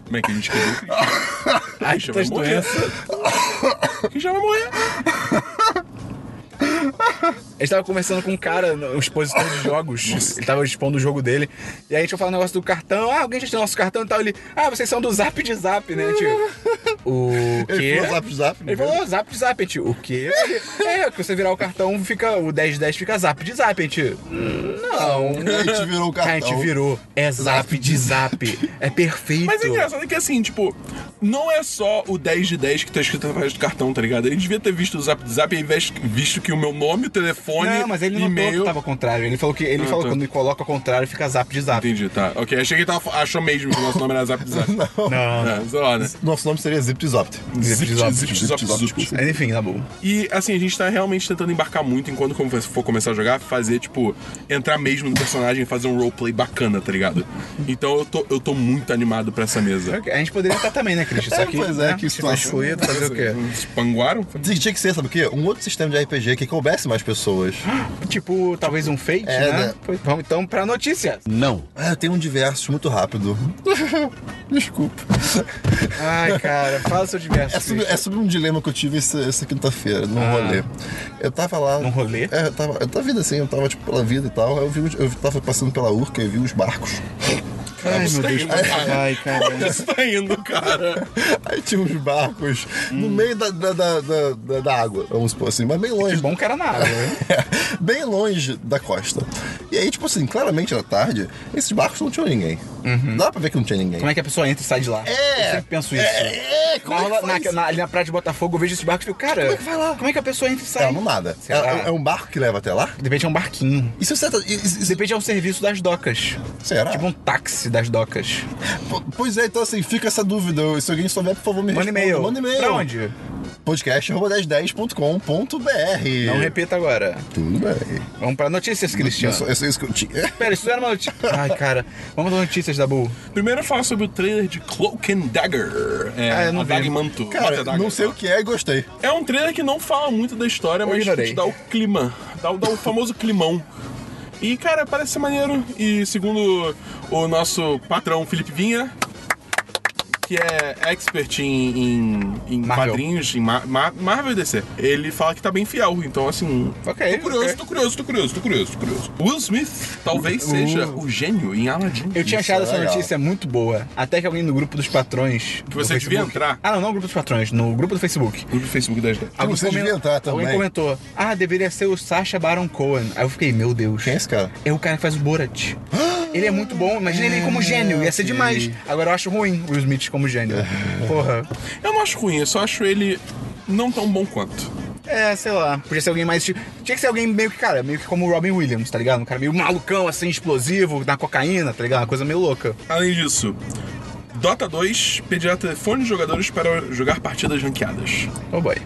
[SPEAKER 4] Como é que a gente quebrou o cantinho? A gente vai
[SPEAKER 1] tantas
[SPEAKER 4] morrer. A gente já vai morrer.
[SPEAKER 1] A gente tava conversando com um cara, um expositor de jogos. Ele tava expondo o jogo dele. E aí a gente foi falar um negócio do cartão. Ah, alguém já tem nosso cartão e tal. Ele, ah, vocês são do zap de zap, né? Tipo, O
[SPEAKER 2] Ele
[SPEAKER 1] quê?
[SPEAKER 2] falou zap zap.
[SPEAKER 1] Ele falou zap zapet. O quê? é, que você virar o cartão, fica o 10 10 fica zap de zapet. Não.
[SPEAKER 2] A gente virou o
[SPEAKER 1] A
[SPEAKER 2] cartão.
[SPEAKER 1] gente virou. É zap de zap. É perfeito.
[SPEAKER 4] Mas é engraçado que assim, tipo, não é só o 10 de 10 que tá escrito atrás do cartão, tá ligado? Ele devia ter visto o Zap Zap e ao invés- visto que o meu nome, o telefone,
[SPEAKER 1] Não, mas ele notou que
[SPEAKER 4] e-mail.
[SPEAKER 1] tava ao contrário. Ele falou que ele
[SPEAKER 4] Ah,
[SPEAKER 1] falou
[SPEAKER 4] tá.
[SPEAKER 1] que quando ele coloca ao contrário, fica zap de zap.
[SPEAKER 4] Entendi, tá. Ok, achei que ele tava, achou mesmo que o nosso nome era Zap Zap.
[SPEAKER 1] Não.
[SPEAKER 4] É, sei lá, né?
[SPEAKER 2] Nosso nome seria Zip Zop. É,
[SPEAKER 1] Zip zap.
[SPEAKER 4] Zip zap, zap, zap.
[SPEAKER 1] Mas Enfim, tá bom.
[SPEAKER 4] E assim, a gente tá realmente tentando embarcar muito em quando come- for começar a jogar, fazer, tipo, entrar mesmo no personagem e fazer um roleplay bacana, tá ligado? Então eu tô, eu tô muito animado pra essa mesa.
[SPEAKER 1] A gente poderia estar também, né, Christian? Só
[SPEAKER 2] É,
[SPEAKER 1] que,
[SPEAKER 2] pois é,
[SPEAKER 1] né,
[SPEAKER 2] que
[SPEAKER 1] se faz
[SPEAKER 2] situação.
[SPEAKER 1] ruído, fazer o quê?
[SPEAKER 4] Espanguaram?
[SPEAKER 2] Tinha que ser, sabe o quê? Um outro sistema de RPG que coubesse mais pessoas.
[SPEAKER 1] Tipo, talvez um fake,
[SPEAKER 2] É,
[SPEAKER 1] né?
[SPEAKER 2] né?
[SPEAKER 1] Pois Vamos então pra notícias.
[SPEAKER 5] Não.
[SPEAKER 2] Ah, eu tenho um diverso muito rápido. Desculpa.
[SPEAKER 1] Ai, cara, fala seu diverso.
[SPEAKER 2] É sobre,
[SPEAKER 1] Christian.
[SPEAKER 2] é sobre um dilema que eu tive essa, essa quinta-feira, num rolê. Eu tava lá.
[SPEAKER 1] Num rolê?
[SPEAKER 2] É, eu tava, eu tava vindo assim, eu tava tipo pela vida e tal. aí Eu, vi, uns- eu tava passando pela Urca e vi os barcos. é
[SPEAKER 1] Ai, meu Deus, ai, cara.
[SPEAKER 4] Isso tá indo, cara.
[SPEAKER 2] Aí tinha uns barcos no meio da, da, da, da- da- da água, vamos supor assim, mas bem
[SPEAKER 1] Que
[SPEAKER 2] longe.
[SPEAKER 1] bom que era na água, né?
[SPEAKER 2] bem longe da costa. E aí, tipo assim, claramente era tarde, esses barcos não tinham ninguém. Dá pra ver que não tinha ninguém.
[SPEAKER 1] Uhum. Como é que a pessoa entra e sai de lá?
[SPEAKER 2] É.
[SPEAKER 1] Eu sempre penso isso.
[SPEAKER 2] É, é, como é
[SPEAKER 1] Na-
[SPEAKER 2] que faz
[SPEAKER 1] na-
[SPEAKER 2] isso?
[SPEAKER 1] na- ali na praia de Botafogo, eu vejo esse barco e fico, cara, como é que vai lá? Como é que a pessoa entra e sai?
[SPEAKER 2] Ela não nada.
[SPEAKER 1] Sei
[SPEAKER 2] Ela-
[SPEAKER 1] lá.
[SPEAKER 2] é um barco que leva até lá?
[SPEAKER 1] De repente é um barquinho.
[SPEAKER 2] Isso é certo. Isso,
[SPEAKER 1] De
[SPEAKER 2] isso-
[SPEAKER 1] repente é um serviço das docas.
[SPEAKER 2] será?
[SPEAKER 1] Tipo um táxi das docas.
[SPEAKER 2] P- Pois é, então assim, fica essa dúvida. Se alguém souber, por favor, me
[SPEAKER 1] Manda
[SPEAKER 2] responda.
[SPEAKER 1] e-mail.
[SPEAKER 2] Manda e-mail.
[SPEAKER 1] Pra onde?
[SPEAKER 2] Podcast.1010.com.br
[SPEAKER 1] Não é. repita um agora.
[SPEAKER 2] Tudo bem.
[SPEAKER 1] Vamos pra notícias, Cristiano.
[SPEAKER 2] Isso, isso, isso que eu tinha.
[SPEAKER 1] Pera, isso não era uma notícia. Ai, cara. Vamos dar notícias, Dabu.
[SPEAKER 4] Primeiro eu falo sobre o trailer de Cloak and Dagger. É,
[SPEAKER 1] Ah, eu não
[SPEAKER 4] a
[SPEAKER 1] vi.
[SPEAKER 4] Daga e Manto. Bota
[SPEAKER 2] Cara,
[SPEAKER 4] a daga.
[SPEAKER 2] não
[SPEAKER 1] tá.
[SPEAKER 2] sei o que é e gostei.
[SPEAKER 4] É um trailer que não fala muito da história, mas
[SPEAKER 1] ignorei.
[SPEAKER 4] te dá o clima. Dá, o- dá o famoso climão. E, cara, parece ser maneiro. E segundo o nosso patrão Felipe Vinha, que é expert em, em, em
[SPEAKER 1] Marvel.
[SPEAKER 4] quadrinhos, em Mar- Mar- Marvel e DC, ele fala que tá bem fiel. Então, assim.
[SPEAKER 1] Ok,
[SPEAKER 4] Tô curioso,
[SPEAKER 1] ok.
[SPEAKER 4] tô curioso, tô curioso, tô curioso, tô curioso. Will Smith talvez seja o gênio em Aladdin.
[SPEAKER 1] Eu tinha
[SPEAKER 2] Isso
[SPEAKER 1] achado
[SPEAKER 2] é
[SPEAKER 1] essa
[SPEAKER 2] legal.
[SPEAKER 1] notícia muito boa. Até que alguém no grupo dos patrões. Que
[SPEAKER 4] você devia entrar.
[SPEAKER 1] Ah, não, não no grupo dos patrões, no grupo do Facebook.
[SPEAKER 4] No Facebook das 10.
[SPEAKER 1] Alguém
[SPEAKER 2] Ah, você devia
[SPEAKER 1] comen-
[SPEAKER 2] entrar também.
[SPEAKER 1] Alguém comentou, ah, deveria ser o Sacha Baron Cohen. Aí eu fiquei, meu Deus.
[SPEAKER 2] Quem é esse cara?
[SPEAKER 1] É o cara que faz o Borat. ele é muito bom, imagina ele como gênio, ia ser demais. Agora eu acho ruim o Will Smith como gênio. Porra.
[SPEAKER 4] Eu não acho ruim, eu só acho ele não tão bom quanto.
[SPEAKER 1] É, sei lá. Podia ser alguém mais. tipo- Tinha que ser alguém meio que, cara, meio que como o Robin Williams, tá ligado? Um cara meio malucão, assim, explosivo, na cocaína, tá ligado? Uma coisa meio louca.
[SPEAKER 4] Além disso, Dota 2 pedirá telefone de jogadores para jogar partidas ranqueadas.
[SPEAKER 1] Oh boy.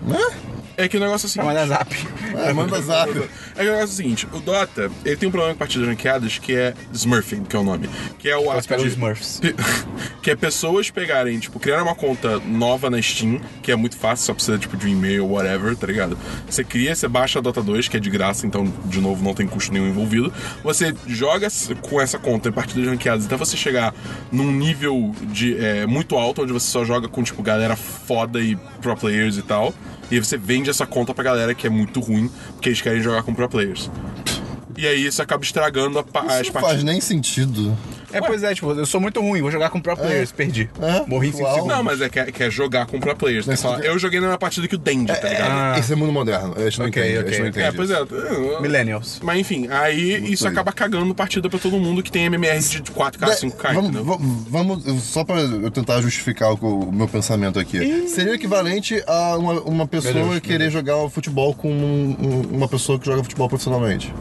[SPEAKER 4] É que o negócio é o
[SPEAKER 1] Pra
[SPEAKER 4] seguinte.
[SPEAKER 1] mandar zap. Tá,
[SPEAKER 2] Ah, manda zap.
[SPEAKER 4] É que o negócio é o seguinte, o Dota, ele tem um problema com partidas ranqueadas que é Smurfing, que é o nome. Que é o ato
[SPEAKER 1] pegam
[SPEAKER 4] de-
[SPEAKER 1] os Smurfs.
[SPEAKER 4] pe- Que é pessoas pegarem, tipo, criar uma conta nova na Steam, que é muito fácil, só precisa, tipo, de um e-mail, whatever, tá ligado? Você cria, você baixa a Dota 2, que é de graça, então, de novo, não tem custo nenhum envolvido. Você joga s- com essa conta em partidas ranqueadas até você chegar num nível de é, muito alto, onde você só joga com, tipo, galera foda e pro players e tal. E aí você vende essa conta pra galera que é muito ruim, porque eles querem jogar com pro players. E aí isso acaba estragando a pa- as
[SPEAKER 2] Isso não faz
[SPEAKER 4] partidas.
[SPEAKER 2] nem sentido.
[SPEAKER 1] É, pois é, tipo, eu sou muito ruim, vou jogar com pro players, perdi.
[SPEAKER 2] É?
[SPEAKER 1] Morri em 5
[SPEAKER 2] Uau.
[SPEAKER 1] segundos.
[SPEAKER 4] Não, mas é que é, que é jogar com pro players. Quer
[SPEAKER 2] Mas
[SPEAKER 4] falar,
[SPEAKER 2] tudo-
[SPEAKER 4] eu joguei na minha partida que o Dendi, tá ligado?
[SPEAKER 2] Esse é mundo moderno. A gente não
[SPEAKER 1] Ah. Ok,
[SPEAKER 2] entende. a
[SPEAKER 1] ok.
[SPEAKER 2] gente não
[SPEAKER 4] É,
[SPEAKER 2] entende
[SPEAKER 4] pois
[SPEAKER 2] isso.
[SPEAKER 4] é. eu-
[SPEAKER 1] Millennials.
[SPEAKER 4] Mas enfim, aí isso
[SPEAKER 2] bem. Né,
[SPEAKER 4] acaba cagando partida pra todo mundo que tem MMR de 4K,
[SPEAKER 1] um
[SPEAKER 4] 5K,
[SPEAKER 2] vamos,
[SPEAKER 1] né?
[SPEAKER 4] entendeu?
[SPEAKER 2] vamos- vamos- só pra eu tentar justificar o, que eu- o meu pensamento aqui. Seria o equivalente a uma, uma pessoa
[SPEAKER 1] Meu Deus, meu
[SPEAKER 2] querer jogar futebol com um- um- uma pessoa que joga futebol profissionalmente.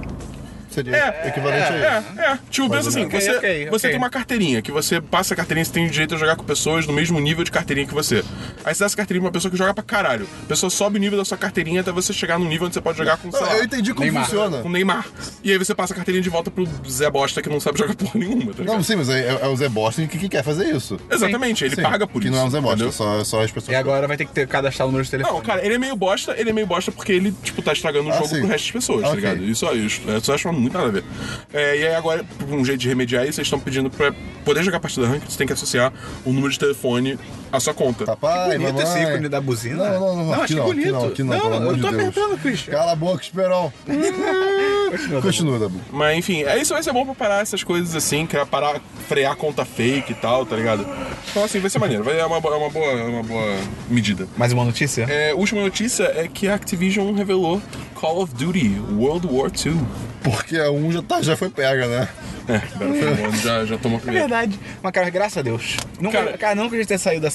[SPEAKER 2] Seria
[SPEAKER 4] É,
[SPEAKER 2] equivalente a isso.
[SPEAKER 4] É, é. Tipo, pensa assim,
[SPEAKER 1] Ok,
[SPEAKER 4] você,
[SPEAKER 1] ok,
[SPEAKER 4] você
[SPEAKER 1] ok.
[SPEAKER 4] tem uma carteirinha, que você passa a carteirinha, você tem o direito a jogar com pessoas do mesmo nível de carteirinha que você. Aí você dá essa carteirinha pra uma pessoa que joga pra caralho. A pessoa sobe o nível da sua carteirinha até você chegar num nível onde você pode jogar com, sei
[SPEAKER 2] Não,
[SPEAKER 4] lá,
[SPEAKER 2] eu entendi como
[SPEAKER 1] Neymar.
[SPEAKER 2] funciona.
[SPEAKER 4] com Neymar. E aí você passa a carteirinha de volta pro Zé Bosta que não sabe jogar porra nenhuma, tá ligado?
[SPEAKER 2] Não, sim, mas é, é o Zé Boston que, que quer fazer isso.
[SPEAKER 4] Exatamente, ele
[SPEAKER 2] Sim,
[SPEAKER 4] paga por
[SPEAKER 2] que
[SPEAKER 4] isso.
[SPEAKER 2] não é o Zé Boston,
[SPEAKER 4] entendeu?
[SPEAKER 2] só, só as pessoas.
[SPEAKER 1] E agora vai ter que ter, cadastrar o número de telefone.
[SPEAKER 4] Não, cara, ele é meio bosta, ele é meio bosta porque ele, tipo, tá estragando o
[SPEAKER 2] Ah,
[SPEAKER 4] jogo
[SPEAKER 2] sim.
[SPEAKER 4] pro resto das pessoas,
[SPEAKER 2] Ah,
[SPEAKER 4] tá
[SPEAKER 2] ok.
[SPEAKER 4] ligado? Isso aí, isso, isso eu acho muito nada a ver. É, e aí agora, por um jeito de remediar isso, eles estão pedindo pra poder jogar partida ranked, você tem que associar o número de telefone à sua conta.
[SPEAKER 2] Papai,
[SPEAKER 1] bonito
[SPEAKER 2] mamãe.
[SPEAKER 1] esse ícone da buzina.
[SPEAKER 2] Não, não, não.
[SPEAKER 1] Não,
[SPEAKER 2] aqui
[SPEAKER 1] achei
[SPEAKER 2] não,
[SPEAKER 1] bonito.
[SPEAKER 2] Aqui não, aqui não,
[SPEAKER 1] Não,
[SPEAKER 2] pelo amor
[SPEAKER 1] eu
[SPEAKER 2] de
[SPEAKER 1] tô
[SPEAKER 2] Deus.
[SPEAKER 1] apertando, Christian.
[SPEAKER 2] Cala a boca, Esperão.
[SPEAKER 1] Continua, Dabu.
[SPEAKER 2] Continua, Dabu.
[SPEAKER 4] Mas enfim, é isso vai ser bom pra parar essas coisas assim, que é parar, frear conta fake e tal, tá ligado? Então, assim, vai ser maneiro. Vai, é, uma, bo- é uma boa, é uma boa medida.
[SPEAKER 1] Mais uma notícia?
[SPEAKER 4] É, última notícia é que a Activision revelou Call of Duty World War II.
[SPEAKER 2] Porque a um já, tá, já foi pega, né?
[SPEAKER 4] É, Battlefield 1 já, já tomou a
[SPEAKER 1] É
[SPEAKER 4] primeira.
[SPEAKER 1] verdade. Mas, cara, graças a Deus. Nunca,
[SPEAKER 4] Cara-
[SPEAKER 1] cara, nunca a gente tenha saído da,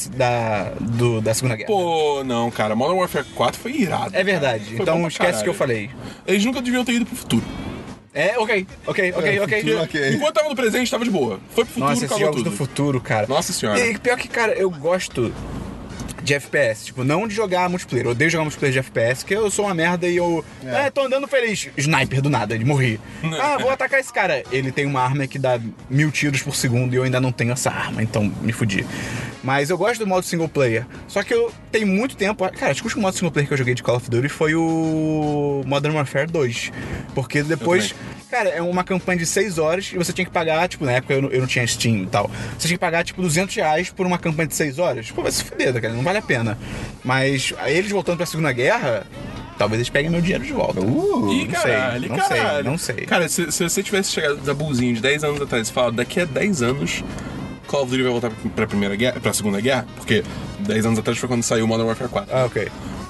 [SPEAKER 1] da, do- da Segunda Guerra.
[SPEAKER 4] Pô, não, cara. Modern Warfare 4 foi irado.
[SPEAKER 1] É verdade.
[SPEAKER 4] Foi bom
[SPEAKER 1] então
[SPEAKER 4] pra
[SPEAKER 1] esquece o que eu
[SPEAKER 4] caralho.
[SPEAKER 1] falei.
[SPEAKER 4] Eles nunca deviam ter ido pro futuro.
[SPEAKER 1] É, ok, ok, ok,
[SPEAKER 2] É,
[SPEAKER 1] ok.
[SPEAKER 2] futuro, ok.
[SPEAKER 4] Enquanto tava no presente, tava de boa. Foi pro futuro,
[SPEAKER 1] Nossa, esses
[SPEAKER 4] cagou
[SPEAKER 1] jogos
[SPEAKER 4] tudo.
[SPEAKER 1] do futuro, cara.
[SPEAKER 4] Nossa senhora.
[SPEAKER 1] E pior que, cara, eu gosto de FPS. Tipo, não de jogar multiplayer. Eu odeio jogar multiplayer de FPS, que eu sou uma merda e eu... É, tô andando feliz. Sniper, do nada, de morrer. ah, vou atacar esse cara. Ele tem uma arma que dá mil tiros por segundo e eu ainda não tenho essa arma, então me fudi. Mas eu gosto do modo single player. Só que eu tenho muito tempo... Cara, acho que o último modo single player que eu joguei de Call of Duty foi o Modern Warfare 2. Porque depois... Cara, é uma campanha de 6 horas e você tinha que pagar, tipo, na época eu não, eu não tinha Steam e tal. Você tinha que pagar, tipo, 200 reais por uma campanha de 6 horas. Pô, vai se fuder, cara, não vale a pena. Mas aí eles voltando pra Segunda Guerra, talvez eles peguem meu dinheiro de volta. Uh.
[SPEAKER 2] Uh,
[SPEAKER 4] Ih,
[SPEAKER 1] não
[SPEAKER 4] caralho,
[SPEAKER 1] sei, não sei,
[SPEAKER 4] caralho.
[SPEAKER 1] não sei.
[SPEAKER 4] Cara, se, se você tivesse chegado da Bullzinho de 10 anos atrás e falado, daqui a 10 anos, Call of Duty vai voltar pra- pra, primeira guerra, pra Segunda Guerra, porque 10 anos atrás foi quando saiu Modern Warfare 4.
[SPEAKER 1] Ah, ok.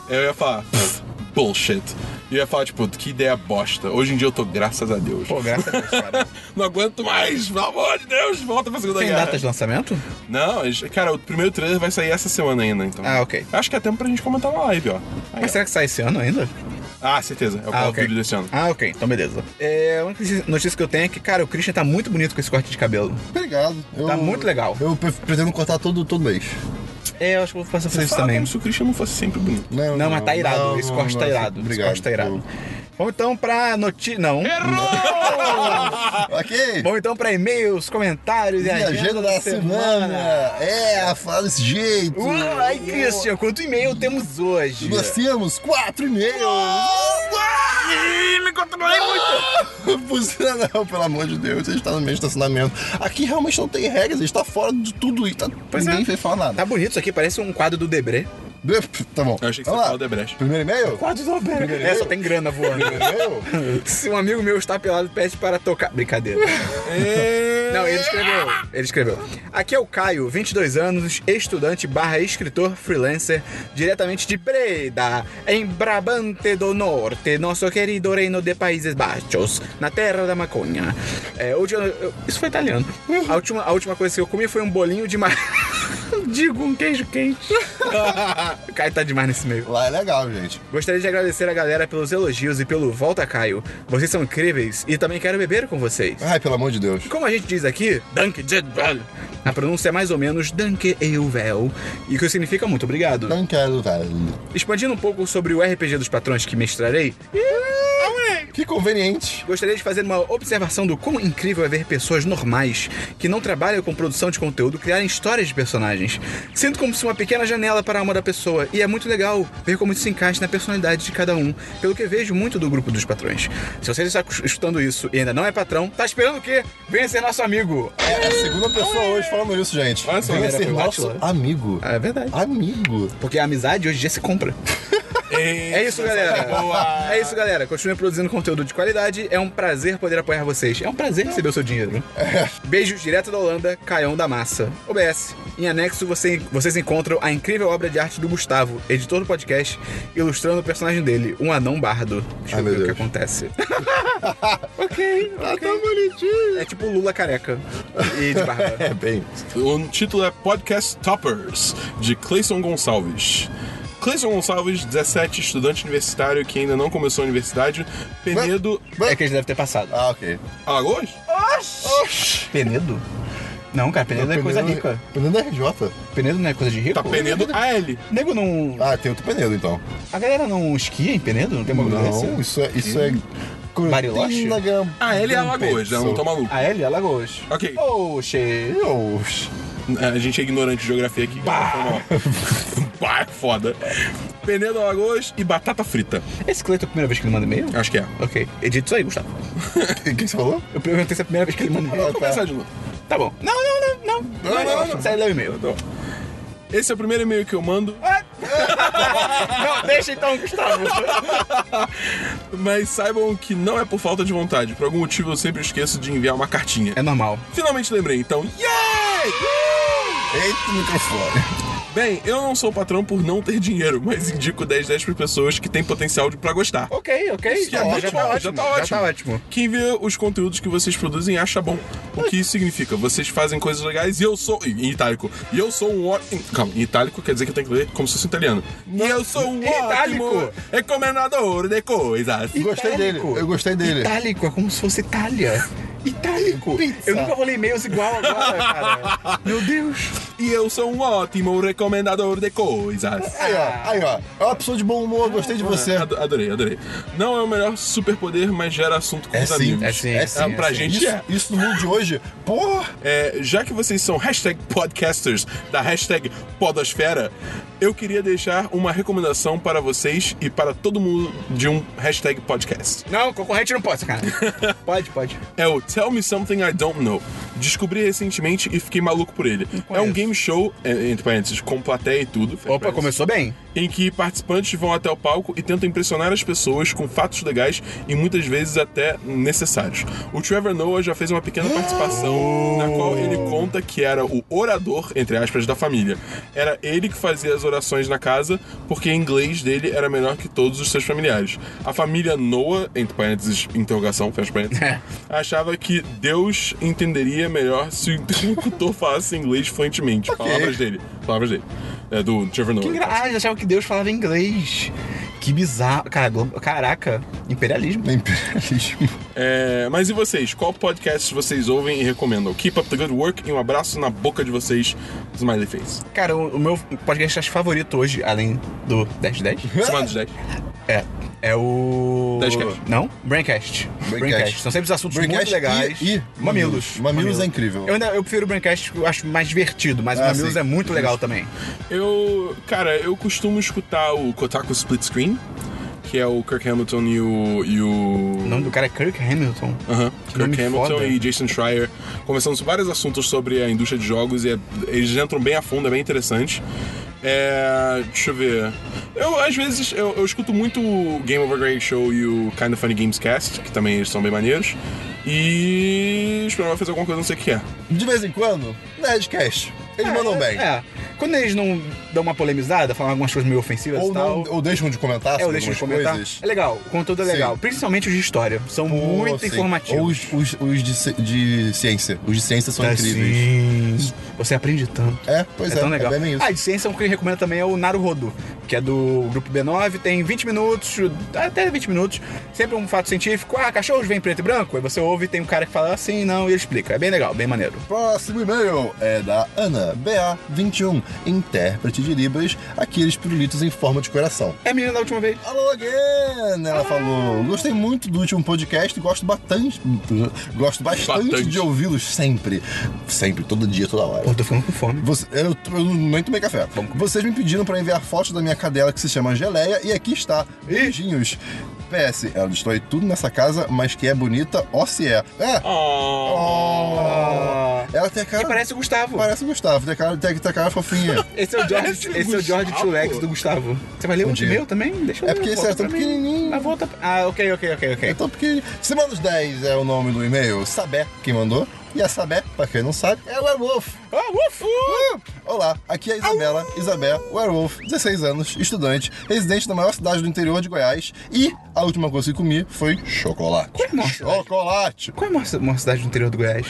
[SPEAKER 4] Eu ia falar, "Pff, bullshit. E eu ia falar, tipo, que ideia bosta. Hoje em dia eu tô, graças a Deus.
[SPEAKER 1] Pô, graças a Deus, cara.
[SPEAKER 4] Não aguento mais, pelo amor de Deus, volta pra Segunda
[SPEAKER 1] Tem
[SPEAKER 4] Guerra.
[SPEAKER 1] data de lançamento?
[SPEAKER 4] Não, eles- cara, o primeiro trailer vai sair essa semana ainda, então.
[SPEAKER 1] Ah, ok.
[SPEAKER 4] Acho que é tempo pra gente comentar na live, ó. Aí, ó.
[SPEAKER 1] Mas será que sai esse ano ainda?
[SPEAKER 4] Ah, certeza. É o Call of Duty desse ano.
[SPEAKER 1] Ah, ok, então beleza. É, a única notícia que eu tenho é que, cara, o Christian tá muito bonito com esse corte de cabelo.
[SPEAKER 2] Obrigado. Eu-
[SPEAKER 1] Tá muito legal.
[SPEAKER 2] Eu pre- pretendo cortar todo, todo mês.
[SPEAKER 1] É, eu acho que eu vou passar por
[SPEAKER 4] Você
[SPEAKER 1] isso
[SPEAKER 4] fala
[SPEAKER 1] também.
[SPEAKER 4] como se o Christian não fosse sempre bonito.
[SPEAKER 2] Não,
[SPEAKER 1] Não, mas tá irado.
[SPEAKER 2] não,
[SPEAKER 1] esse
[SPEAKER 2] não,
[SPEAKER 1] corte tá
[SPEAKER 4] assim,
[SPEAKER 2] não, assim,
[SPEAKER 1] irado.
[SPEAKER 2] Obrigado.
[SPEAKER 1] Esse corte tá irado. Vamos então pra notícia. Não.
[SPEAKER 4] É.
[SPEAKER 1] Ah,
[SPEAKER 2] Ok.
[SPEAKER 1] Vamos então pra e-mails, comentários e,
[SPEAKER 2] E a agenda da semana. É, fala desse jeito.
[SPEAKER 1] Uh, ai, Christian, quanto e-mail temos hoje?
[SPEAKER 2] Nós temos quatro e-mails.
[SPEAKER 4] Ih, me controlei muito!
[SPEAKER 2] Buzina Ah, não, pelo amor de Deus, a gente tá no meio de estacionamento. Aqui realmente não tem regras, a gente tá fora de tudo e tá, ninguém fez falar nada.
[SPEAKER 1] Tá bonito isso aqui, parece um quadro do Debré.
[SPEAKER 2] Tá bom.
[SPEAKER 4] Eu achei que
[SPEAKER 2] Vamos
[SPEAKER 4] você
[SPEAKER 2] lá.
[SPEAKER 4] falou Odebrecht.
[SPEAKER 2] Primeiro e-mail?
[SPEAKER 1] Quadro do Debré. É, só tem grana voando.
[SPEAKER 2] E-mail?
[SPEAKER 1] Se um amigo meu está pelado, pede para tocar. Brincadeira. Não, ele escreveu. Ele escreveu. Aqui é o Caio, 22 anos, estudante barra escritor freelancer, diretamente de Breda, em Brabante do Norte, nosso querido reino de Países Baixos, na terra da maconha. É, hoje eu- eu- isso foi italiano. A última, a última coisa que eu comi foi um bolinho de mar... Digo, um queijo quente. o Caio tá demais nesse meio.
[SPEAKER 2] Lá é legal, gente.
[SPEAKER 1] Gostaria de agradecer a galera pelos elogios e pelo Volta Caio. Vocês são incríveis e também quero beber com vocês.
[SPEAKER 2] Ai, pelo amor de Deus.
[SPEAKER 1] Como a gente diz aqui, Danke Jedvel. A pronúncia é mais ou menos Danke Euvel, e que significa muito obrigado.
[SPEAKER 2] Não quero, velho.
[SPEAKER 1] Expandindo um pouco sobre o RPG dos patrões que mestrarei,
[SPEAKER 2] Que conveniente.
[SPEAKER 1] gostaria de fazer uma observação do quão incrível é ver pessoas normais que não trabalham com produção de conteúdo criarem histórias de personagens. Sinto como se uma pequena janela para a alma da pessoa, e é muito legal ver como isso se encaixa na personalidade de cada um, pelo que vejo muito do grupo dos patrões. Se você está escutando isso e ainda não é patrão, tá esperando o quê? Venha ser nosso amigo!
[SPEAKER 2] É a segunda pessoa hoje falando isso, gente.
[SPEAKER 4] Olha só, né?
[SPEAKER 2] Venha
[SPEAKER 4] galera,
[SPEAKER 2] ser
[SPEAKER 1] foi
[SPEAKER 2] nosso
[SPEAKER 1] ótimo.
[SPEAKER 2] amigo.
[SPEAKER 1] É verdade.
[SPEAKER 2] Amigo.
[SPEAKER 1] Porque a amizade hoje em dia se compra. É isso, galera. É isso, galera. Continue produzindo conteúdo de qualidade. É um prazer poder apoiar vocês. É um prazer receber o seu dinheiro.
[SPEAKER 2] É.
[SPEAKER 1] Beijos direto da Holanda, Caião da Massa. OBS. Em anexo, você- vocês encontram a incrível obra de arte do Gustavo, editor do podcast, ilustrando o personagem dele, um anão bardo. Deixa
[SPEAKER 2] Ai,
[SPEAKER 1] eu
[SPEAKER 2] meu
[SPEAKER 1] ver o que
[SPEAKER 2] Deus.
[SPEAKER 1] acontece. ok.
[SPEAKER 2] Ah, tão bonitinho.
[SPEAKER 1] É tipo Lula careca e de barba.
[SPEAKER 2] É, bem.
[SPEAKER 4] O título é Podcast Toppers, de Clayson Gonçalves. Clayson Gonçalves, 17, estudante universitário que ainda não começou a universidade, Penedo,
[SPEAKER 1] É que eles devem ter passado.
[SPEAKER 2] Ah, ok.
[SPEAKER 4] Alagoas?
[SPEAKER 1] Penedo? Não, cara, Penedo é coisa
[SPEAKER 2] Penedo-
[SPEAKER 1] rica.
[SPEAKER 2] Penedo é RJ.
[SPEAKER 1] Penedo não é coisa de rico?
[SPEAKER 4] Tá, Penedo AL.
[SPEAKER 1] Nego não.
[SPEAKER 2] Ah, tem outro Penedo, então.
[SPEAKER 1] A galera não esquia em Penedo? Não tem uma coisa assim?
[SPEAKER 2] Não, isso é. Isso é
[SPEAKER 1] Bariloche?
[SPEAKER 4] Ah, ele é Alagoas, né? não tô maluco.
[SPEAKER 1] A L, Alagoas.
[SPEAKER 4] Ok.
[SPEAKER 1] Oxê.
[SPEAKER 2] Deus.
[SPEAKER 4] A gente é ignorante de geografia aqui. Bah! bah, é foda. Penedo, Alagoas e batata frita.
[SPEAKER 1] Esse Cleiton é a primeira vez que ele manda e-mail?
[SPEAKER 4] Acho que é.
[SPEAKER 1] Ok. Edita isso aí, Gustavo.
[SPEAKER 2] O que, que você falou?
[SPEAKER 1] Eu perguntei se é a primeira vez que ele manda e-mail.
[SPEAKER 2] Ah,
[SPEAKER 4] Vou começar de novo.
[SPEAKER 1] Tá bom. Não, não, não, não. Não,
[SPEAKER 4] não, não, não.
[SPEAKER 1] Sai lê o e-mail.
[SPEAKER 4] Então, esse é o primeiro e-mail que eu mando,
[SPEAKER 1] Não, deixa então, Gustavo.
[SPEAKER 4] mas saibam que não é por falta de vontade. Por algum motivo eu sempre esqueço de enviar uma cartinha.
[SPEAKER 1] É normal.
[SPEAKER 4] Finalmente lembrei, então. Yay! Yay!
[SPEAKER 2] Eita, o microfone.
[SPEAKER 4] Bem, eu não sou patrão por não ter dinheiro, mas indico 10-10 para pessoas que têm potencial de, pra gostar.
[SPEAKER 1] Ok, ok.
[SPEAKER 4] Isso
[SPEAKER 1] já,
[SPEAKER 4] é
[SPEAKER 1] já
[SPEAKER 4] ótimo,
[SPEAKER 1] tá
[SPEAKER 4] já
[SPEAKER 1] ótimo.
[SPEAKER 4] tá ótimo.
[SPEAKER 1] Já tá ótimo.
[SPEAKER 4] Quem vê os conteúdos que vocês produzem acha bom. O que isso significa? Vocês fazem coisas legais e eu sou. Em itálico. E eu sou um ótimo. Calma, em itálico quer dizer que eu tenho que ler como se fosse italiano. E eu sou um
[SPEAKER 1] Em itálico.
[SPEAKER 4] ótimo é recomendador de coisas.
[SPEAKER 2] Gostei dele,
[SPEAKER 1] Itálico.
[SPEAKER 2] eu gostei dele.
[SPEAKER 1] Itálico, é como se fosse Itália. Itálico. Eu nunca rolei e-mails igual agora, cara. Meu Deus.
[SPEAKER 4] E eu sou um ótimo recomendador de coisas.
[SPEAKER 2] Aí, ó, aí, ó. É uma pessoa de bom humor, gostei de
[SPEAKER 1] é-
[SPEAKER 2] você.
[SPEAKER 4] Ado- Adorei, adorei. Não é o melhor superpoder, mas gera assunto com
[SPEAKER 2] É
[SPEAKER 4] os
[SPEAKER 2] sim,
[SPEAKER 4] amigos.
[SPEAKER 1] é sim,
[SPEAKER 2] é
[SPEAKER 1] sim,
[SPEAKER 4] pra
[SPEAKER 1] sim.
[SPEAKER 4] gente
[SPEAKER 2] Isso,
[SPEAKER 4] é.
[SPEAKER 2] isso no mundo de hoje, porra.
[SPEAKER 4] É, já que vocês são hashtag podcasters da hashtag Podosfera, eu queria deixar uma recomendação para vocês e para todo mundo de um hashtag podcast.
[SPEAKER 1] Não, concorrente não pode, cara. Pode, pode.
[SPEAKER 4] É o Tell Me Something I Don't Know. Descobri recentemente e fiquei maluco por ele. É um game show, é, entre parênteses, com plateia e tudo. fair
[SPEAKER 1] Opa,
[SPEAKER 4] parênteses,
[SPEAKER 1] começou bem.
[SPEAKER 4] Em que participantes vão até o palco e tentam impressionar as pessoas com fatos legais e muitas vezes até necessários. O Trevor Noah já fez uma pequena participação na qual ele conta que era o orador, entre aspas, da família. Era ele que fazia as orações na casa porque o inglês dele era melhor que todos os seus familiares. A família Noah, entre parênteses, interrogação, fecha parênteses, achava que Deus entenderia melhor se o interlocutor falasse inglês fluentemente. Palavras dele. Palavras dele. É do Trevor Noah.
[SPEAKER 1] Que engra... Ah, eles achavam que Deus falava inglês. Que bizarro. Cara, glo- Caraca, imperialismo.
[SPEAKER 2] Imperialismo.
[SPEAKER 4] É, mas e vocês? Qual podcast vocês ouvem e recomendam? Keep up the good work e um abraço na boca de vocês, Smiley Face.
[SPEAKER 1] Cara, o, o meu podcast acho favorito hoje, além do 1010,
[SPEAKER 4] Semana dos 10.
[SPEAKER 1] é, é o...
[SPEAKER 4] 10cast.
[SPEAKER 1] Não? Braincast.
[SPEAKER 2] Braincast.
[SPEAKER 1] São sempre os assuntos muito
[SPEAKER 2] Braincast
[SPEAKER 1] legais.
[SPEAKER 2] e- e
[SPEAKER 1] Mamilos.
[SPEAKER 2] Mamilos. Mamilos é incrível.
[SPEAKER 1] Eu, ainda, eu prefiro o Braincast, que eu acho mais divertido, mas o
[SPEAKER 2] Ah,
[SPEAKER 1] Mamilos
[SPEAKER 2] sim.
[SPEAKER 1] é muito legal também.
[SPEAKER 4] Eu. Cara, eu costumo escutar o Kotaku Split Screen, que é o Kirk Hamilton e o. E
[SPEAKER 1] O
[SPEAKER 4] o...
[SPEAKER 1] nome do cara é Kirk Hamilton.
[SPEAKER 4] Aham.
[SPEAKER 1] nome
[SPEAKER 4] Kirk Hamilton
[SPEAKER 1] foda.
[SPEAKER 4] e Jason Schreier conversando sobre vários assuntos sobre a indústria de jogos e é- eles entram bem a fundo, é bem interessante. É, deixa eu ver. Eu, às vezes, eu, eu escuto muito o Game Over Greg Show e o Kind of Funny Games Cast, que também eles são bem maneiros. E. Esperava fazer alguma coisa, não sei o que é.
[SPEAKER 2] De vez em quando, Nerdcast. Eles mandam bem.
[SPEAKER 1] É. Quando eles não dão uma polemizada, falam algumas coisas meio ofensivas
[SPEAKER 2] Ou,
[SPEAKER 1] e é, tal...
[SPEAKER 2] não, ou deixam de comentar
[SPEAKER 1] É, eu
[SPEAKER 2] sobre
[SPEAKER 1] deixo de
[SPEAKER 2] algumas
[SPEAKER 1] comentar.
[SPEAKER 2] coisas.
[SPEAKER 1] É legal, o conteúdo é legal. Principalmente os de história. São muito
[SPEAKER 2] Ou, assim, Ou
[SPEAKER 1] informativos.
[SPEAKER 2] os, os- os de, ci- de ciência. Os de ciência são incríveis.
[SPEAKER 1] É, Sim. Você aprende tanto.
[SPEAKER 2] É, pois
[SPEAKER 1] É,
[SPEAKER 2] é.
[SPEAKER 1] tão legal.
[SPEAKER 2] É bem isso.
[SPEAKER 1] Ah, de ciência, um que eu recomendo também é o Naruhodo, que é do grupo B9, tem 20 minutos, até 20 minutos, sempre um fato científico. Ah, cachorros vêm preto e branco? Aí você ouve e tem um cara que fala assim, não, e ele explica. É bem legal, bem maneiro.
[SPEAKER 2] Próximo e-mail é da Ana, BA21, intérprete de Libras, aqueles pirulitos em forma de coração.
[SPEAKER 1] É a menina da última vez.
[SPEAKER 2] Alô, again! Ela falou: Gostei muito do último podcast e gosto bastante. Gosto bastante,
[SPEAKER 4] Bastante.
[SPEAKER 2] de ouvi-los sempre. Sempre, todo dia, toda hora.
[SPEAKER 1] Pô, tô ficando com fome.
[SPEAKER 2] Você- eu, eu nem tomei café. Vocês me pediram pra enviar fotos da minha cadela que se chama Geleia e aqui está. Beijinhos. PS, ela destrói tudo nessa casa, mas que é bonita, ó se é. É!
[SPEAKER 1] Ah,
[SPEAKER 2] Ela tem a cara.
[SPEAKER 1] E parece o Gustavo.
[SPEAKER 2] parece o Gustavo, tem a cara, tem, tem a cara fofinha.
[SPEAKER 1] Esse é o George,
[SPEAKER 4] Parece o
[SPEAKER 1] esse é o George
[SPEAKER 4] Gustavo.
[SPEAKER 1] Tulex do Gustavo. Você vai ler um de
[SPEAKER 2] Podia.
[SPEAKER 1] meu também? Deixa eu
[SPEAKER 2] É
[SPEAKER 1] ler,
[SPEAKER 2] porque esse
[SPEAKER 1] volta
[SPEAKER 2] é tão
[SPEAKER 1] pra mim.
[SPEAKER 2] pequenininho.
[SPEAKER 1] Mas volta. Ah, ok, ok, ok, ok.
[SPEAKER 2] Então, porque Semana dos 10 é o nome do e-mail, Sabé, quem mandou. E a Sabé, pra quem não sabe, é Werewolf.
[SPEAKER 1] Ah, ufa!
[SPEAKER 2] Olá, aqui é a Isabela, Isabel Werewolf, 16 anos, estudante, residente da maior cidade do interior de Goiás. E a última coisa que comi foi chocolate.
[SPEAKER 1] Qual é a maior cidade?
[SPEAKER 2] chocolate!
[SPEAKER 1] Qual é a maior, maior cidade do interior do Goiás?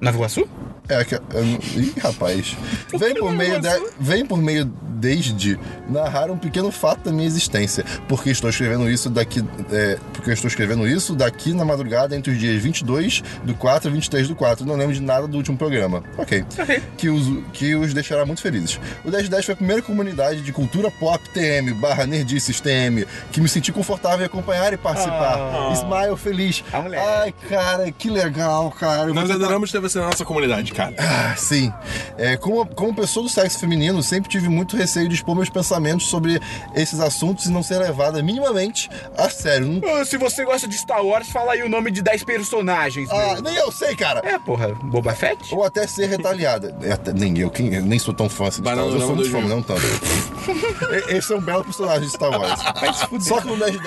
[SPEAKER 1] Nova Iguaçu?
[SPEAKER 2] É que. eu não- Ih, rapaz. Vem por, meio de, vem por meio desde narrar um pequeno fato da minha existência. Porque estou escrevendo isso daqui. é, porque eu estou escrevendo isso daqui na madrugada entre os dias 22 do 4 e 23 do 4. Não lembro de nada do último programa. Ok.
[SPEAKER 1] Ok.
[SPEAKER 2] Que os, que os deixará muito felizes. O 1010 foi a primeira comunidade de cultura pop TM barra nerdices TM que me senti confortável em acompanhar e participar. Smile feliz.
[SPEAKER 1] Ah, moleque.
[SPEAKER 2] Ai, cara, que legal, cara. Eu vou
[SPEAKER 4] Nós
[SPEAKER 2] tentar-
[SPEAKER 4] adoramos ter você na nossa comunidade, cara.
[SPEAKER 2] ah, sim. É, como, como pessoa do sexo feminino, sempre tive muito receio de expor meus pensamentos sobre esses assuntos e não ser levada minimamente a sério. Não- tá-
[SPEAKER 1] Ah, se você gosta de Star Wars, fala aí o nome de 10 personagens.
[SPEAKER 2] Ah,
[SPEAKER 1] meu.
[SPEAKER 2] nem eu sei, cara!
[SPEAKER 1] É, porra, Boba Fett?
[SPEAKER 2] Ou até ser retaliada. É, até- nem eu, quem, eu nem sou tão fã assim de Star
[SPEAKER 4] Banana
[SPEAKER 2] Wars. Eu sou muito fã,
[SPEAKER 4] Lama
[SPEAKER 2] não tanto. E- Esse é um belo personagem de Star Wars. Só que no 1010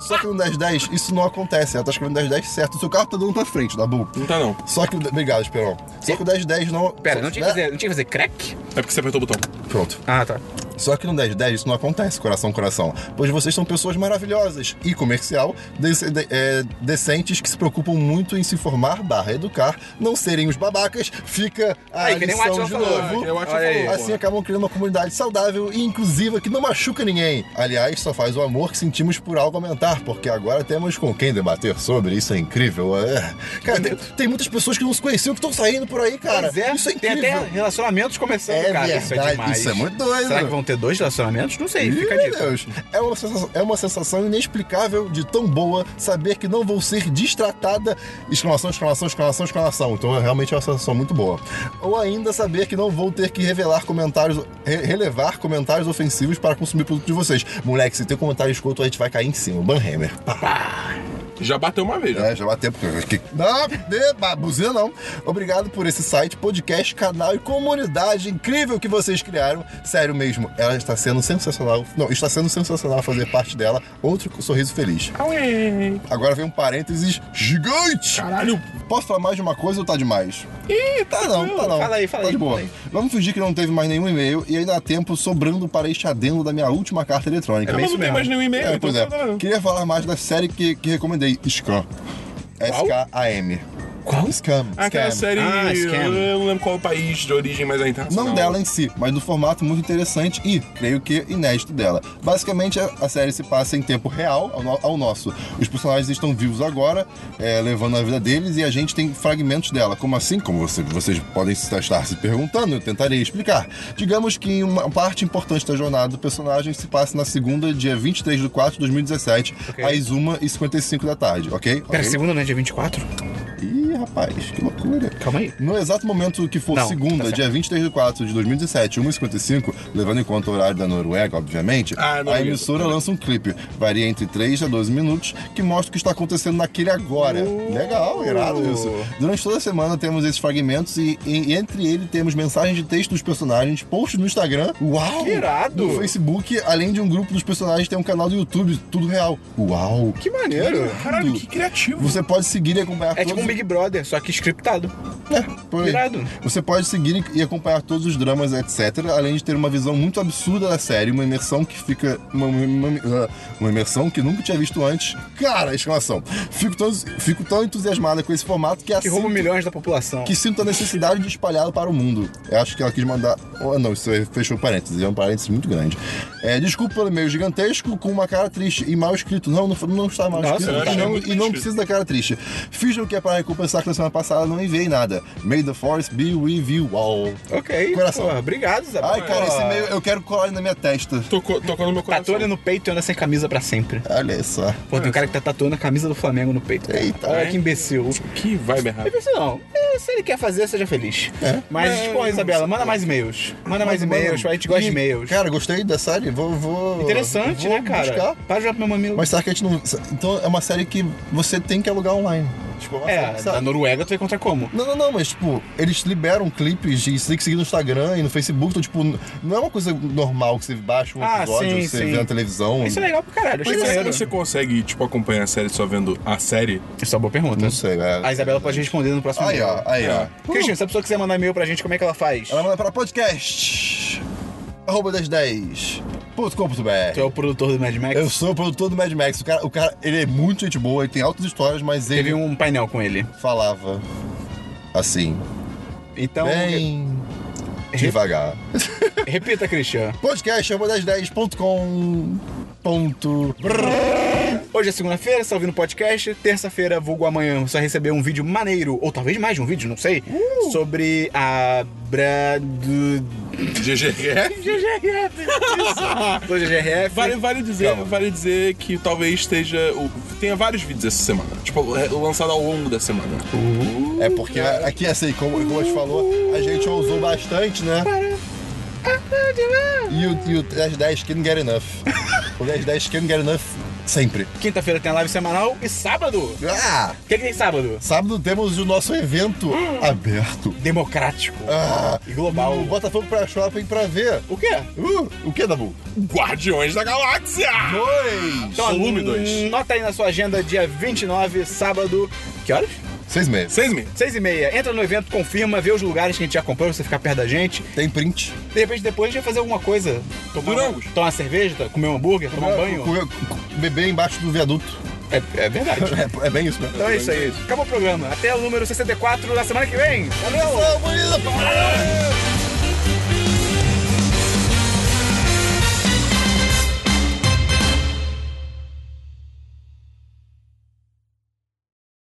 [SPEAKER 2] Só que no 1010 isso não acontece. Ela tá escrevendo 1010 certo. O seu carro tá dando pra frente, Dabu.
[SPEAKER 4] Não tá, não.
[SPEAKER 2] Só que. o- Obrigado, Esperão. Só que o 1010 não.
[SPEAKER 1] Pera,
[SPEAKER 2] só-
[SPEAKER 1] não tinha, que fazer, não tinha que fazer crack?
[SPEAKER 4] É porque você apertou o botão.
[SPEAKER 2] Pronto.
[SPEAKER 1] Ah, tá.
[SPEAKER 2] Só que no 1010 isso não acontece, coração, coração. Pois vocês são pessoas maravilhosas e comercial, dec- de- é, decentes, que se preocupam muito em se informar, barra educar, não serem os babacas, fica a
[SPEAKER 1] Aí, que nem o
[SPEAKER 2] lição
[SPEAKER 1] Atila
[SPEAKER 2] de
[SPEAKER 1] falou,
[SPEAKER 2] novo.
[SPEAKER 4] que nem o Atila
[SPEAKER 1] Olha aí.
[SPEAKER 4] falou.
[SPEAKER 2] Assim acabam criando uma comunidade saudável e inclusiva que não machuca ninguém. Aliás, só faz o amor que sentimos por algo aumentar, porque agora temos com quem debater sobre. Isso é incrível. é. Cara, tem, tem muitas pessoas que não se conheciam que estão saindo por aí, cara.
[SPEAKER 1] Pois é,
[SPEAKER 2] Isso é
[SPEAKER 1] tem
[SPEAKER 2] incrível.
[SPEAKER 1] até relacionamentos começando,
[SPEAKER 2] É
[SPEAKER 1] cara. isso é
[SPEAKER 2] verdade,
[SPEAKER 1] demais.
[SPEAKER 2] isso é muito doido.
[SPEAKER 1] Será que vão ter dois relacionamentos? Não sei,
[SPEAKER 2] Ih,
[SPEAKER 1] fica
[SPEAKER 2] meu
[SPEAKER 1] disso.
[SPEAKER 2] Deus. É uma, sensação, é uma sensação inexplicável de tão boa saber que não vou ser distratada. Exclamação, exclamação, exclamação, exclamação. Então é realmente uma sensação muito boa. Ou ainda saber que não vou ter que revelar comentários, re- relevar comentários ofensivos para consumir produto de vocês. Moleque, se tem comentário escuto, a gente vai cair em cima. Banhammer.
[SPEAKER 4] Já bateu uma vez. já.
[SPEAKER 2] É, já bateu. porque- Não, de- ba- buzina não. Obrigado por esse site, podcast, canal e comunidade incrível que vocês criaram. Sério mesmo, ela está sendo sensacional. Não, está sendo sensacional fazer parte dela. Outro sorriso feliz. Agora vem um parênteses gigante.
[SPEAKER 4] Caralho.
[SPEAKER 2] Posso falar mais de uma coisa ou tá demais? Ih, tá não, tá não.
[SPEAKER 1] Fala aí, fala
[SPEAKER 2] tá
[SPEAKER 1] aí,
[SPEAKER 2] de boa.
[SPEAKER 1] fala aí.
[SPEAKER 2] Vamos fingir que não teve mais nenhum e-mail e ainda há tempo sobrando para este adendo da minha última carta eletrônica.
[SPEAKER 4] Mas
[SPEAKER 1] isso
[SPEAKER 4] não tem
[SPEAKER 1] mesmo.
[SPEAKER 4] mais nenhum e-mail,
[SPEAKER 2] É,
[SPEAKER 4] então
[SPEAKER 2] pois
[SPEAKER 4] não
[SPEAKER 2] é.
[SPEAKER 4] tá nada.
[SPEAKER 2] Queria falar mais da série que, que recomendei, Scam. S-K-A-M.
[SPEAKER 1] Qual?
[SPEAKER 2] Scam.
[SPEAKER 4] Aquela
[SPEAKER 2] Scam.
[SPEAKER 4] série.
[SPEAKER 1] Ah, Scam.
[SPEAKER 4] eu não lembro qual o país de origem, mas é internacional.
[SPEAKER 2] Não dela em si, mas do formato muito interessante e, creio que, inédito dela. Basicamente, a a série se passa em tempo real ao, no- ao nosso. Os personagens estão vivos agora, é, levando a vida deles, e a gente tem fragmentos dela. Como assim? Como você- vocês podem se- estar se perguntando, eu tentarei explicar. Digamos que uma parte importante da jornada do personagem se passa na segunda, dia 23 de 4 de 2017,
[SPEAKER 1] Ok.
[SPEAKER 2] às 1h55 da tarde, ok?
[SPEAKER 1] Pera,
[SPEAKER 2] Ok?
[SPEAKER 1] segunda não é dia 24?
[SPEAKER 2] Ih, rapaz, que loucura.
[SPEAKER 1] Calma aí.
[SPEAKER 2] No exato momento que for
[SPEAKER 1] Não, tá
[SPEAKER 2] segunda,
[SPEAKER 1] certo.
[SPEAKER 2] dia 23 de 4 de 2017, 1h55, levando em conta o horário da Noruega, obviamente,
[SPEAKER 4] Ah,
[SPEAKER 2] a
[SPEAKER 4] norueguês.
[SPEAKER 2] emissora lança um clipe. Varia entre 3 a 12 minutos, que mostra o que está acontecendo naquele agora. Legal, irado isso. Durante toda a semana temos esses fragmentos e, e entre ele temos mensagens de texto dos personagens, posts no Instagram. Uau!
[SPEAKER 1] Que irado!
[SPEAKER 2] No Facebook, além de um grupo dos personagens, tem um canal do YouTube, tudo real. Uau!
[SPEAKER 1] Que maneiro.
[SPEAKER 4] Caralho, que criativo.
[SPEAKER 2] Você pode seguir e acompanhar
[SPEAKER 1] É
[SPEAKER 2] todos
[SPEAKER 1] tipo um
[SPEAKER 2] os-
[SPEAKER 1] Big Brother, só que scriptado.
[SPEAKER 2] é, por aí.
[SPEAKER 1] Irado.
[SPEAKER 2] Você pode seguir e acompanhar todos os dramas, etc. Além de ter uma visão muito absurda da série, uma imersão que fica. Uma, uma- uma- uma imersão que nunca tinha visto antes. Cara, exclamação! Fico tão, fico tão entusiasmada com esse formato que
[SPEAKER 1] Que
[SPEAKER 2] assim.
[SPEAKER 1] rouba milhões da população.
[SPEAKER 2] Que sinto a necessidade de espalhá-lo para o mundo. Eu acho que ela quis mandar. Oh, não, isso aí fechou parênteses. É um parênteses muito grande. É, desculpa pelo e-mail gigantesco, com uma cara triste e mal escrito. Não, não, não está mal
[SPEAKER 1] Nossa, eu
[SPEAKER 2] escrito.
[SPEAKER 4] achei
[SPEAKER 2] E não,
[SPEAKER 4] muito
[SPEAKER 2] e não
[SPEAKER 4] bem
[SPEAKER 2] precisa da cara triste. Fiz o que é para recompensar que na semana passada não enviei nada. May the force be with you all.
[SPEAKER 1] Ok,
[SPEAKER 2] Coração.
[SPEAKER 1] porra, obrigado, Isabel.
[SPEAKER 2] Ai, cara, esse e-mail eu quero colar ele na minha testa.
[SPEAKER 4] Tocou, tocou no meu coração.
[SPEAKER 1] Tatuando no peito e anda sem camisa pra sempre.
[SPEAKER 2] Olha só.
[SPEAKER 1] Pô, tem um cara que tá tatuando a camisa do Flamengo no peito.
[SPEAKER 2] Eita.
[SPEAKER 1] Olha que imbecil.
[SPEAKER 4] Que vibe errada.
[SPEAKER 1] Imbecil não. É, se ele quer fazer, seja feliz.
[SPEAKER 2] É.
[SPEAKER 1] Mas,
[SPEAKER 4] É,
[SPEAKER 1] pô,
[SPEAKER 4] eu-
[SPEAKER 1] Isabela, manda mais e-mails. Manda mais
[SPEAKER 2] Mano,
[SPEAKER 1] e-mails,
[SPEAKER 2] mano,
[SPEAKER 1] a gente gosta de
[SPEAKER 2] um e,
[SPEAKER 1] e-mails.
[SPEAKER 2] Cara, gostei da série. Vou. vou
[SPEAKER 1] Interessante,
[SPEAKER 2] vou
[SPEAKER 1] né, cara?
[SPEAKER 2] buscar.
[SPEAKER 1] Para de jogar pro meu mamilo.
[SPEAKER 2] Mas será que a gente não. Então é uma série que você tem que alugar online. Tipo, uma série
[SPEAKER 1] é,
[SPEAKER 2] que-
[SPEAKER 1] da Noruega tu vai encontrar como?
[SPEAKER 2] Não, não, não, mas tipo, eles liberam clipes e você tem que seguir no Instagram e no Facebook, então, tipo, n- não é uma coisa normal que você baixa um
[SPEAKER 1] Ah,
[SPEAKER 2] episódio,
[SPEAKER 1] sim,
[SPEAKER 2] que você
[SPEAKER 1] sim.
[SPEAKER 2] vê na televisão.
[SPEAKER 1] Isso é legal pro caralho, achei
[SPEAKER 4] Mas será que
[SPEAKER 1] maneiro.
[SPEAKER 4] você consegue, tipo, acompanhar a série só vendo a série?
[SPEAKER 1] Isso é uma boa pergunta.
[SPEAKER 2] Não sei, é.
[SPEAKER 1] A Isabela pode responder no próximo
[SPEAKER 2] Aí,
[SPEAKER 1] e-mail.
[SPEAKER 2] ó, aí, ó.
[SPEAKER 1] Cristian, se É. a pessoa quiser mandar e-mail pra gente, como é que ela faz?
[SPEAKER 2] Ela manda para podcast. Arroba 1010.com.br.
[SPEAKER 1] Tu é o produtor do Mad Max?
[SPEAKER 2] Eu sou o produtor do Mad Max. O cara, o cara, ele é muito gente boa, ele tem altas histórias, mas ele
[SPEAKER 1] Teve um painel com ele.
[SPEAKER 2] falava assim,
[SPEAKER 1] Então,
[SPEAKER 2] bem devagar.
[SPEAKER 1] re- repita, Cristian.
[SPEAKER 2] podcast arroba 1010.com. Ponto.
[SPEAKER 1] Hoje é segunda-feira, você tá ouvindo podcast. Terça-feira, vulgo amanhã, você vai receber um vídeo maneiro, ou talvez mais de um vídeo, não sei,
[SPEAKER 4] Uh!
[SPEAKER 1] sobre a Bra... do-
[SPEAKER 4] GG.
[SPEAKER 1] GGRF. Isso. Do GGRF.
[SPEAKER 4] Vale, vale dizer, vale dizer que talvez esteja. o- Tenha vários vídeos essa semana. Tipo, é, lançado ao longo da semana.
[SPEAKER 2] É porque aqui, assim, como, como a gente falou, a gente ousou bastante, né? E o, e o 1010 Can't Get Enough. O 1010 Can't Get Enough Sempre.
[SPEAKER 1] Quinta-feira tem a live semanal e sábado. O
[SPEAKER 2] Ah!
[SPEAKER 1] que, que tem sábado?
[SPEAKER 2] Sábado temos o nosso evento aberto.
[SPEAKER 1] Democrático
[SPEAKER 2] Ah,
[SPEAKER 1] e global.
[SPEAKER 2] O Botafogo pra shopping pra ver.
[SPEAKER 1] O quê?
[SPEAKER 2] Uh, o que, Dabu?
[SPEAKER 4] Guardiões da Galáxia!
[SPEAKER 2] Dois!
[SPEAKER 1] Então,
[SPEAKER 4] Volume dois.
[SPEAKER 1] Nota aí na sua agenda, dia 29, sábado. Que horas?
[SPEAKER 2] Seis meses.
[SPEAKER 4] Seis mil.
[SPEAKER 1] Seis e meia. Entra no evento, confirma, vê os lugares que a gente já comprou, pra você ficar perto da gente.
[SPEAKER 2] Tem print.
[SPEAKER 1] De repente, depois a gente vai fazer alguma coisa. Tomar, uma,
[SPEAKER 4] Durangos.
[SPEAKER 1] tomar uma cerveja, to- comer um hambúrguer, tomar um banho.
[SPEAKER 2] Comer- Beber embaixo do viaduto.
[SPEAKER 1] É, é verdade.
[SPEAKER 2] É, é bem isso, né?
[SPEAKER 1] Então é isso aí. Acabou o programa. Até o número 64 na semana que vem. Valeu!
[SPEAKER 2] Valeu, bonita!